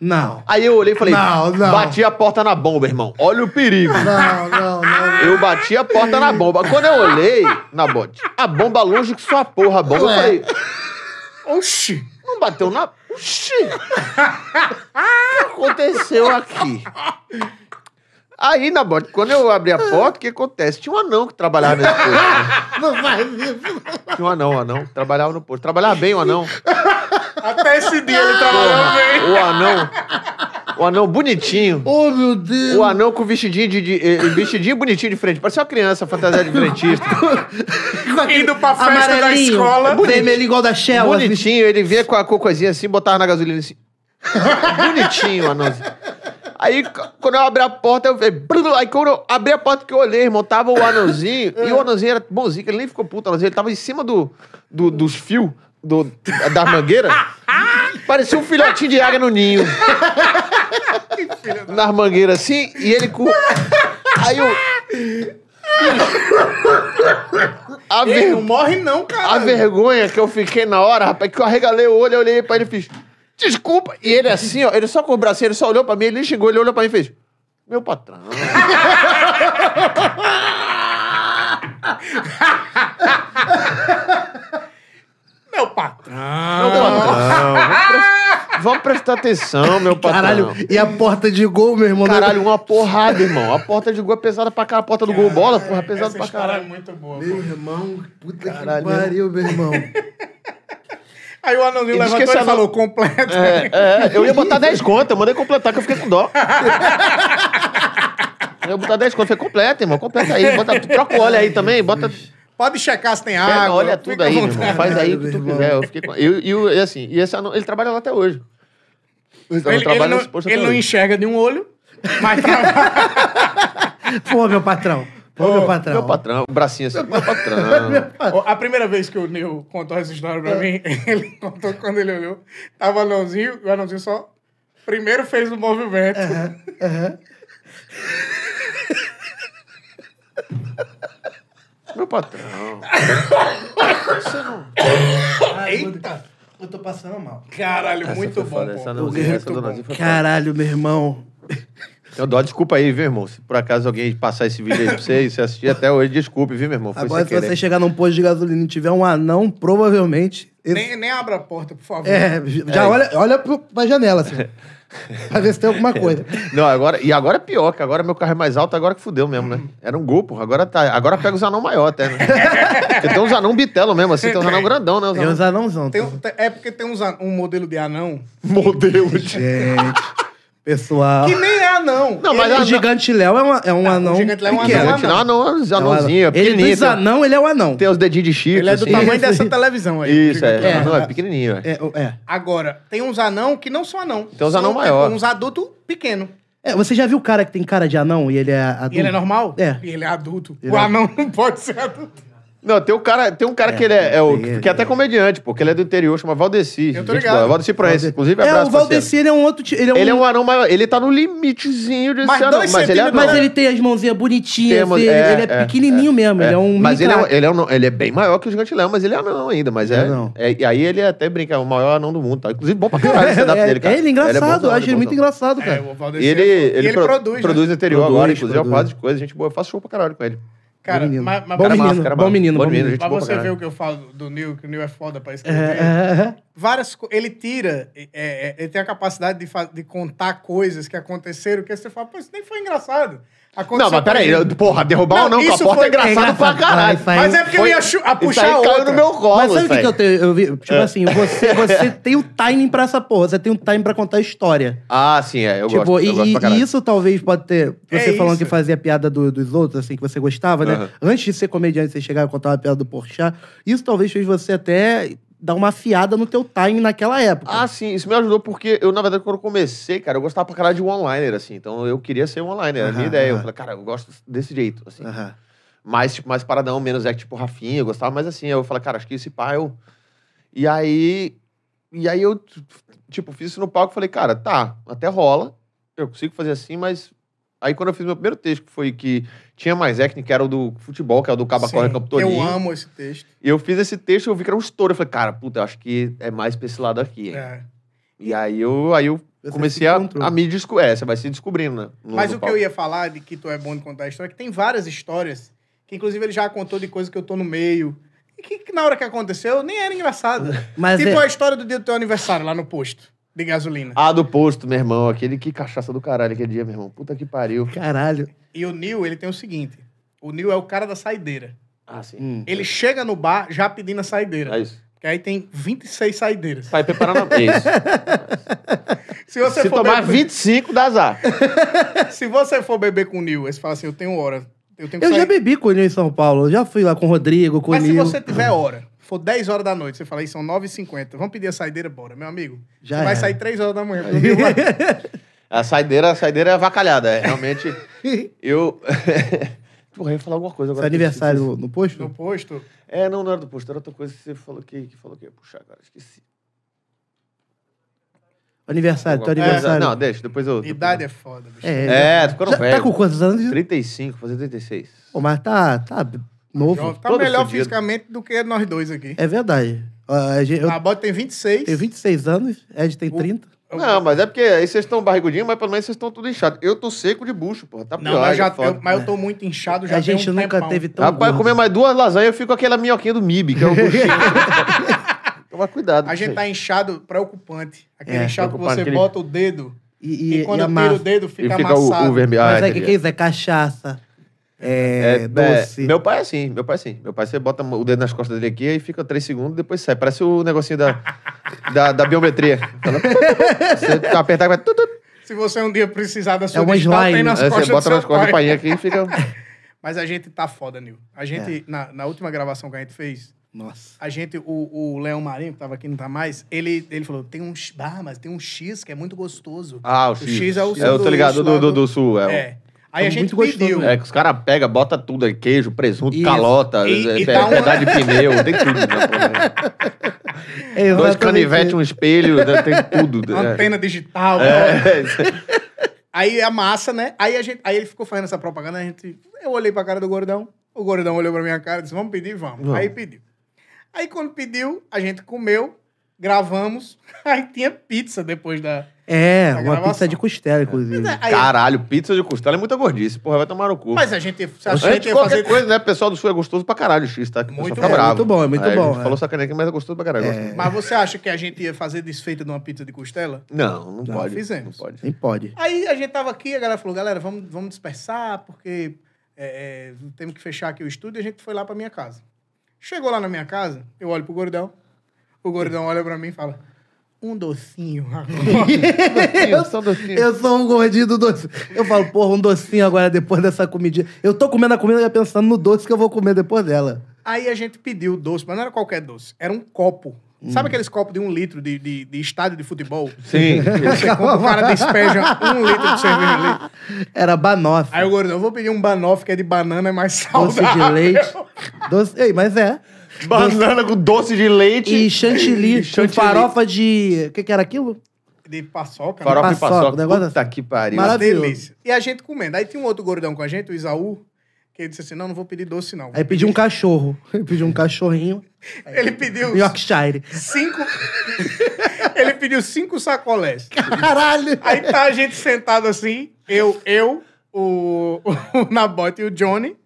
B: Não.
C: Aí eu olhei e falei:
B: Não, não.
C: Bati a porta na bomba, irmão. Olha o perigo.
B: Não, não, não.
C: Eu bati a porta na bomba. Quando eu olhei na bote, a bomba longe que sua porra, a bomba. Eu
B: Ué.
C: falei:
A: Oxi!
C: Não bateu na. Oxi! O que aconteceu aqui? Aí, na bote, quando eu abri a porta, o que acontece? Tinha um anão que trabalhava nesse posto. né?
B: Não faz isso.
C: Tinha um anão, um anão. Trabalhava no posto. Trabalhava bem o anão.
A: Até esse dia ele trabalhou bem.
C: Porra, o anão. O anão bonitinho.
B: Oh, meu Deus.
C: O anão com vestidinho de. de eh, vestidinho bonitinho de frente. Parecia uma criança fantasiada de frentista.
A: Indo pra festa da
B: Amarelinho,
C: É
B: É
A: escola.
B: Vermelho igual da Shell. assim.
C: Bonitinho, ele vinha com a cocôzinha assim, botava na gasolina assim. Bonitinho o anãozinho. Aí, c- quando eu abri a porta, eu falei. Aí, quando eu abri a porta que eu olhei, irmão, tava o anãozinho. e o anãozinho era bonzinho, que ele nem ficou puto, o anãozinho. Ele tava em cima do, do- dos fios do, da mangueira. Parecia um filhotinho de águia no ninho. nas mangueiras assim, e ele com. Aí eu. A
A: Ei,
C: vergonha.
A: não morre não,
C: A
A: cara.
C: vergonha que eu fiquei na hora, rapaz, que eu arregalei o olho, eu olhei pra ele e fiz. Desculpa! E ele assim, ó, ele só com o bracinho, ele só olhou pra mim, ele chegou, ele olhou pra mim e fez. Meu patrão.
A: Meu patrão.
C: Meu patrão. Vamos prestar, vamos prestar atenção, meu patrão.
B: Caralho, e a porta de gol, meu irmão?
C: Caralho, uma porrada, irmão. A porta de gol é pesada pra caralho. A porta do gol bola, porra, é pesada
A: Essa
C: pra
A: história
C: caralho.
A: é muito boa.
B: Meu
A: pô.
B: irmão, puta
C: Caralho.
B: que pariu, meu irmão.
A: Aí o anãozinho
C: Ele disse que
A: levantou
C: esse
A: e
C: anão-
A: falou, completo.
C: É, é, eu ia botar 10 contas, eu mandei completar, que eu fiquei com dó. Eu ia botar 10 contas, eu falei, completa, irmão, completa aí. Bota, troca o óleo aí também, bota.
A: Pode checar se tem
C: Pega,
A: água.
C: olha
A: fica
C: tudo
A: à
C: aí, meu
A: vontade.
C: irmão. Faz aí o que tu
B: Irmão.
C: quiser. Eu fiquei com... eu, e o- e assim, e esse anão, ele trabalha lá até hoje. Ele,
A: Ele, ele
C: trabalha
A: não,
C: nesse posto
A: ele
C: até
A: não
C: hoje.
A: enxerga de um olho, mas trabalha.
B: Pô, meu patrão. Pô, meu patrão.
C: Meu patrão, o bracinho assim, meu patrão.
A: Ó, A primeira vez que o Neil contou essa história
B: É.
A: pra mim, ele contou quando ele olhou. Tava o anãozinho, e o anãozinho só primeiro fez o movimento.
B: É.
C: meu patrão.
A: Eita!
B: Ah, Eu tô passando mal.
A: Caralho,
C: Essa
A: muito
C: foi
A: bom.
C: foda,
A: pô.
C: essa anãozinha, essa do anãozinho foi foda.
B: Caralho, meu irmão.
C: Então, dó, desculpa aí, viu, irmão? Se por acaso alguém passar esse vídeo aí pra você e você assistir até hoje, desculpe, viu, meu irmão? Foi
B: Agora,
C: sem
B: se você
C: querer.
B: chegar num posto de gasolina e tiver um anão, provavelmente. esse-
A: nem, nem abra a porta, por favor.
B: É, já
C: É.
B: olha, olha pro, pra janela, assim. pra ver se tem alguma coisa.
C: Não, agora, e agora é pior, que agora meu carro é mais alto, agora que fudeu mesmo, né? Era um gol, porra. Agora, tá, agora pega os anão maior até, né? Porque tem uns anão bitelo mesmo, assim, tem uns anão grandão, né? Os
B: Tem
C: anão...
B: uns anãozão.
A: Tem
B: tá?
A: um- te- é porque tem uns an- um modelo de anão
C: Modelo de...
B: É. Gente, pessoal.
A: que nem é anão.
C: Não, mas
B: o
C: anão-
B: gigante Léo é, uma- é um anão.
A: gigante Léo é um
C: Que
B: pequeno.
A: anão.
C: anão, anão, anão,
B: É um
C: anãozinho, é
B: Ele
C: pequenininho.
B: dos
C: tem-
B: anão, ele é um anão.
C: Tem os dedinhos de Chico.
A: Ele é do
C: assim.
A: tamanho dessa televisão aí.
C: Isso, é.
B: É.
C: Anão é pequenininho, é.
B: É, o- é.
A: Agora, tem uns anão que não são anão.
C: Tem uns
A: São,
C: anão
A: tipo,
C: maior.
A: Uns adultos pequenos.
B: É, Você já viu o cara que tem cara de anão e ele é adulto?
A: E ele é normal?
B: É.
A: E ele é adulto.
B: Ele
A: o
B: é-
A: anão não pode ser adulto.
C: Não, tem um cara, tem um cara que ele é, é o-
B: tem ele,
C: que é até comediante, pô, que ele é do interior, chama Valdeci.
A: Eu tô
C: Gente
A: ligado.
C: boa, Valdeci Proense, inclusive,
B: É,
C: abraço,
B: o Valdeci, ele é um outro. ti- Ele é um,
C: parceiro. Ele é um anão maior, ele tá no limitezinho de
A: Mas
C: ser anão,
A: dois
C: mas ele é
A: centímetros,
C: anão.
B: Mas ele tem as mãozinhas bonitinhas,
C: Temos-
B: ele,
C: é,
B: ele é,
C: é,
B: pequenininho mesmo, ele é um
C: mas ele é, um-
B: mini-craque.
C: ele, é um- ele é bem maior que o gigante leão, mas ele é anão ainda. Mas
B: Ele é
C: é,
B: anão.
C: é- E aí ele até brinca, é o maior anão do mundo. Tá? Inclusive, bom pra caralho o stand-up
B: É,
C: dele, cara.
B: é, ele é
C: bonzão,
B: engraçado, eu acho
C: bonzão.
B: ele muito engraçado, cara.
A: o Valdeci
C: E ele,
A: é
C: ele,
A: fofo. E ele
C: pro-
A: produz, né?
C: produz no interior
B: Produz,
C: agora, inclusive, é uma
B: produz.
C: porrada de coisa. Gente boa, eu faço show pra caralho com ele.
A: Cara,
B: menino.
A: mas, mas,
B: Bom
A: mas-
B: menino, bom menino, bom menino.
C: gente
A: mas
C: boa pra
A: você vê
C: caralho.
A: o que eu falo do Neil, que o Neil é foda pra
B: É,
A: escrever.
B: é, é.
A: Várias co- Ele tira, é, é, ele tem a capacidade de, fa- de contar coisas que aconteceram, que você fala, pô, isso nem foi engraçado. Aconteceu
C: Não, mas
A: com
C: peraí,
A: ele.
C: eu- porra, derrubar ou
A: Não,
C: não com a
A: isso
C: porta
A: foi-
C: é engraçado,
B: é engraçado.
C: pra caralho.
B: Vai, vai.
A: Mas é porque eu ia chu- a
C: Isso aí
A: puxar
C: caiu
A: outra.
C: no meu colo,
B: Mas sabe o
C: isso
B: que,
C: aí.
B: que eu tenho? Eu vi,
C: É.
B: tipo assim, você, você tem o timing pra essa porra, você tem um timing pra contar a história.
C: Ah, sim, é, eu
B: tipo,
C: gosto, eu
B: e,
C: gosto pra
B: e
C: caralho.
B: isso talvez pode ter. Você
A: É
B: falando
A: isso.
B: que fazia piada do- dos outros, assim, que você gostava, né?
C: Aham.
B: Antes de ser comediante, você chegar a contar uma piada do Porchat, isso talvez fez você até dar uma afiada no teu timing naquela época.
C: Ah, sim, isso me ajudou porque eu, na verdade, quando eu comecei, cara, eu gostava pra caralho de um onliner, assim. Então eu queria ser um onliner, era a minha
B: Aham,
C: ideia. Eu
B: aham.
C: falei, cara, eu gosto desse jeito, assim.
B: Aham.
C: mais, tipo, mais paradão, menos é tipo Rafinha, eu gostava, mas assim, eu falei, cara, acho que esse pai eu. E aí. E aí eu, tipo, fiz isso no palco e falei, cara, tá, até rola. Eu consigo fazer assim, mas. Aí quando eu fiz meu primeiro texto, que foi que tinha mais acne, que era o do futebol, que era o do Caba Corre
A: Sim,
C: Campo Toninho.
A: Eu amo esse texto.
C: E eu fiz esse texto, eu vi que era um estouro. Eu falei, cara, puta, eu acho que é mais pra esse lado aqui, hein?
A: É.
C: E aí eu, aí eu
B: Você se
C: comecei a,
B: encontrou.
C: a me descobrir. É, você vai se descobrindo, né? no-
A: Mas
C: no
A: o que
C: palco.
A: eu ia falar de que tu é bom de contar a história é que tem várias histórias que, inclusive, ele já contou de coisa que eu tô no meio. E que, que na hora que aconteceu, nem era engraçado.
B: Mas
A: tipo
B: é-
A: a história do dia do teu aniversário lá no posto de gasolina.
C: Ah, do posto, meu irmão. Aquele que cachaça do caralho aquele dia, meu irmão. Puta que pariu.
B: Caralho.
A: E o Nil, ele tem o seguinte: o Nil é o cara da saideira.
C: Ah, sim.
B: Hum.
A: Ele chega no bar já pedindo a
C: É
A: saideira.
C: isso.
A: Porque aí tem 26 saideiras.
C: Vai preparando a... Isso.
A: Se você
C: Se
A: for
C: tomar
A: beber-
C: 25, dá azar.
A: Se você for beber com o Nil, aí você fala assim: eu tenho hora. Eu tenho que
B: Eu
A: sair.
B: já bebi com ele em São Paulo. Eu já fui lá com o Rodrigo, com
A: Mas
B: o
A: se
B: Nil.
A: você tiver hora, for 10 horas da noite, você fala aí, são 9h50, vamos pedir a saideira, bora, meu amigo.
B: Já
A: você vai
B: era.
A: sair 3 horas da manhã. pro Nil lá.
C: A saideira, a saideira é avacalhada. É, realmente, eu... Porra, eu ia falar alguma coisa
B: Seu
C: agora.
B: aniversário no, no
A: no
B: posto?
A: posto.
C: É, não, não era do posto. Era outra coisa que você falou que, que, falou que ia puxar, cara. Esqueci.
A: Ah,
B: Aniversário, teu
C: Alguma coisa-
B: aniversário.
C: É, Não, deixa, depois eu...
A: Idade é foda, bicho.
B: É,
C: É, ficou
B: já,
C: velho.
B: tá com quantos anos?
C: 35, fazer 36.
B: Pô, mas tá, tá novo.
A: Jovem, tá
C: todo
A: melhor
C: fudido.
A: fisicamente do que nós dois aqui.
B: É verdade. Ah, a gente- Eu
A: A bota tem 26.
B: tenho 26 anos, Ed tem 30.
C: Não, mas é porque aí vocês estão barrigudinhos, mas pelo menos vocês estão tudo inchados. Eu tô seco de bucho, porra. Tá pior.
A: Não, mas, eu
C: aí é
A: já,
C: foda.
A: eu, mas eu tô muito inchado já
B: A
A: tem um
B: gente nunca
A: tempão.
B: teve tão
C: Rapaz,
B: gordo.
C: Ah, comer mais duas lasanhas, eu fico com aquela minhoquinha do MIB, que é um buchinho. Toma cuidado. com
A: A gente
C: isso aí.
A: tá inchado preocupante. Aquele
B: É,
A: inchado que
C: preocupante,
A: você
C: aquele-
A: bota o dedo
B: E,
A: e,
B: e, e
A: quando tira
B: a
A: o
B: massa.
A: dedo fica,
C: E fica
A: amassado.
C: o, o vermelho. Ah,
B: Mas é que que é
C: entendi.
B: isso? É cachaça. É,
C: É,
B: doce.
C: é, meu pai é assim, meu pai é assim. Meu pai, você bota o dedo nas costas dele aqui e fica três segundos e depois sai. Parece o negocinho da, da, da biometria. Você apertar, vai... tu, tu,
A: Se você um dia precisar da sua
B: É uma
A: digital, tem
B: slime.
A: nas
C: Aí
A: costas
C: né?
A: do
C: você bota
A: seu
C: nas costas
A: pai.
C: do pai aqui e fica...
A: Mas a gente tá foda, Nil. A
C: É.
A: gente, na, na última gravação que a gente fez,
B: Nossa.
A: a gente, o, o Leão Marinho, que tava aqui, não tá mais, ele, ele falou, tem um... X- Ah, mas tem um X que é muito gostoso.
C: Ah, o X.
A: X é o
C: Eu tô
A: sanduíche
C: ligado,
A: lá
C: do, do,
A: do-
C: do sul. É,
A: É. Aí a
B: É
A: gente
B: muito gostoso,
A: pediu.
B: né?
C: É que os caras pegam, bota tudo aí, queijo, presunto,
B: Isso.
C: calota,
A: E-
C: é,
A: e
C: é,
A: dá um-
C: pedaço de pneu, tem tudo. Né, pô, né?
B: É
C: Dois
B: exatamente
C: canivetes,
B: isso.
C: um espelho, né, tem tudo. né?
A: Antena digital. né?
C: É, isso aí.
A: Aí a massa, né? Aí, a gente, aí ele ficou fazendo essa propaganda, a gente... Eu olhei pra cara do gordão, o gordão olhou pra minha cara e disse, vamos pedir? Vamos.
C: Vamos.
A: Aí pediu. Aí quando pediu, a gente comeu, gravamos, aí tinha pizza depois da...
B: É,
A: A Tá
B: uma
A: gravação. É.
B: pizza de costela, inclusive.
A: Aí-
C: Caralho, pizza de costela é muita gordice. Porra, vai tomar no cu.
A: Mas a gente... Se a
C: Antes
A: gente
C: de
A: ia
C: qualquer
A: fazer...
C: coisa, né? Pessoal do Sul é gostoso pra caralho, o X, tá? Que O
A: Muito
C: pessoal fica
A: bom. É
C: bravo.
B: muito bom, é muito
C: Aí, A
B: bom,
C: gente
B: é.
C: falou sacanagem, mas é gostoso pra caralho. eu gosto.
A: Mas você acha que a gente ia fazer desfeita de uma pizza de costela?
C: Não, não, pode.
A: fizemos.
C: Não pode.
B: Nem pode.
A: Aí a gente tava aqui, a galera falou, galera, vamos, vamos dispersar, porque é, é, temos que fechar aqui o estúdio. E a gente foi lá pra minha casa. Chegou lá na minha casa, eu olho pro gordão. O gordão olha pra mim e fala, um docinho.
C: Eu sou docinho.
B: Eu sou um gordinho do doce. Eu falo, porra, um docinho agora depois dessa comidinha. Eu tô comendo a comida já pensando no doce que eu vou comer depois dela.
A: Aí a gente pediu o doce, mas não era qualquer doce, era um copo.
B: Hum.
A: Sabe aqueles copos de um litro de, de, de estádio de futebol?
C: Sim.
A: Você compra, o cara despeja um litro de cerveja ali.
B: Era banoffee.
A: Aí o gordão, eu vou pedir um banoffee, que é de banana, é mais
B: Doce
A: saudável.
B: de leite. Doce... Ei, mas é.
C: Banana com doce de leite.
B: E chantilly,
C: E chantilly.
B: com farofa de... O que, que era aquilo?
A: De paçoca, né?
C: Farofa e
B: Paçoca,
C: paçoca.
B: um negócio
C: Puta
B: assim.
C: que pariu.
A: Uma
B: Maravilha. Maravilhoso.
A: delícia. E a gente comendo. Aí tinha um outro gordão com a gente, o Isaú, que ele disse assim: não, não vou pedir doce, não.
B: Aí pedi um cachorro. Eu pedi um cachorrinho.
A: Ele pediu
B: Yorkshire.
A: cinco. ele pediu cinco sacolés.
B: Caralho!
A: Aí tá a gente sentado assim, eu, eu, o, o Nabote e o Johnny.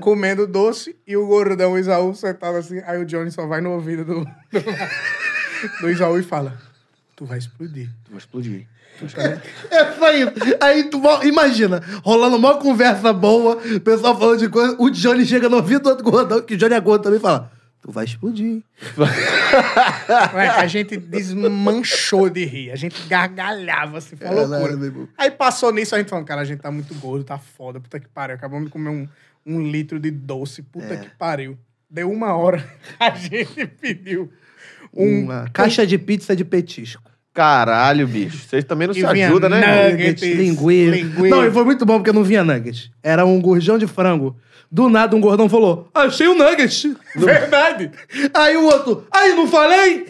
A: Comendo doce e o gordão o Isaú sentado assim. Aí o Johnny só vai no ouvido do, do, do Isaú e fala: Tu vai explodir.
C: Vou explodir.
B: É só isso. Aí tu mo- imagina, rolando uma conversa boa, o pessoal falando de coisa, o Johnny chega no ouvido do outro gordão, que o Johnny é gordo também e fala: Tu vai explodir.
A: Ué, a gente desmanchou de rir. A gente gargalhava, assim, foi uma
B: Caralho,
A: loucura.
B: meu irmão.
A: Aí passou nisso, a gente falando, cara, a gente tá muito gordo, tá foda, puta que pariu. Acabamos de comer um, um litro de doce, puta que pariu. Deu uma hora, a gente pediu um...
B: Uma caixa de pizza de petisco.
C: Caralho, bicho. Vocês também não se
A: E vinha
C: ajudam, né? irmão?
A: nuggets,
B: linguiça.
A: linguiça.
B: Não, e foi muito bom porque eu não vinha nuggets. Era um gurjão de frango. Do nada um gordão falou: Achei um nugget.
A: Verdade.
B: Aí o outro: Aí não falei?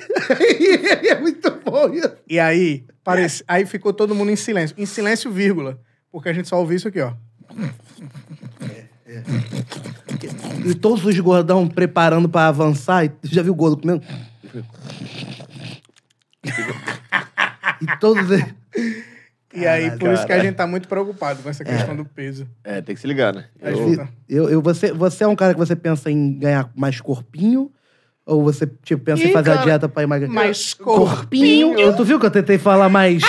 B: é muito bom isso.
A: E aí, parece, aí ficou todo mundo em silêncio. Em silêncio, vírgula. Porque a gente só ouviu isso aqui, ó.
B: E todos os gordão preparando pra avançar. E já viu o gordo comendo? e todos eles.
A: E aí, por isso que a
C: cara.
A: gente tá muito preocupado com essa questão do peso.
C: É, tem que se ligar, né?
A: É,
C: Eu-
A: Puta.
B: Eu, eu, você, você é um cara que você pensa em ganhar mais corpinho? Ou você tipo, pensa
A: Ih,
B: em fazer
A: cara,
B: a dieta pra emagrecer?
A: mais corpinho.
B: Eu- Tu viu que eu tentei falar mais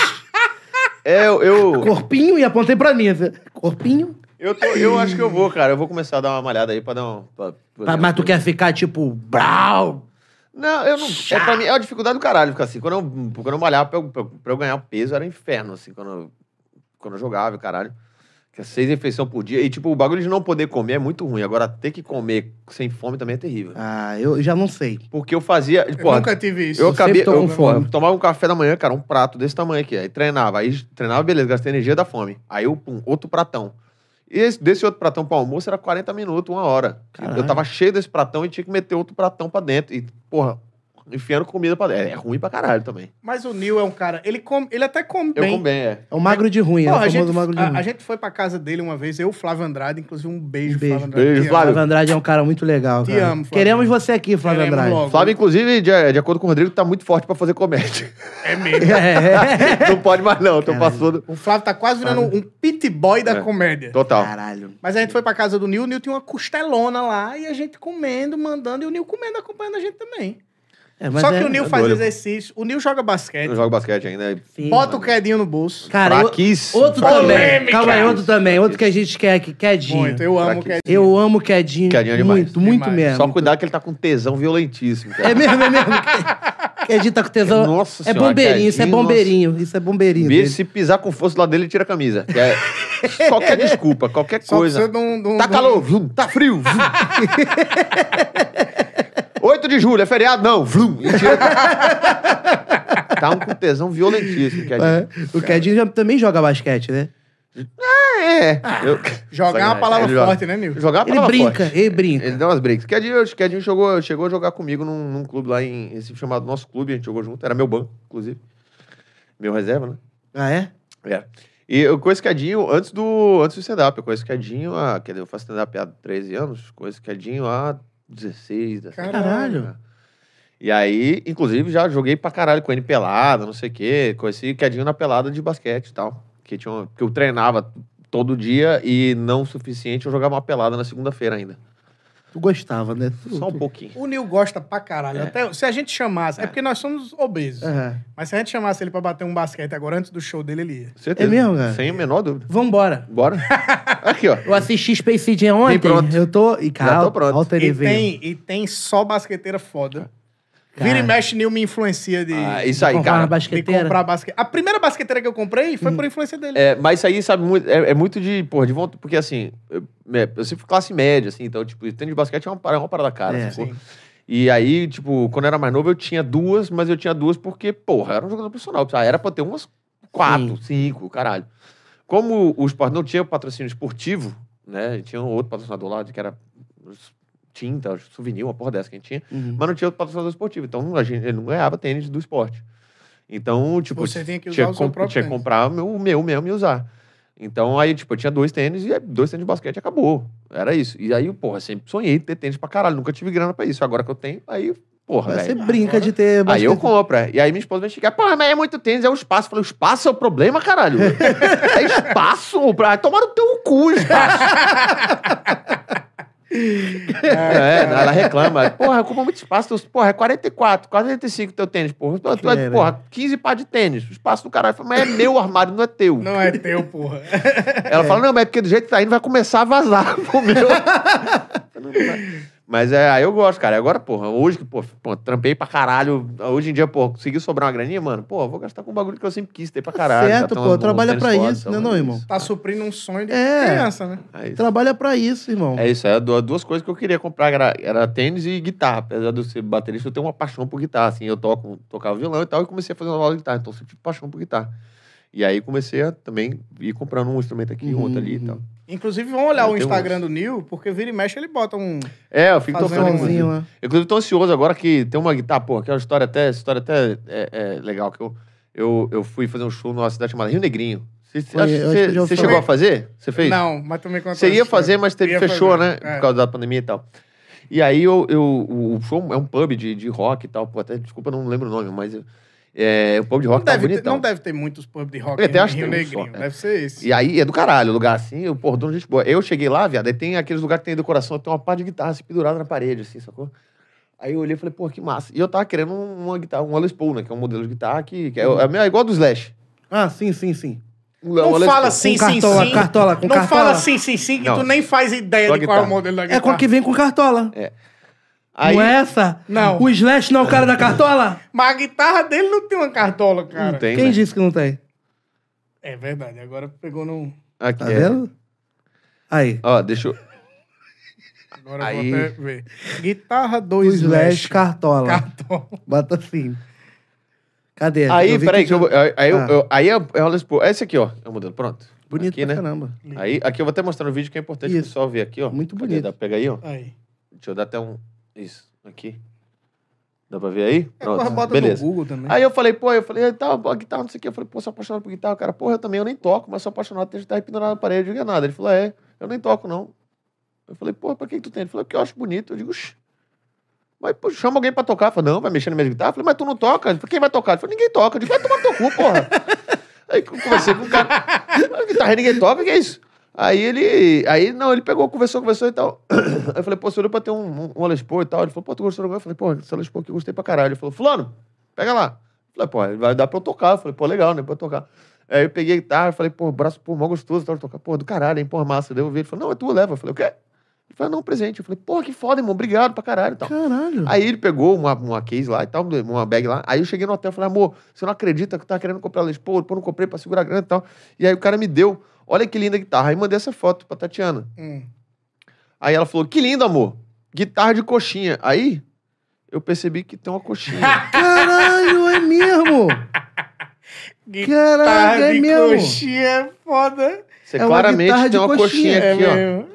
C: É, eu, eu,
B: corpinho e apontei pra mim. assim, Corpinho?
C: eu, tô- eu acho que eu vou, cara. Eu vou começar a dar uma malhada aí pra dar um. pra- pra-
B: Pra- mas tu quer ficar tipo, brau?
C: Não, eu não. É, pra mim, é uma dificuldade do caralho ficar assim. Quando eu, quando eu malhava, pra eu, pra eu- pra eu ganhar peso, era um inferno, assim, quando eu, quando eu jogava, e caralho. Que é seis refeições por dia. E, tipo, o bagulho de não poder comer é muito ruim. Agora, ter que comer sem fome também é terrível.
B: Ah, eu já não sei.
C: Porque eu fazia.
A: Eu
C: porra,
A: nunca tive isso.
C: eu
B: eu sempre
C: acabei.
B: tô
C: Eu,
B: com
C: porra,
B: fome.
C: eu tomava um café da manhã, cara, um prato desse tamanho aqui. Aí treinava. Aí treinava, beleza, gastei energia da fome. Aí eu, pum, outro pratão. E esse- desse outro pratão pro almoço era 40 minutos, uma hora.
B: Caralho.
C: Eu tava cheio desse pratão e tinha que meter outro pratão pra dentro. E, porra, enfiando comida pra dentro. É, ruim pra caralho também.
A: Mas o Neil é um cara... Ele, come, ele até come
C: Eu
A: bem.
C: como bem, é.
B: É o magro de ruim,
A: Porra,
B: é
A: a,
B: o famoso
A: gente,
B: magro de
A: a-
B: ruim.
A: a gente foi pra casa dele uma vez, eu, o Flávio Andrade, inclusive um beijo,
B: Um beijo.
A: Flávio Andrade.
C: Beijo,
A: Te amo.
C: Flávio.
B: Flávio Andrade é um cara muito legal,
A: Te
B: cara.
A: amo, Flávio.
B: Queremos você aqui, Flávio
A: Queremos
B: Andrade.
A: logo.
C: é. Flávio, inclusive, de, de acordo com o Rodrigo, tá muito forte pra fazer comédia.
A: É mesmo.
B: É.
C: não pode mais, não. Tô passando.
A: O Flávio tá quase virando um pit boy da
C: É.
A: comédia.
C: Total.
B: Caralho.
A: Mas a gente foi pra casa do Nil, o Nil tinha uma costelona lá, e a gente comendo, mandando, e o Nil comendo, acompanhando a gente também.
B: É, mas
A: Só que
B: é-
A: o Nil
C: é
A: faz
C: doido.
A: exercício, o Nil joga
C: Eu
A: basquete,
C: Não jogo basquete ainda. é
B: Sim,
A: bota o
B: mano.
A: quedinho no bolso.
B: Cara, eu-
C: Fraquíssimo.
B: outro também.
A: Polêmica.
B: Calma aí, outro também. Outro que a gente quer aqui, Quedinho.
A: Muito, eu amo o
C: Fraquíssimo.
A: quedinho.
B: Eu amo Quedinho.
C: Quedinho é demais.
B: muito, muito
A: Demais.
B: mesmo.
C: Só cuidado que ele tá com tesão violentíssimo. Cara.
B: É mesmo, é mesmo. Quedinho tá com tesão.
C: Nossa
B: é
C: senhora,
B: bombeirinho, isso é
C: Quedinho,
B: bombeirinho. Isso é bombeirinho.
C: Bicho,
B: dele.
C: se pisar com força lá dele, ele tira a camisa. Que é- qualquer desculpa, qualquer
A: Só
C: coisa.
A: precisa de um- de um-
C: tá
A: de um-
C: calor, vlum, tá frio. Vlum. 8 de julho, é feriado? Não, vlum, e tira. tá um com tesão violentíssimo. Que é,
B: É, O Quedinho já- também joga basquete, né?
C: é. é. Eu-
A: Jogar é uma
C: Sacanagem.
A: palavra
C: Ele joga-
A: forte, né, Nil?
C: Jogar é uma
B: Ah. Ele
C: palavra
B: brinca,
C: forte.
B: ele brinca.
C: Ele dá umas é breaks. Quedinho, Quedinho jogou, chegou a jogar comigo num, num clube lá em Recife chamado Nosso Clube. A gente jogou junto. Era meu banco, inclusive. Meu reserva, né?
B: Ah, é?
C: É. E eu conheço o Cadinho antes do, antes do stand-up. Eu conheço o Cadinho há. Quer dizer, eu faço stand-up há 13 anos. Conheço o Cadinho há 16, 17.
B: Caralho.
C: E aí, inclusive, já joguei pra caralho com ele pelada, não sei o quê. Conheci o Cadinho na pelada de basquete e tal. Que, tinha uma- que eu treinava todo dia e não o suficiente eu jogava uma pelada na segunda-feira ainda.
B: Tu gostava, né? Tu-
C: Só um
B: tu-
C: pouquinho.
A: O Nil gosta pra caralho.
C: É.
A: Até, se a gente chamasse, é. porque nós somos obesos.
B: Aham.
A: Mas se a gente chamasse ele pra bater um basquete agora antes do show dele, ele ia.
C: Certeza.
B: É mesmo, cara?
C: Sem a menor dúvida.
B: Vambora.
C: Bora. Aqui, ó.
B: Eu assisti Space Jam ontem.
C: Vem pronto.
B: Eu tô. E cara,
C: tô pronto.
A: E
B: alterizei.
A: tem, e tem só basqueteira foda.
B: Cara.
A: Vira e mexe, Nil me influencia de,
C: Ah, isso aí,
B: Comprar
C: cara.
B: uma
A: de
B: basqueteira. Hum.
A: comprar basquete. A primeira basqueteira que eu comprei foi por influência dele.
C: É, mas isso aí, sabe, muito- é, é muito de, porra, de vontade, porque assim, eu, é, eu sempre fui classe média, assim, então, tipo, tênis de basquete é uma, parada- é uma parada cara,
B: É.
C: sacou? E aí, tipo, quando eu era mais novo, eu tinha duas, mas eu tinha duas porque, porra, eu era um jogador profissional, sabe? era pra ter umas quatro, cinco, caralho. Como o esporte não tinha patrocínio esportivo, né, tinha um outro patrocinador lá, que era tinta, souvenir, uma porra dessa que a gente tinha,
B: Uhum.
C: mas não tinha outro patrocinador esportivo, então a gente, ele não ganhava tênis do esporte. Então, tipo,
A: Você tinha que usar
C: tinha
A: o seu
C: comp-
A: próprio
C: tinha que
A: tênis.
C: comprar o meu, o meu mesmo e usar. Então, aí, tipo, eu tinha dois tênis e aí, dois tênis de basquete acabou. Era isso. E aí, porra, sempre sonhei em ter tênis pra caralho. Nunca tive grana pra isso. Agora que eu tenho, aí, porra,
B: Mas Você
C: velho.
B: brinca de ter
C: Aí eu
B: basquete.
C: compro. é. E aí minha esposa vai chegar, porra, mas é muito tênis, é o espaço. Eu falei, o espaço é o problema, caralho. é espaço pra tomar no teu cu, espaço. é, ela reclama. Porra, ocupa muito espaço. Teus- Porra, é 44, 45 teu tênis, porra. Tu, tu é,
B: Cara.
C: porra, 15 par de tênis. O espaço do caralho. Eu falei, mas é meu armário, não é teu.
A: Não é teu, porra.
C: é Ela fala, não, mas é porque do jeito que tá indo vai começar a vazar pro meu. Eu falei, não- Mas é, aí eu gosto, cara. Agora, porra, hoje que, pô, pô, trampei pra caralho. Hoje em dia, pô, consegui sobrar uma graninha, mano. Pô, vou gastar com um bagulho que eu sempre quis ter pra caralho.
B: certo,
C: Tá
B: pô,
C: tão-
B: trabalha
C: tênis
B: pra
C: foda,
B: isso,
C: tá
B: né,
C: bom,
B: não,
C: é
B: irmão?
C: isso.
A: Tá suprindo um sonho de
B: É.
A: criança, né?
C: É isso.
B: Trabalha pra isso, irmão.
C: É isso, era du- duas coisas que eu queria comprar, era, era tênis e guitarra. Apesar de eu ser baterista, eu tenho uma paixão por guitarra, assim, eu toco, tocava violão e tal, e comecei a fazer uma aula de guitarra, então eu sempre tive paixão por guitarra. E aí comecei a também ir comprando um instrumento aqui,
B: Uhum,
C: outro ali e tal.
A: Inclusive, vão olhar
C: Eu
A: o
C: tenho um.
A: Instagram
C: uns.
A: do Nil, porque vira e mexe ele bota um.
C: É, eu fico
A: Fazer
C: tocando.
A: um
C: Inclusive.
B: Sozinho lá.
C: inclusive, tô ansioso agora que tem uma guitarra, porra, que é uma história até, história até é, é legal, que eu, eu, eu fui fazer um show numa cidade chamada Rio Negrinho. Você
B: Foi, eu acho que eu já ouvi
C: chegou
B: falar.
C: a fazer? Você fez?
A: Não, mas tu me contou.
C: Você
A: essa
C: ia
A: história.
C: fazer, mas teve,
A: Ia
C: fechou,
A: fazer,
C: né?
A: é.
C: Por causa da pandemia e tal. E aí eu, eu- o show é um pub de, de rock e tal. Pô, até, desculpa, não lembro o nome, mas é, o pub de
A: Não
C: rock tá
A: deve, ter,
C: bonitão.
A: não deve ter muitos pubs de rock
C: Eu até
A: em
C: acho que
A: Rio
C: tem um só,
A: Negrinho.
C: é.
A: Deve ser esse.
C: E aí é do caralho, lugar assim, o porra, dono de gente boa. Eu cheguei lá, viado, aí tem aqueles lugares que tem decoração, tem uma pá de guitarra assim, pendurada na parede, assim, sacou? Aí eu olhei e falei, pô, que massa. E eu tava querendo uma guitarra, um Les Paul, né? Que é um modelo de guitarra que, que é, é igual a do Slash.
B: Ah, sim, sim, sim.
C: Um,
A: Não fala sim,
B: Com
A: sim,
B: cartola,
A: sim.
B: cartola, com
A: Não
B: cartola.
A: fala sim, sim, sim, que
C: Não.
A: tu nem faz ideia
C: Só
A: de qual é o
C: guitarra.
A: modelo da
B: É
A: guitarra.
B: com a que vem com cartola.
C: Aí,
B: Não é essa?
A: Não.
B: O Slash não é o cara da cartola?
A: Mas a guitarra dele não tem uma cartola, cara.
C: não tem,
B: Quem
C: né?
B: disse que não tem?
A: É verdade, agora pegou no...
C: Aqui,
B: Tá
C: é.
B: vendo? Aí.
C: Ó, deixa eu...
A: Agora
C: Aí.
A: eu vou até ver. Guitarra do
B: O
A: Slash.
B: Slash cartola.
A: Cartola.
B: Bota assim. Cadê?
C: Aí,
B: É, Eu vi
C: peraí,
B: que
C: que eu,
B: já-
C: vou- aí, aí eu-
B: Ah.
C: eu- aí eu- eu Les Paul. É esse aqui, ó. É o modelo, pronto.
B: Bonito
C: aqui,
B: pra
C: né?
B: caramba.
C: Aí, aqui eu vou até mostrar no vídeo que é importante o
B: Isso.
C: pessoal ver aqui, ó.
B: Muito
C: Cadê?
B: bonito.
C: Dá pra pegar aí, ó.
A: Aí.
C: Deixa eu dar até um. Isso, aqui. Dá pra ver aí?
A: É, porra,
C: Pronto.
A: bota
C: Beleza.
A: no Google também.
C: Aí eu falei, pô, eu falei, tá, pô, guitarra, não sei o quê. Eu falei, pô, sou apaixonado por guitarra. O cara, porra, eu também, eu nem toco, mas sou apaixonado por guitarra pendurada na parede. Eu digo, é nada. Ele falou, é, eu nem toco, não. Eu falei, porra, pra que que tu tem? Ele falou, "É porque eu acho bonito. Eu digo, "Oxi." Mas, pô, chama alguém pra tocar. Eu falei, não, vai mexer na minha guitarra. Eu falei, mas tu não toca? Ele falou, quem vai tocar? Ele falou, ninguém toca. Eu digo, vai tomar no teu cu, porra. Aí eu conversei com o cara. Mas guitarra ninguém toca, que é isso? Aí ele. Aí, não, ele pegou, conversou, conversou e tal. Aí eu falei, pô, você olhou pra ter um, um, um Les Paul e tal. Ele falou, pô, tu gostou do negócio? Eu falei, pô, esse Les Paul aqui eu gostei pra caralho. Ele falou, fulano, pega lá. Eu falei, pô, ele vai dar pra eu tocar. Eu falei, pô, legal, né? Pra eu tocar. Aí eu peguei a guitarra, falei, pô, braço, pô, mó gostoso, e tal, de tocar. Pô, do caralho, hein, pô, massa. Daí eu vi, ele falou, não, é tu, leva. Eu falei, o quê? Ele falou, não, presente. Eu falei, pô, que foda, irmão, obrigado pra caralho e tal.
B: Caralho.
C: Aí ele pegou uma, uma case lá e tal, uma bag lá. Aí eu cheguei no hotel e falei, amor, você não acredita que eu tava querendo comprar Les Paul? Pô, não comprei pra segurar a grana e tal. E aí o cara me deu, olha que linda guitarra. Aí mandei essa foto pra Tatiana.
A: Hum.
C: Aí ela falou, que lindo, amor. Guitarra de coxinha. Aí eu percebi que tem uma coxinha.
B: Caralho, é mesmo. Caralho,
A: Guitarra
B: é
A: de
B: mesmo.
A: coxinha é foda.
C: Você
B: É uma
C: claramente
B: guitarra de
C: tem uma coxinha,
B: coxinha,
A: É
C: aqui, ó.
A: mesmo.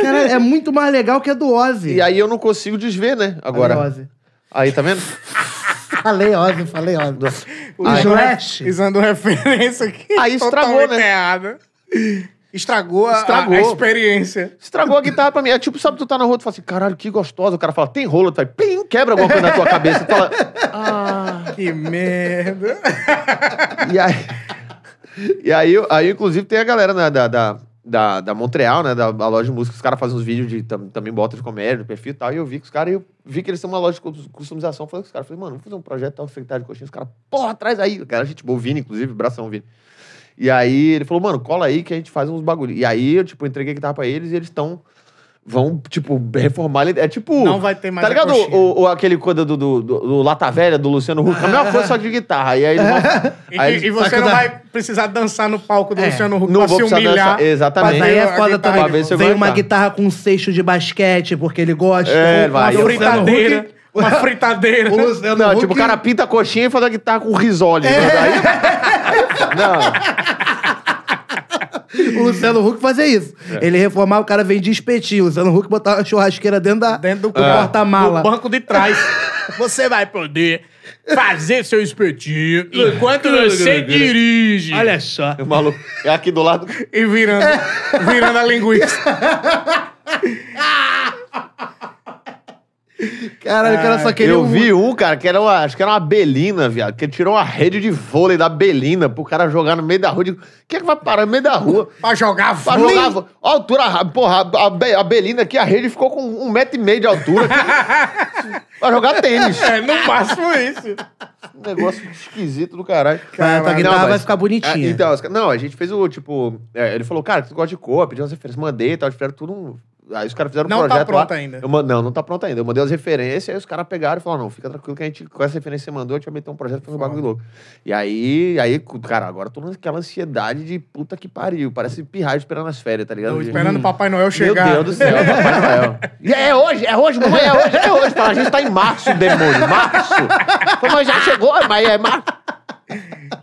B: Caralho, é muito mais legal que a do Ozzy.
C: E aí eu não consigo desver, né?
B: A do
C: Agora.
B: Ozzy.
C: Aí, tá vendo?
B: Falei Ozzy, falei Ozzy. O
C: Aí-
B: Slash.
A: Usando referência aqui.
C: Aí estragou,
A: totalmente
C: né?
A: errada. Estragou, a- a-
C: Estragou.
A: A, experiência.
C: Estragou a guitarra pra mim. É tipo, sabe, tu tá na rua, tu fala assim, caralho, que gostosa. O cara fala, tem rolo, tu vai, pim, quebra alguma coisa na tua cabeça. Tu fala, ah.
A: Que merda.
C: E aí, e aí, aí, inclusive, tem a galera né, da, da, da, da Montreal, né? Da, da loja de música. Os caras fazem uns vídeos de tam- também bota de comédia, de perfil e tal. E eu vi que os caras, eu vi que eles são uma loja de cus- customização. Falei com os caras, falei, mano, vamos fazer um projeto tal, secretário de coxinha. Os caras, porra, atrás aí. O cara, gente boa, o Vini, inclusive, bração, Vini. E aí ele falou, mano, cola aí que a gente faz uns bagulho. E aí eu, tipo, entreguei a guitarra pra eles e eles estão. Vão, tipo, reformar. ele- É tipo.
A: Não vai ter mais a
C: Tá ligado?
A: coxinha.
C: O, o- aquele coisa do, do, do- do Lata Velha, do Luciano Huck? A mesma coisa, só que de guitarra. E aí eles vão.
A: E,
C: aí
A: que- e
C: eles-
B: Só
A: você
B: que
A: não
B: dá-
A: vai precisar dançar no palco do
B: É,
A: Luciano Huck
C: não
A: pra
C: vou
A: se
C: precisar
A: humilhar.
C: dançar, exatamente.
B: Mas aí é
A: a
B: foda
A: guitarra
B: também.
C: de- Pra ver se eu
B: Vem
C: vou
B: uma
C: entrar.
B: guitarra com um seixo de basquete, porque ele gosta.
C: É,
B: Um-
C: vai,
B: um
C: eu-
B: Luciano
A: fritadeira.
B: Huck-
A: Uma fritadeira.
B: O Luciano
C: Não,
B: Huck-
C: tipo, o cara pinta a coxinha e faz a guitarra com risole.
B: É.
C: né? Aí- Não,
B: O Luciano Huck fazia isso.
C: É.
B: Ele reformava, o cara vendia espetinho. O Luciano Huck botava a churrasqueira dentro, da,
A: Dentro do,
B: porta-mala.
A: do banco de trás. Você vai poder fazer seu espetinho enquanto você dirige. Olha só.
C: o maluco. É aqui do lado.
A: E virando, virando a linguiça.
B: Caralho, o cara só queria
C: eu
B: um-
C: vi um, cara, que era uma, acho que era uma belina, viado, que ele tirou uma rede de vôlei da belina pro cara jogar no meio da rua. Eu Digo, quem é que vai parar no meio da rua?
A: Pra jogar
C: Pra
A: vôlei.
C: jogar vôlei? Ó, a altura, ra- porra, a, a, Be- a belina aqui, a rede ficou com um metro e meio de altura. pra jogar tênis.
A: É, no máximo isso.
C: Um negócio esquisito do caralho.
B: Mas a tua
A: Caralho,
B: guitarra
C: Não, mas- então,
B: vai ficar bonitinha.
C: É, então, os ca- não, a gente fez o tipo. é, ele falou, cara, tu gosta de cor, pediu umas referências, mandei e tal, fizeram tudo um. Aí os caras fizeram
A: Não tá
C: um projeto. lá.
A: pronto ainda.
C: Eu man- não, não tá pronto ainda. Eu mandei as referências, aí os caras pegaram e falaram: não, fica tranquilo que a gente, com essa referência que você mandou, a gente vai meter um projeto pra fazer um bagulho louco. E aí, aí, cara, agora eu tô naquela ansiedade de puta que pariu. Parece pirralho esperando as férias, tá ligado?
A: Tô
C: De-
A: esperando o Papai Noel
C: Meu
A: chegar.
C: Deus do céu, Papai Noel. E é hoje, é hoje, mamãe, é hoje, é hoje. Fala, a gente tá em março, demônio, março. Mas já chegou, mas é março.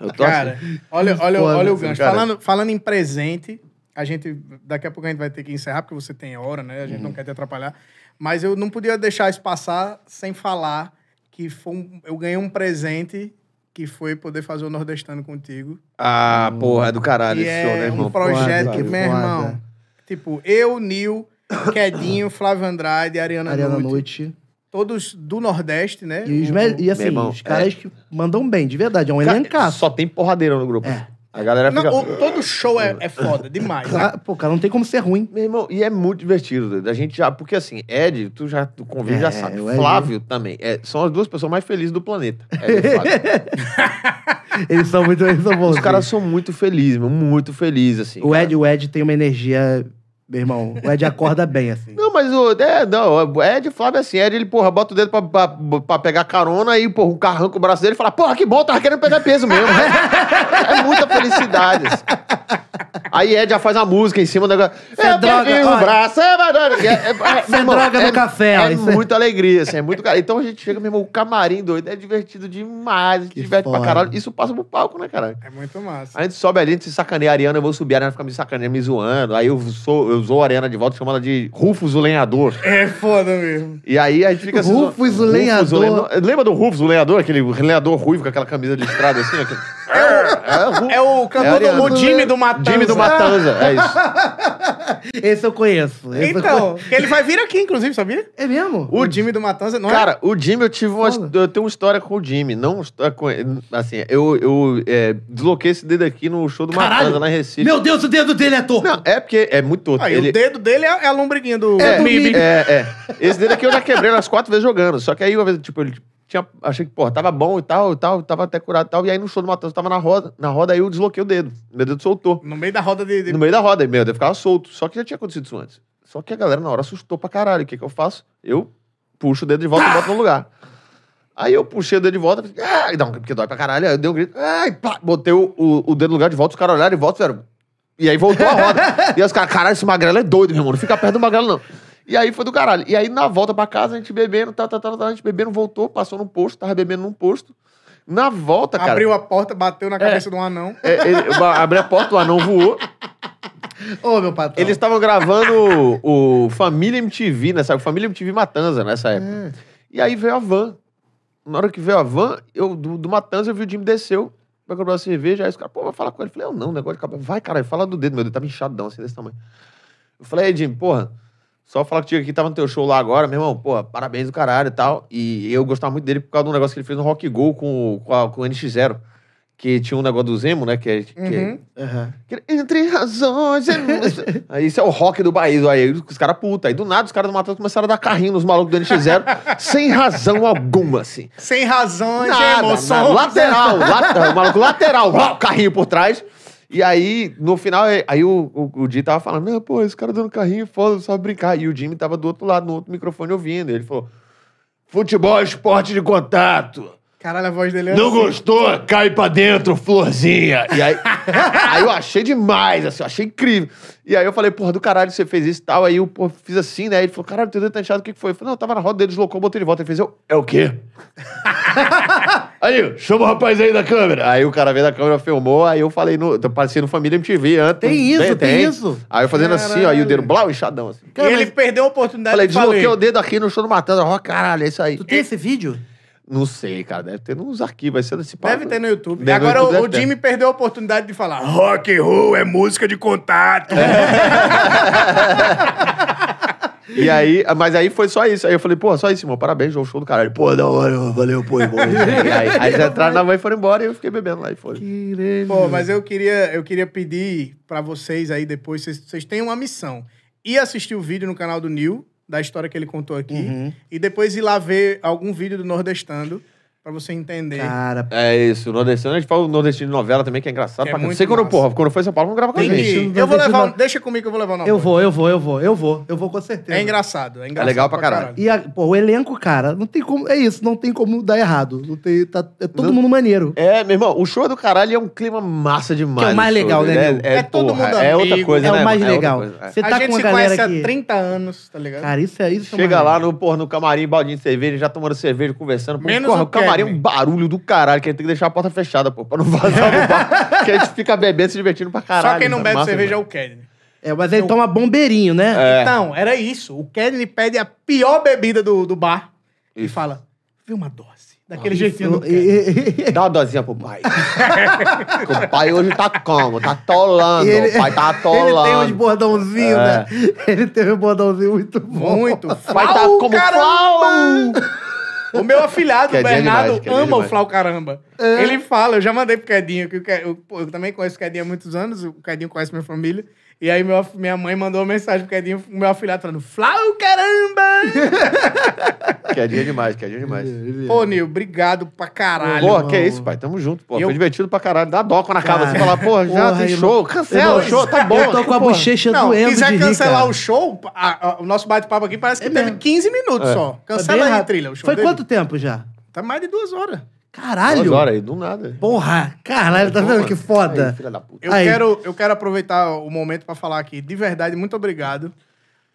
C: Eu tô
A: Cara,
C: assim.
A: olha, olha,
C: Foda,
A: olha o
C: assim,
A: gancho.
C: cara.
A: Falando, falando em presente, a gente. Daqui a pouco a gente vai ter que encerrar, porque você tem hora, né? A gente não quer te atrapalhar. Mas eu não podia deixar isso passar sem falar que foi um- eu ganhei um presente que foi poder fazer o Nordestano contigo.
C: Ah, porra, é do caralho
A: que
C: esse show,
A: é
C: né, irmão?
A: um projeto
B: Foda,
A: que, meu
B: foda.
A: irmão. Tipo, eu, Nil, Quedinho, Flávio Andrade, Ariana,
B: Ariana
A: Nutti,
B: Noite.
A: Todos do Nordeste, né?
B: E, os
A: O-
B: me- e
C: Meu
B: assim,
C: irmão, é.
B: os caras que mandam bem, de verdade. É um
C: Cara,
B: elencaço.
C: Só tem porradeira no grupo.
B: É.
C: A galera
A: Não,
C: fica...
A: o- todo show é, é foda, demais.
B: Claro, pô, cara, não tem como ser ruim.
C: Meu irmão, e é muito divertido. doido. A gente já. Porque assim, Ed, tu já tu convive,
B: É,
C: já sabe.
B: o Ed-
C: Flávio também. É, são as duas pessoas mais felizes do planeta. Ed e Flávio.
B: Eles são muito, eles são bons.
C: Os caras são muito felizes, meu, muito felizes, assim.
B: o Ed, o Ed tem uma energia, meu irmão. O Ed acorda bem, assim.
C: Não, mas o. É, não, o Ed e Flávio é assim, Ed, ele, porra, bota o dedo pra, pra, pra pegar carona aí, porra, um carrão com o braço dele e fala, porra, que bom, tava querendo pegar peso mesmo. é muita felicidade. assim. Aí Ed já faz a música em cima do negócio.
B: Cê droga,
C: peguei o
B: olha.
C: braço, é, mas olha, é- é- é-
B: Cê
C: meu irmão,
B: droga no
C: é-
B: café,
C: É
B: ó, isso é-
C: muita alegria, assim, é muito cara. Então a gente chega, meu irmão, o camarim doido, é divertido demais, a gente
B: Que
C: diverte pra
B: foda.
C: caralho. Isso passa pro palco, né, caralho?
A: É muito massa.
C: A gente sobe ali, a gente se sacaneia a Ariana, eu vou subir, a Ariana fica me sacaneando, me zoando. Aí eu sou, eu zoo a Ariana de volta, chamo ela de Rufus o Lenhador.
A: É foda mesmo.
C: E aí a gente fica assim.
B: Rufus, o lenhador.
C: Lembra do Rufus o Lenhador? Aquele lenhador ruivo com aquela camisa listrada assim? Aquele... É, o Rufus.
A: É o cantor
C: É,
A: do o
C: Ariana.
A: Jimmy do Matanza.
C: Jimmy do Matanza, é isso.
B: Esse eu conheço. esse eu
A: Então,
B: conheço.
A: ele vai vir aqui, inclusive, sabia?
B: É mesmo?
A: O Jimmy do Matanza não é?
C: Cara, o Jimmy, eu tive uma.
B: Fala.
C: Eu tenho uma história com o Jimmy. Não uma história com ele. Assim, eu, eu é, desloquei esse dedo aqui no show do Matanza, na Recife.
B: Meu Deus, o dedo dele é torto.
C: Não, é porque é muito
A: é?
C: torto.
A: Aí,
C: Ele-
A: O dedo dele é, é a lombriguinha do,
B: É, do
A: Mib.
B: Mib.
C: É, é. Esse dedo aqui eu já quebrei umas quatro vezes jogando. Só que aí uma vez, tipo, ele tinha. Achei que, pô, tava bom e tal, e tal, tava até curado e tal. E aí no show do Matanza tava na roda. Na roda aí eu desloquei o dedo. Meu dedo soltou.
A: No meio da roda de... de-
C: No meio da roda, aí meu dedo ficava solto. Só que já tinha acontecido isso antes. Só que a galera na hora assustou pra caralho. O que, que eu faço? Eu puxo o dedo de volta e boto no lugar. Aí eu puxei o dedo de volta, falei, ah, e dá um grito, porque dói pra caralho. Aí eu dei um grito, ai, pá, botei o, o, o dedo no lugar de volta, os caras olharam e volta, fizeram. E aí voltou a roda. e aí os caras, caralho, esse magrelo é doido, meu irmão, não fica perto do magrelo, não. E aí foi do caralho. E aí na volta pra casa, a gente bebendo, tá, tá, tá, tá, a gente bebendo, voltou, passou num posto, tava bebendo num posto. Na volta, cara.
A: Abriu a porta, bateu na cabeça de um anão.
C: é, ele- eu abri a porta, o anão voou.
B: Ô, meu patrão.
C: Eles estavam gravando o Família MTV, nessa época, né? Família MTV Matanza nessa época. E aí veio a van. Na hora que veio a van, eu, do, do Matanza, eu vi o Jimmy desceu pra comprar uma cerveja. Aí os caras, pô, vai falar com ele. Eu falei, eu não, negócio de cabelo. Vai, caralho, fala do dedo, meu dedo tava inchadão, assim, desse tamanho. Eu falei, aí, Jimmy, porra, só falar contigo aqui, tava no teu show lá agora, meu irmão, porra, parabéns do caralho e tal. E eu gostava muito dele por causa de um negócio que ele fez no Rock Go com, o- com, a- com o NX0. Que tinha um negócio do Zemo, né? Que, é- que é-
A: Uhum.
B: Aham.
C: entre razões. e luz. aí isso é o rock do país. Aí os caras puta. Aí do nada os caras do Matanza começaram a dar carrinho nos malucos do NX0, sem razão alguma, assim.
A: Sem razões,
C: Nada, nada.
A: emoção.
C: Lateral, lat- o maluco lateral, uau, carrinho por trás. E aí, no final, aí- aí o, o, o Di tava falando, não, pô, esse cara dando carrinho, foda, só brincar. E o Jimmy tava do outro lado, no outro microfone ouvindo. Ele falou, futebol é esporte de contato.
A: Caralho, a voz dele é
C: Não
A: assim.
C: gostou? Cai pra dentro, florzinha. E aí, aí eu achei demais, assim, eu achei incrível. E aí eu falei, porra, do caralho, você fez isso e tal. Aí eu pô, fiz assim, né? Ele falou, caralho, teu dedo tá inchado, o que que foi? Eu falei, não, eu tava na roda dele, deslocou, botei de volta. Ele fez, eu, é o quê? aí, chama o rapaz aí da câmera. Aí o cara veio da câmera, filmou, aí eu falei, no, eu passei no Família MTV antes.
B: Tem isso, tem isso.
C: Aí eu fazendo assim, ó, e o dedo, blau, inchadão, assim.
A: E ele perdeu a oportunidade
C: Falei,
A: de falar.
C: desloquei o dedo aqui no show do Matanza. Ó, caralho, é isso aí.
B: Tu tem esse vídeo?
C: Não sei, cara. Deve ter nos arquivos. Vai ser desse papo.
A: Deve ter no YouTube.
C: Deve no
A: Agora
C: YouTube,
A: o,
C: deve ter.
A: Jimmy perdeu a oportunidade de falar. Rock and roll é música de contato.
C: É. E aí, mas aí foi só isso. Aí eu falei, pô, só isso, irmão. Parabéns, João, show do caralho. Pô, da hora, valeu, pô, irmão. E aí, aí eles entraram na van e foram embora e eu fiquei bebendo lá e foi.
A: Pô, mas eu queria, eu queria pedir pra vocês aí depois, vocês, vocês têm uma missão. Ir assistir o vídeo no canal do Nil, da história que ele contou aqui, e depois ir lá ver algum vídeo do Nordestando Pra você entender.
B: Cara,
C: É isso, o nordestino, a gente fala o nordestino de novela também, que é engraçado.
A: Que é
C: pra...
A: muito
C: Você quando,
A: massa.
C: porra, quando foi em São Paulo, vamos gravar com a
A: Tem
C: gente.
A: que-
B: gente,
A: eu vou
B: não-
A: levar.
B: não-
A: um- Deixa comigo que eu vou levar uma
B: eu
A: boa.
B: vou, eu vou, eu vou, eu vou. Eu vou com certeza.
A: É engraçado, é engraçado.
C: legal pra caralho.
B: E a- pô, o elenco, cara, não tem como. É isso, não tem como dar errado. Não tem, tá- é todo
C: Não-
B: mundo maneiro.
C: É, meu irmão, o show do caralho é um clima massa demais.
B: Que é o mais
C: show,
B: legal, né,
C: É,
B: meu?
C: é,
A: É todo
C: porra,
A: mundo
C: é
A: amigo,
C: outra coisa,
B: é
C: né?
B: o mais
C: mano? outra
B: legal.
C: coisa, é.
B: Você
A: a
B: tá
A: gente
B: com a
A: se
B: galera
A: conhece
B: aqui.
A: há 30 anos, tá ligado?
B: Cara, isso é isso. é
C: Chega
B: maneiro.
C: lá no, porra, no camarim, baldinho de cerveja, já tomando cerveja, conversando. Pô,
A: Menos
C: porra,
A: o
C: o camarim é um
A: Kevin.
C: barulho do caralho, que a gente tem que deixar a porta fechada, pô, pra não vazar no bar. que a gente fica bebendo, se divertindo pra caralho.
A: Só quem não
C: tá
A: bebe
C: massa,
A: cerveja é
C: mano.
A: o Kenny.
B: É, mas ele toma bombeirinho, né?
C: É.
A: Então, era isso. O Kenny pede a pior bebida do, do bar e
C: Isso.
A: fala, vê uma dose. Daquele
B: Isso-
A: jeitinho do
B: e-
A: Kenny.
B: e- e-
C: Dá uma dosinha pro pai. que o pai hoje tá como? Tá atolando.
B: ele-
C: o pai tá atolando.
B: Ele tem uns bordãozinhos,
C: É.
B: um né? Ele tem um bordãozinho muito bom.
A: Muito.
C: O pai tá
A: Flau,
C: como
A: caramba!
C: flau.
A: O meu afilhado,
C: Quedinho é demais,
A: Bernardo,
C: Quedinho é
A: ama o
C: demais.
A: Flau Caramba.
C: É.
A: Ele fala, eu já mandei pro Quedinho, que o Qued- eu, pô, eu também conheço o Quedinho há muitos anos, o Quedinho conhece minha família. E aí meu af- minha mãe mandou uma mensagem pro Quedinho, o meu afilhado falando, Flau Caramba!
C: Quedinha é demais, quedinha demais.
A: Pô, Nil, obrigado pra caralho.
C: é, Porra,
B: irmão.
C: que é isso, pai. Tamo junto, pô.
A: Eu-
C: Foi divertido pra caralho. Dá dó quando acaba.
B: Cara,
C: Você fala, porra, já
B: porra,
C: tem
B: irmão.
C: show. Cancela o
B: Irmão,
C: show, tá bom.
B: Eu tô com a
C: Porra.
B: bochecha
A: Não,
B: doendo de Tá
A: quiser
B: rir,
A: cancelar
B: cara.
A: o show, a- a- o nosso bate-papo aqui parece que teve 15 minutos só.
B: Bem
A: Cancela aí,
B: rápido.
A: trilha. O show
B: É. Foi
A: dele.
B: quanto tempo já?
A: Tá mais de duas horas.
B: Caralho.
C: Duas horas aí, do nada.
B: Porra, caralho, tá vendo que
C: Aí,
B: foda?
C: filha da puta.
A: Eu
B: Aí.
A: quero, eu quero aproveitar o momento para falar aqui. De verdade, muito obrigado.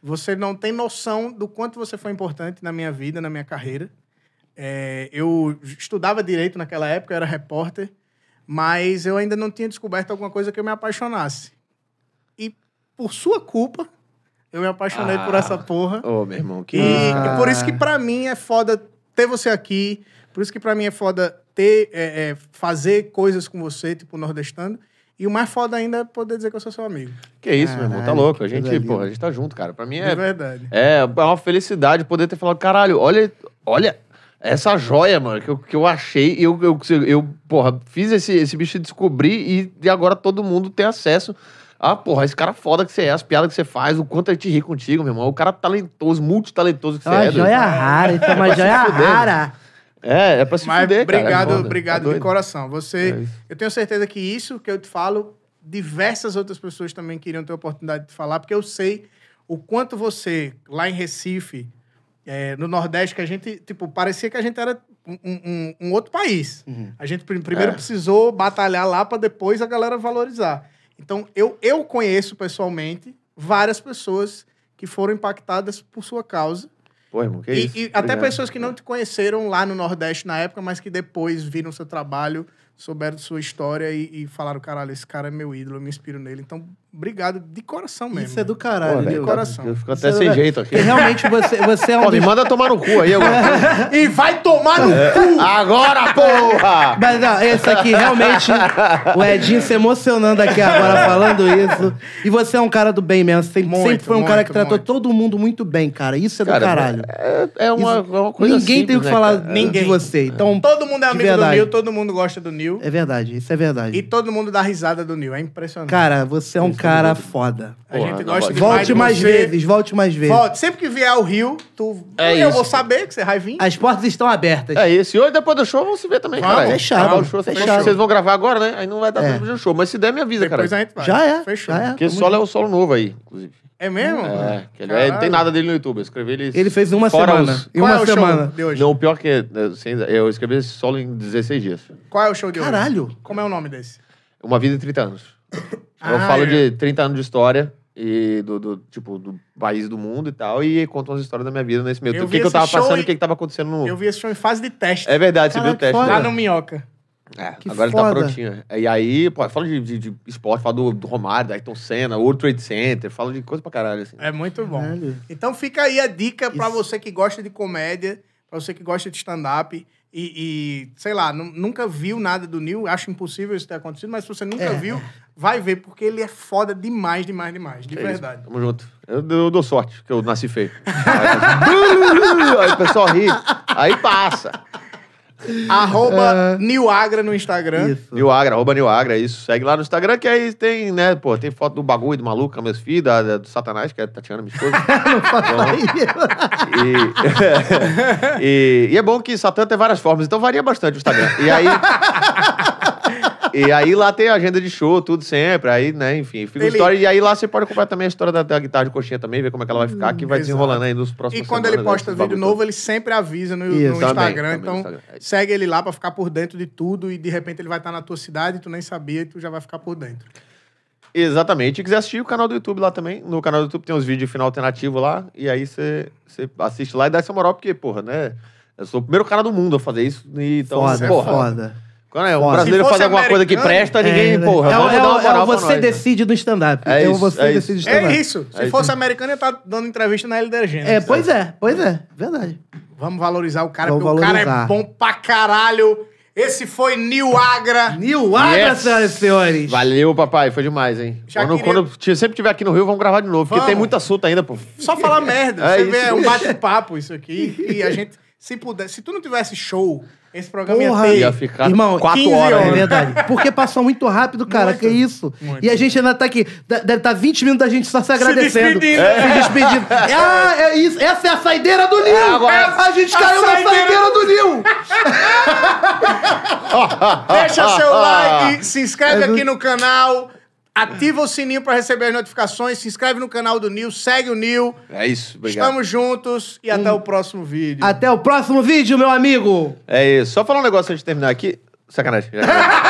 A: Você não tem noção do quanto você foi importante na minha vida, na minha carreira. É, eu estudava direito naquela época, eu era repórter, mas eu ainda não tinha descoberto alguma coisa que eu me apaixonasse. E por sua culpa, eu me apaixonei por
C: Ah.
A: essa porra.
C: Ô, meu irmão, que
A: E,
C: isso,
B: Ah.
A: e por isso que pra mim é foda ter você aqui. Por isso que pra mim é foda ter, é, é, fazer coisas com você, tipo, nordestando. E o mais foda ainda é poder dizer que eu sou seu amigo.
C: Que isso, meu irmão, tá
B: Caralho,
C: louco. A
B: que
C: gente,
B: coisa
C: porra,
B: linda.
C: a gente tá junto, cara. Pra mim
A: De
C: é,
A: verdade.
C: é uma felicidade poder ter falado, caralho, olha, olha essa joia, mano, que eu, que eu achei. E eu, eu, eu, porra, fiz esse, esse bicho descobrir e, e agora todo mundo tem acesso. Ah, porra, esse cara foda que você é, as piadas que você faz, o quanto ele te ri contigo, meu irmão. O cara talentoso, multitalentoso que
B: É
C: você é.
B: uma
C: doido.
B: joia rara, isso é uma
C: pra se
B: joia
C: fuder, né?
B: rara.
C: É, é pra se
A: Mas
C: fuder, cara.
A: obrigado,
C: É foda,
A: obrigado
C: tá
A: de
C: doido.
A: coração. Você,
C: É isso.
A: eu tenho certeza que isso que eu te falo, diversas outras pessoas também queriam ter a oportunidade de falar, porque eu sei o quanto você, lá em Recife, é, no Nordeste, que a gente, tipo, parecia que a gente era um, um- um outro país. A gente prim- primeiro
C: É.
A: precisou batalhar lá para depois a galera valorizar. Então, eu, eu conheço pessoalmente várias pessoas que foram impactadas por sua causa.
C: Pô, irmão, que
A: E-
C: isso. tá
A: E, até
C: Obrigado.
A: pessoas que não te conheceram lá no Nordeste na época, mas que depois viram seu trabalho, souberam sua história e, e falaram: caralho, esse cara é meu ídolo, eu me inspiro nele. Então, obrigado de coração mesmo.
B: Isso é do
C: Pô,
B: caralho,
C: velho,
B: meu.
C: tá-
A: coração.
C: Eu fico
B: Isso
C: até
B: é
C: sem
B: verdade.
C: jeito aqui.
B: Porque realmente você, você é um
C: Pô, me
B: dos...
C: manda tomar no cu aí agora.
A: E vai tomar no cu!
C: Agora, porra!
B: Mas não, esse aqui realmente, o Edinho se emocionando aqui agora falando isso. E você é um cara do bem mesmo. Sempre,
A: Muito,
B: sempre foi um cara que
A: muito,
B: tratou
A: muito.
B: todo mundo muito bem, cara. Isso é do
C: Cara,
B: caralho.
C: É, é uma,
B: Isso-
C: é uma coisa
B: Ninguém tem o
C: simples,
B: que
C: né,
B: falar
C: cara?
B: de
A: Ninguém.
B: você. Então,
A: Todo mundo é
B: De
A: amigo do
B: verdade.
A: Nil, todo mundo gosta do Nil.
B: é verdade, isso é
A: E
B: verdade.
A: todo mundo dá risada do Nil. É impressionante.
B: Cara, você é um cara foda.
A: a
C: porra,
A: gente
C: não
A: gosta
C: gosto.
A: demais
B: Volte
A: de
B: mais
A: você.
B: vezes, volte mais vezes.
A: Volte. Sempre que vier ao Rio, tu...
C: É
A: eu
C: isso.
A: vou saber que você vai vir.
B: As portas estão abertas.
C: É isso. E hoje, depois do show, vamos se ver também,
A: Vamos,
C: cara.
B: fechado,
C: Ah, o show,
B: fechado.
C: Vocês vão gravar agora, né? Aí não vai dar tempo de um show. Mas se der, me avisa,
A: Depois
C: cara.
A: a gente vai.
B: Já é,
A: Fechou.
B: já é.
C: Porque
B: Tamo
C: solo é o solo novo aí, inclusive.
A: É mesmo?
C: É, que ele é- não tem
A: Caralho.
C: nada dele no YouTube. Eu escrevi ele.
B: Ele fez uma
C: fora
B: semana.
C: os-
B: Em
A: Qual
B: uma
A: é o
B: semana.
A: show de hoje?
C: Não, o pior que. é, sem- Eu escrevi esse solo em 16 dias.
A: Qual é o show de hoje?
B: Caralho.
A: Como é o nome desse?
C: Uma vida em 30 anos. Eu
A: Ah,
C: falo
A: é.
C: de 30 anos de história e do, do, tipo do país do mundo e tal e conto umas histórias da minha vida nesse meio
A: Eu
C: tempo. O
A: vi
C: que, que eu
A: esse
C: tava
A: show
C: passando,
A: e-
C: o que, que tava acontecendo no
A: Eu vi esse show em fase de teste.
C: É verdade, você
B: Caraca,
C: viu o teste.
B: que
C: né?
A: Lá
B: foda.
A: no Minhoca.
C: É,
B: Que
C: agora
B: foda.
C: ele tá prontinho. E aí, pô, fala de, de, de esporte, fala do, do Romário, da Ayrton Senna, World Trade Center, fala de coisa pra caralho, assim.
A: É muito bom.
B: Caralho.
A: Então fica aí a dica pra
B: Isso.
A: você que gosta de comédia, pra você que gosta de stand-up e, e, sei lá, nu- nunca viu nada do Neil. Acho impossível isso ter acontecido, mas se você nunca
B: É.
A: viu, vai ver, porque ele é foda demais, demais, demais. De
C: Que
A: verdade.
C: isso, Tamo junto. Eu, dou- dou sorte, porque eu nasci feio. Aí, faz- aí o pessoal ri, aí passa. Ah.
A: Arroba Nilagra no Instagram.
B: Isso.
C: Nil Agra, arroba Nil Agra, isso. Segue lá no Instagram, que aí tem, né, pô, tem foto do bagulho, do maluco, com meus filhos, da, da- do Satanás, que é a Tatiana, minha esposa. e, e, e é bom que Satã tem várias formas, então varia bastante o Instagram. E aí. E aí lá tem agenda de show, tudo sempre. Aí, né, enfim, fica
A: Tem
C: a história. E aí lá você pode acompanhar também a história da, da guitarra de coxinha também, ver como é que ela vai ficar, que
A: Hum,
C: vai
A: Exato.
C: desenrolando aí nos próximos né,
A: E quando ele posta vídeo novo, ele sempre avisa no, no
B: Isso,
A: Instagram.
C: também, também no
A: então,
C: Instagram. É isso.
A: segue ele lá pra ficar por dentro de tudo e de repente ele vai estar na tua cidade e tu nem sabia e tu já vai ficar por dentro.
C: Exatamente. E quiser assistir o canal do YouTube lá também. No canal do YouTube tem uns vídeos de final alternativo lá. E aí você você assiste lá e dá essa moral, porque, porra, né? Eu sou o primeiro cara do mundo a fazer isso. E, então,
B: foda,
C: porra.
B: foda.
C: Quando é, um
B: Foda.
C: brasileiro
A: Se fosse
C: faz alguma coisa que
A: americano,
C: presta, ninguém, porra.
B: é, o-
C: vamos
B: é,
C: dar
B: o-
C: uma
B: é
C: moral
B: o
C: pra
B: você
C: nós, né?
B: decide no stand-up.
C: É
B: É, o
C: isso,
B: você
C: é isso.
B: decide no
A: É
B: stand-up.
A: isso. Se
C: É isso.
A: fosse americano, ia estar dando entrevista na LDG.
B: É, pois é, pois é, verdade.
A: Vamos valorizar o cara,
B: Vamos
A: porque o cara é
B: valorizar.
A: bom pra caralho. Esse foi Nil Agra.
B: Nil Agra,
C: Yes.
B: senhoras e senhores.
C: Valeu, papai. Foi demais, hein?
A: Já
C: Quando,
A: queria-
C: quando eu t- sempre tiver aqui no Rio, vamos gravar de novo. Porque
A: Vamos.
C: tem muito assunto ainda, pô.
A: Só falar merda.
C: É
A: Você
C: isso.
A: vê, é um bate-papo isso aqui. E a gente, se puder, se tu não tivesse show, esse programa
B: Porra.
A: ia
C: Ia
A: ter.
C: ficar
B: Irmão,
C: quatro
A: 15
C: horas.
A: horas.
B: É
C: né?
B: verdade. Porque passou muito rápido, cara.
A: Muito.
B: Que isso?
A: Muito.
B: E a gente ainda tá aqui. da- Deve estar 20 minutos da gente só se agradecendo.
A: despedindo.
B: Se despedindo. É, ah, é isso. Essa é a saideira do Nil.
C: agora-
B: a gente
A: a
B: caiu na
A: saideira-
B: saideira do Nil.
A: Deixa seu like, se inscreve
B: Ah, É do-
A: aqui no canal, ativa o sininho pra receber as notificações, se inscreve no canal do Nil, segue o Nil.
C: É isso, obrigado.
A: Estamos juntos e
B: Um
A: até o próximo vídeo.
B: Até o próximo vídeo, meu amigo.
C: É isso. Só falar um negócio antes de terminar aqui. Sacanagem. Já acabei.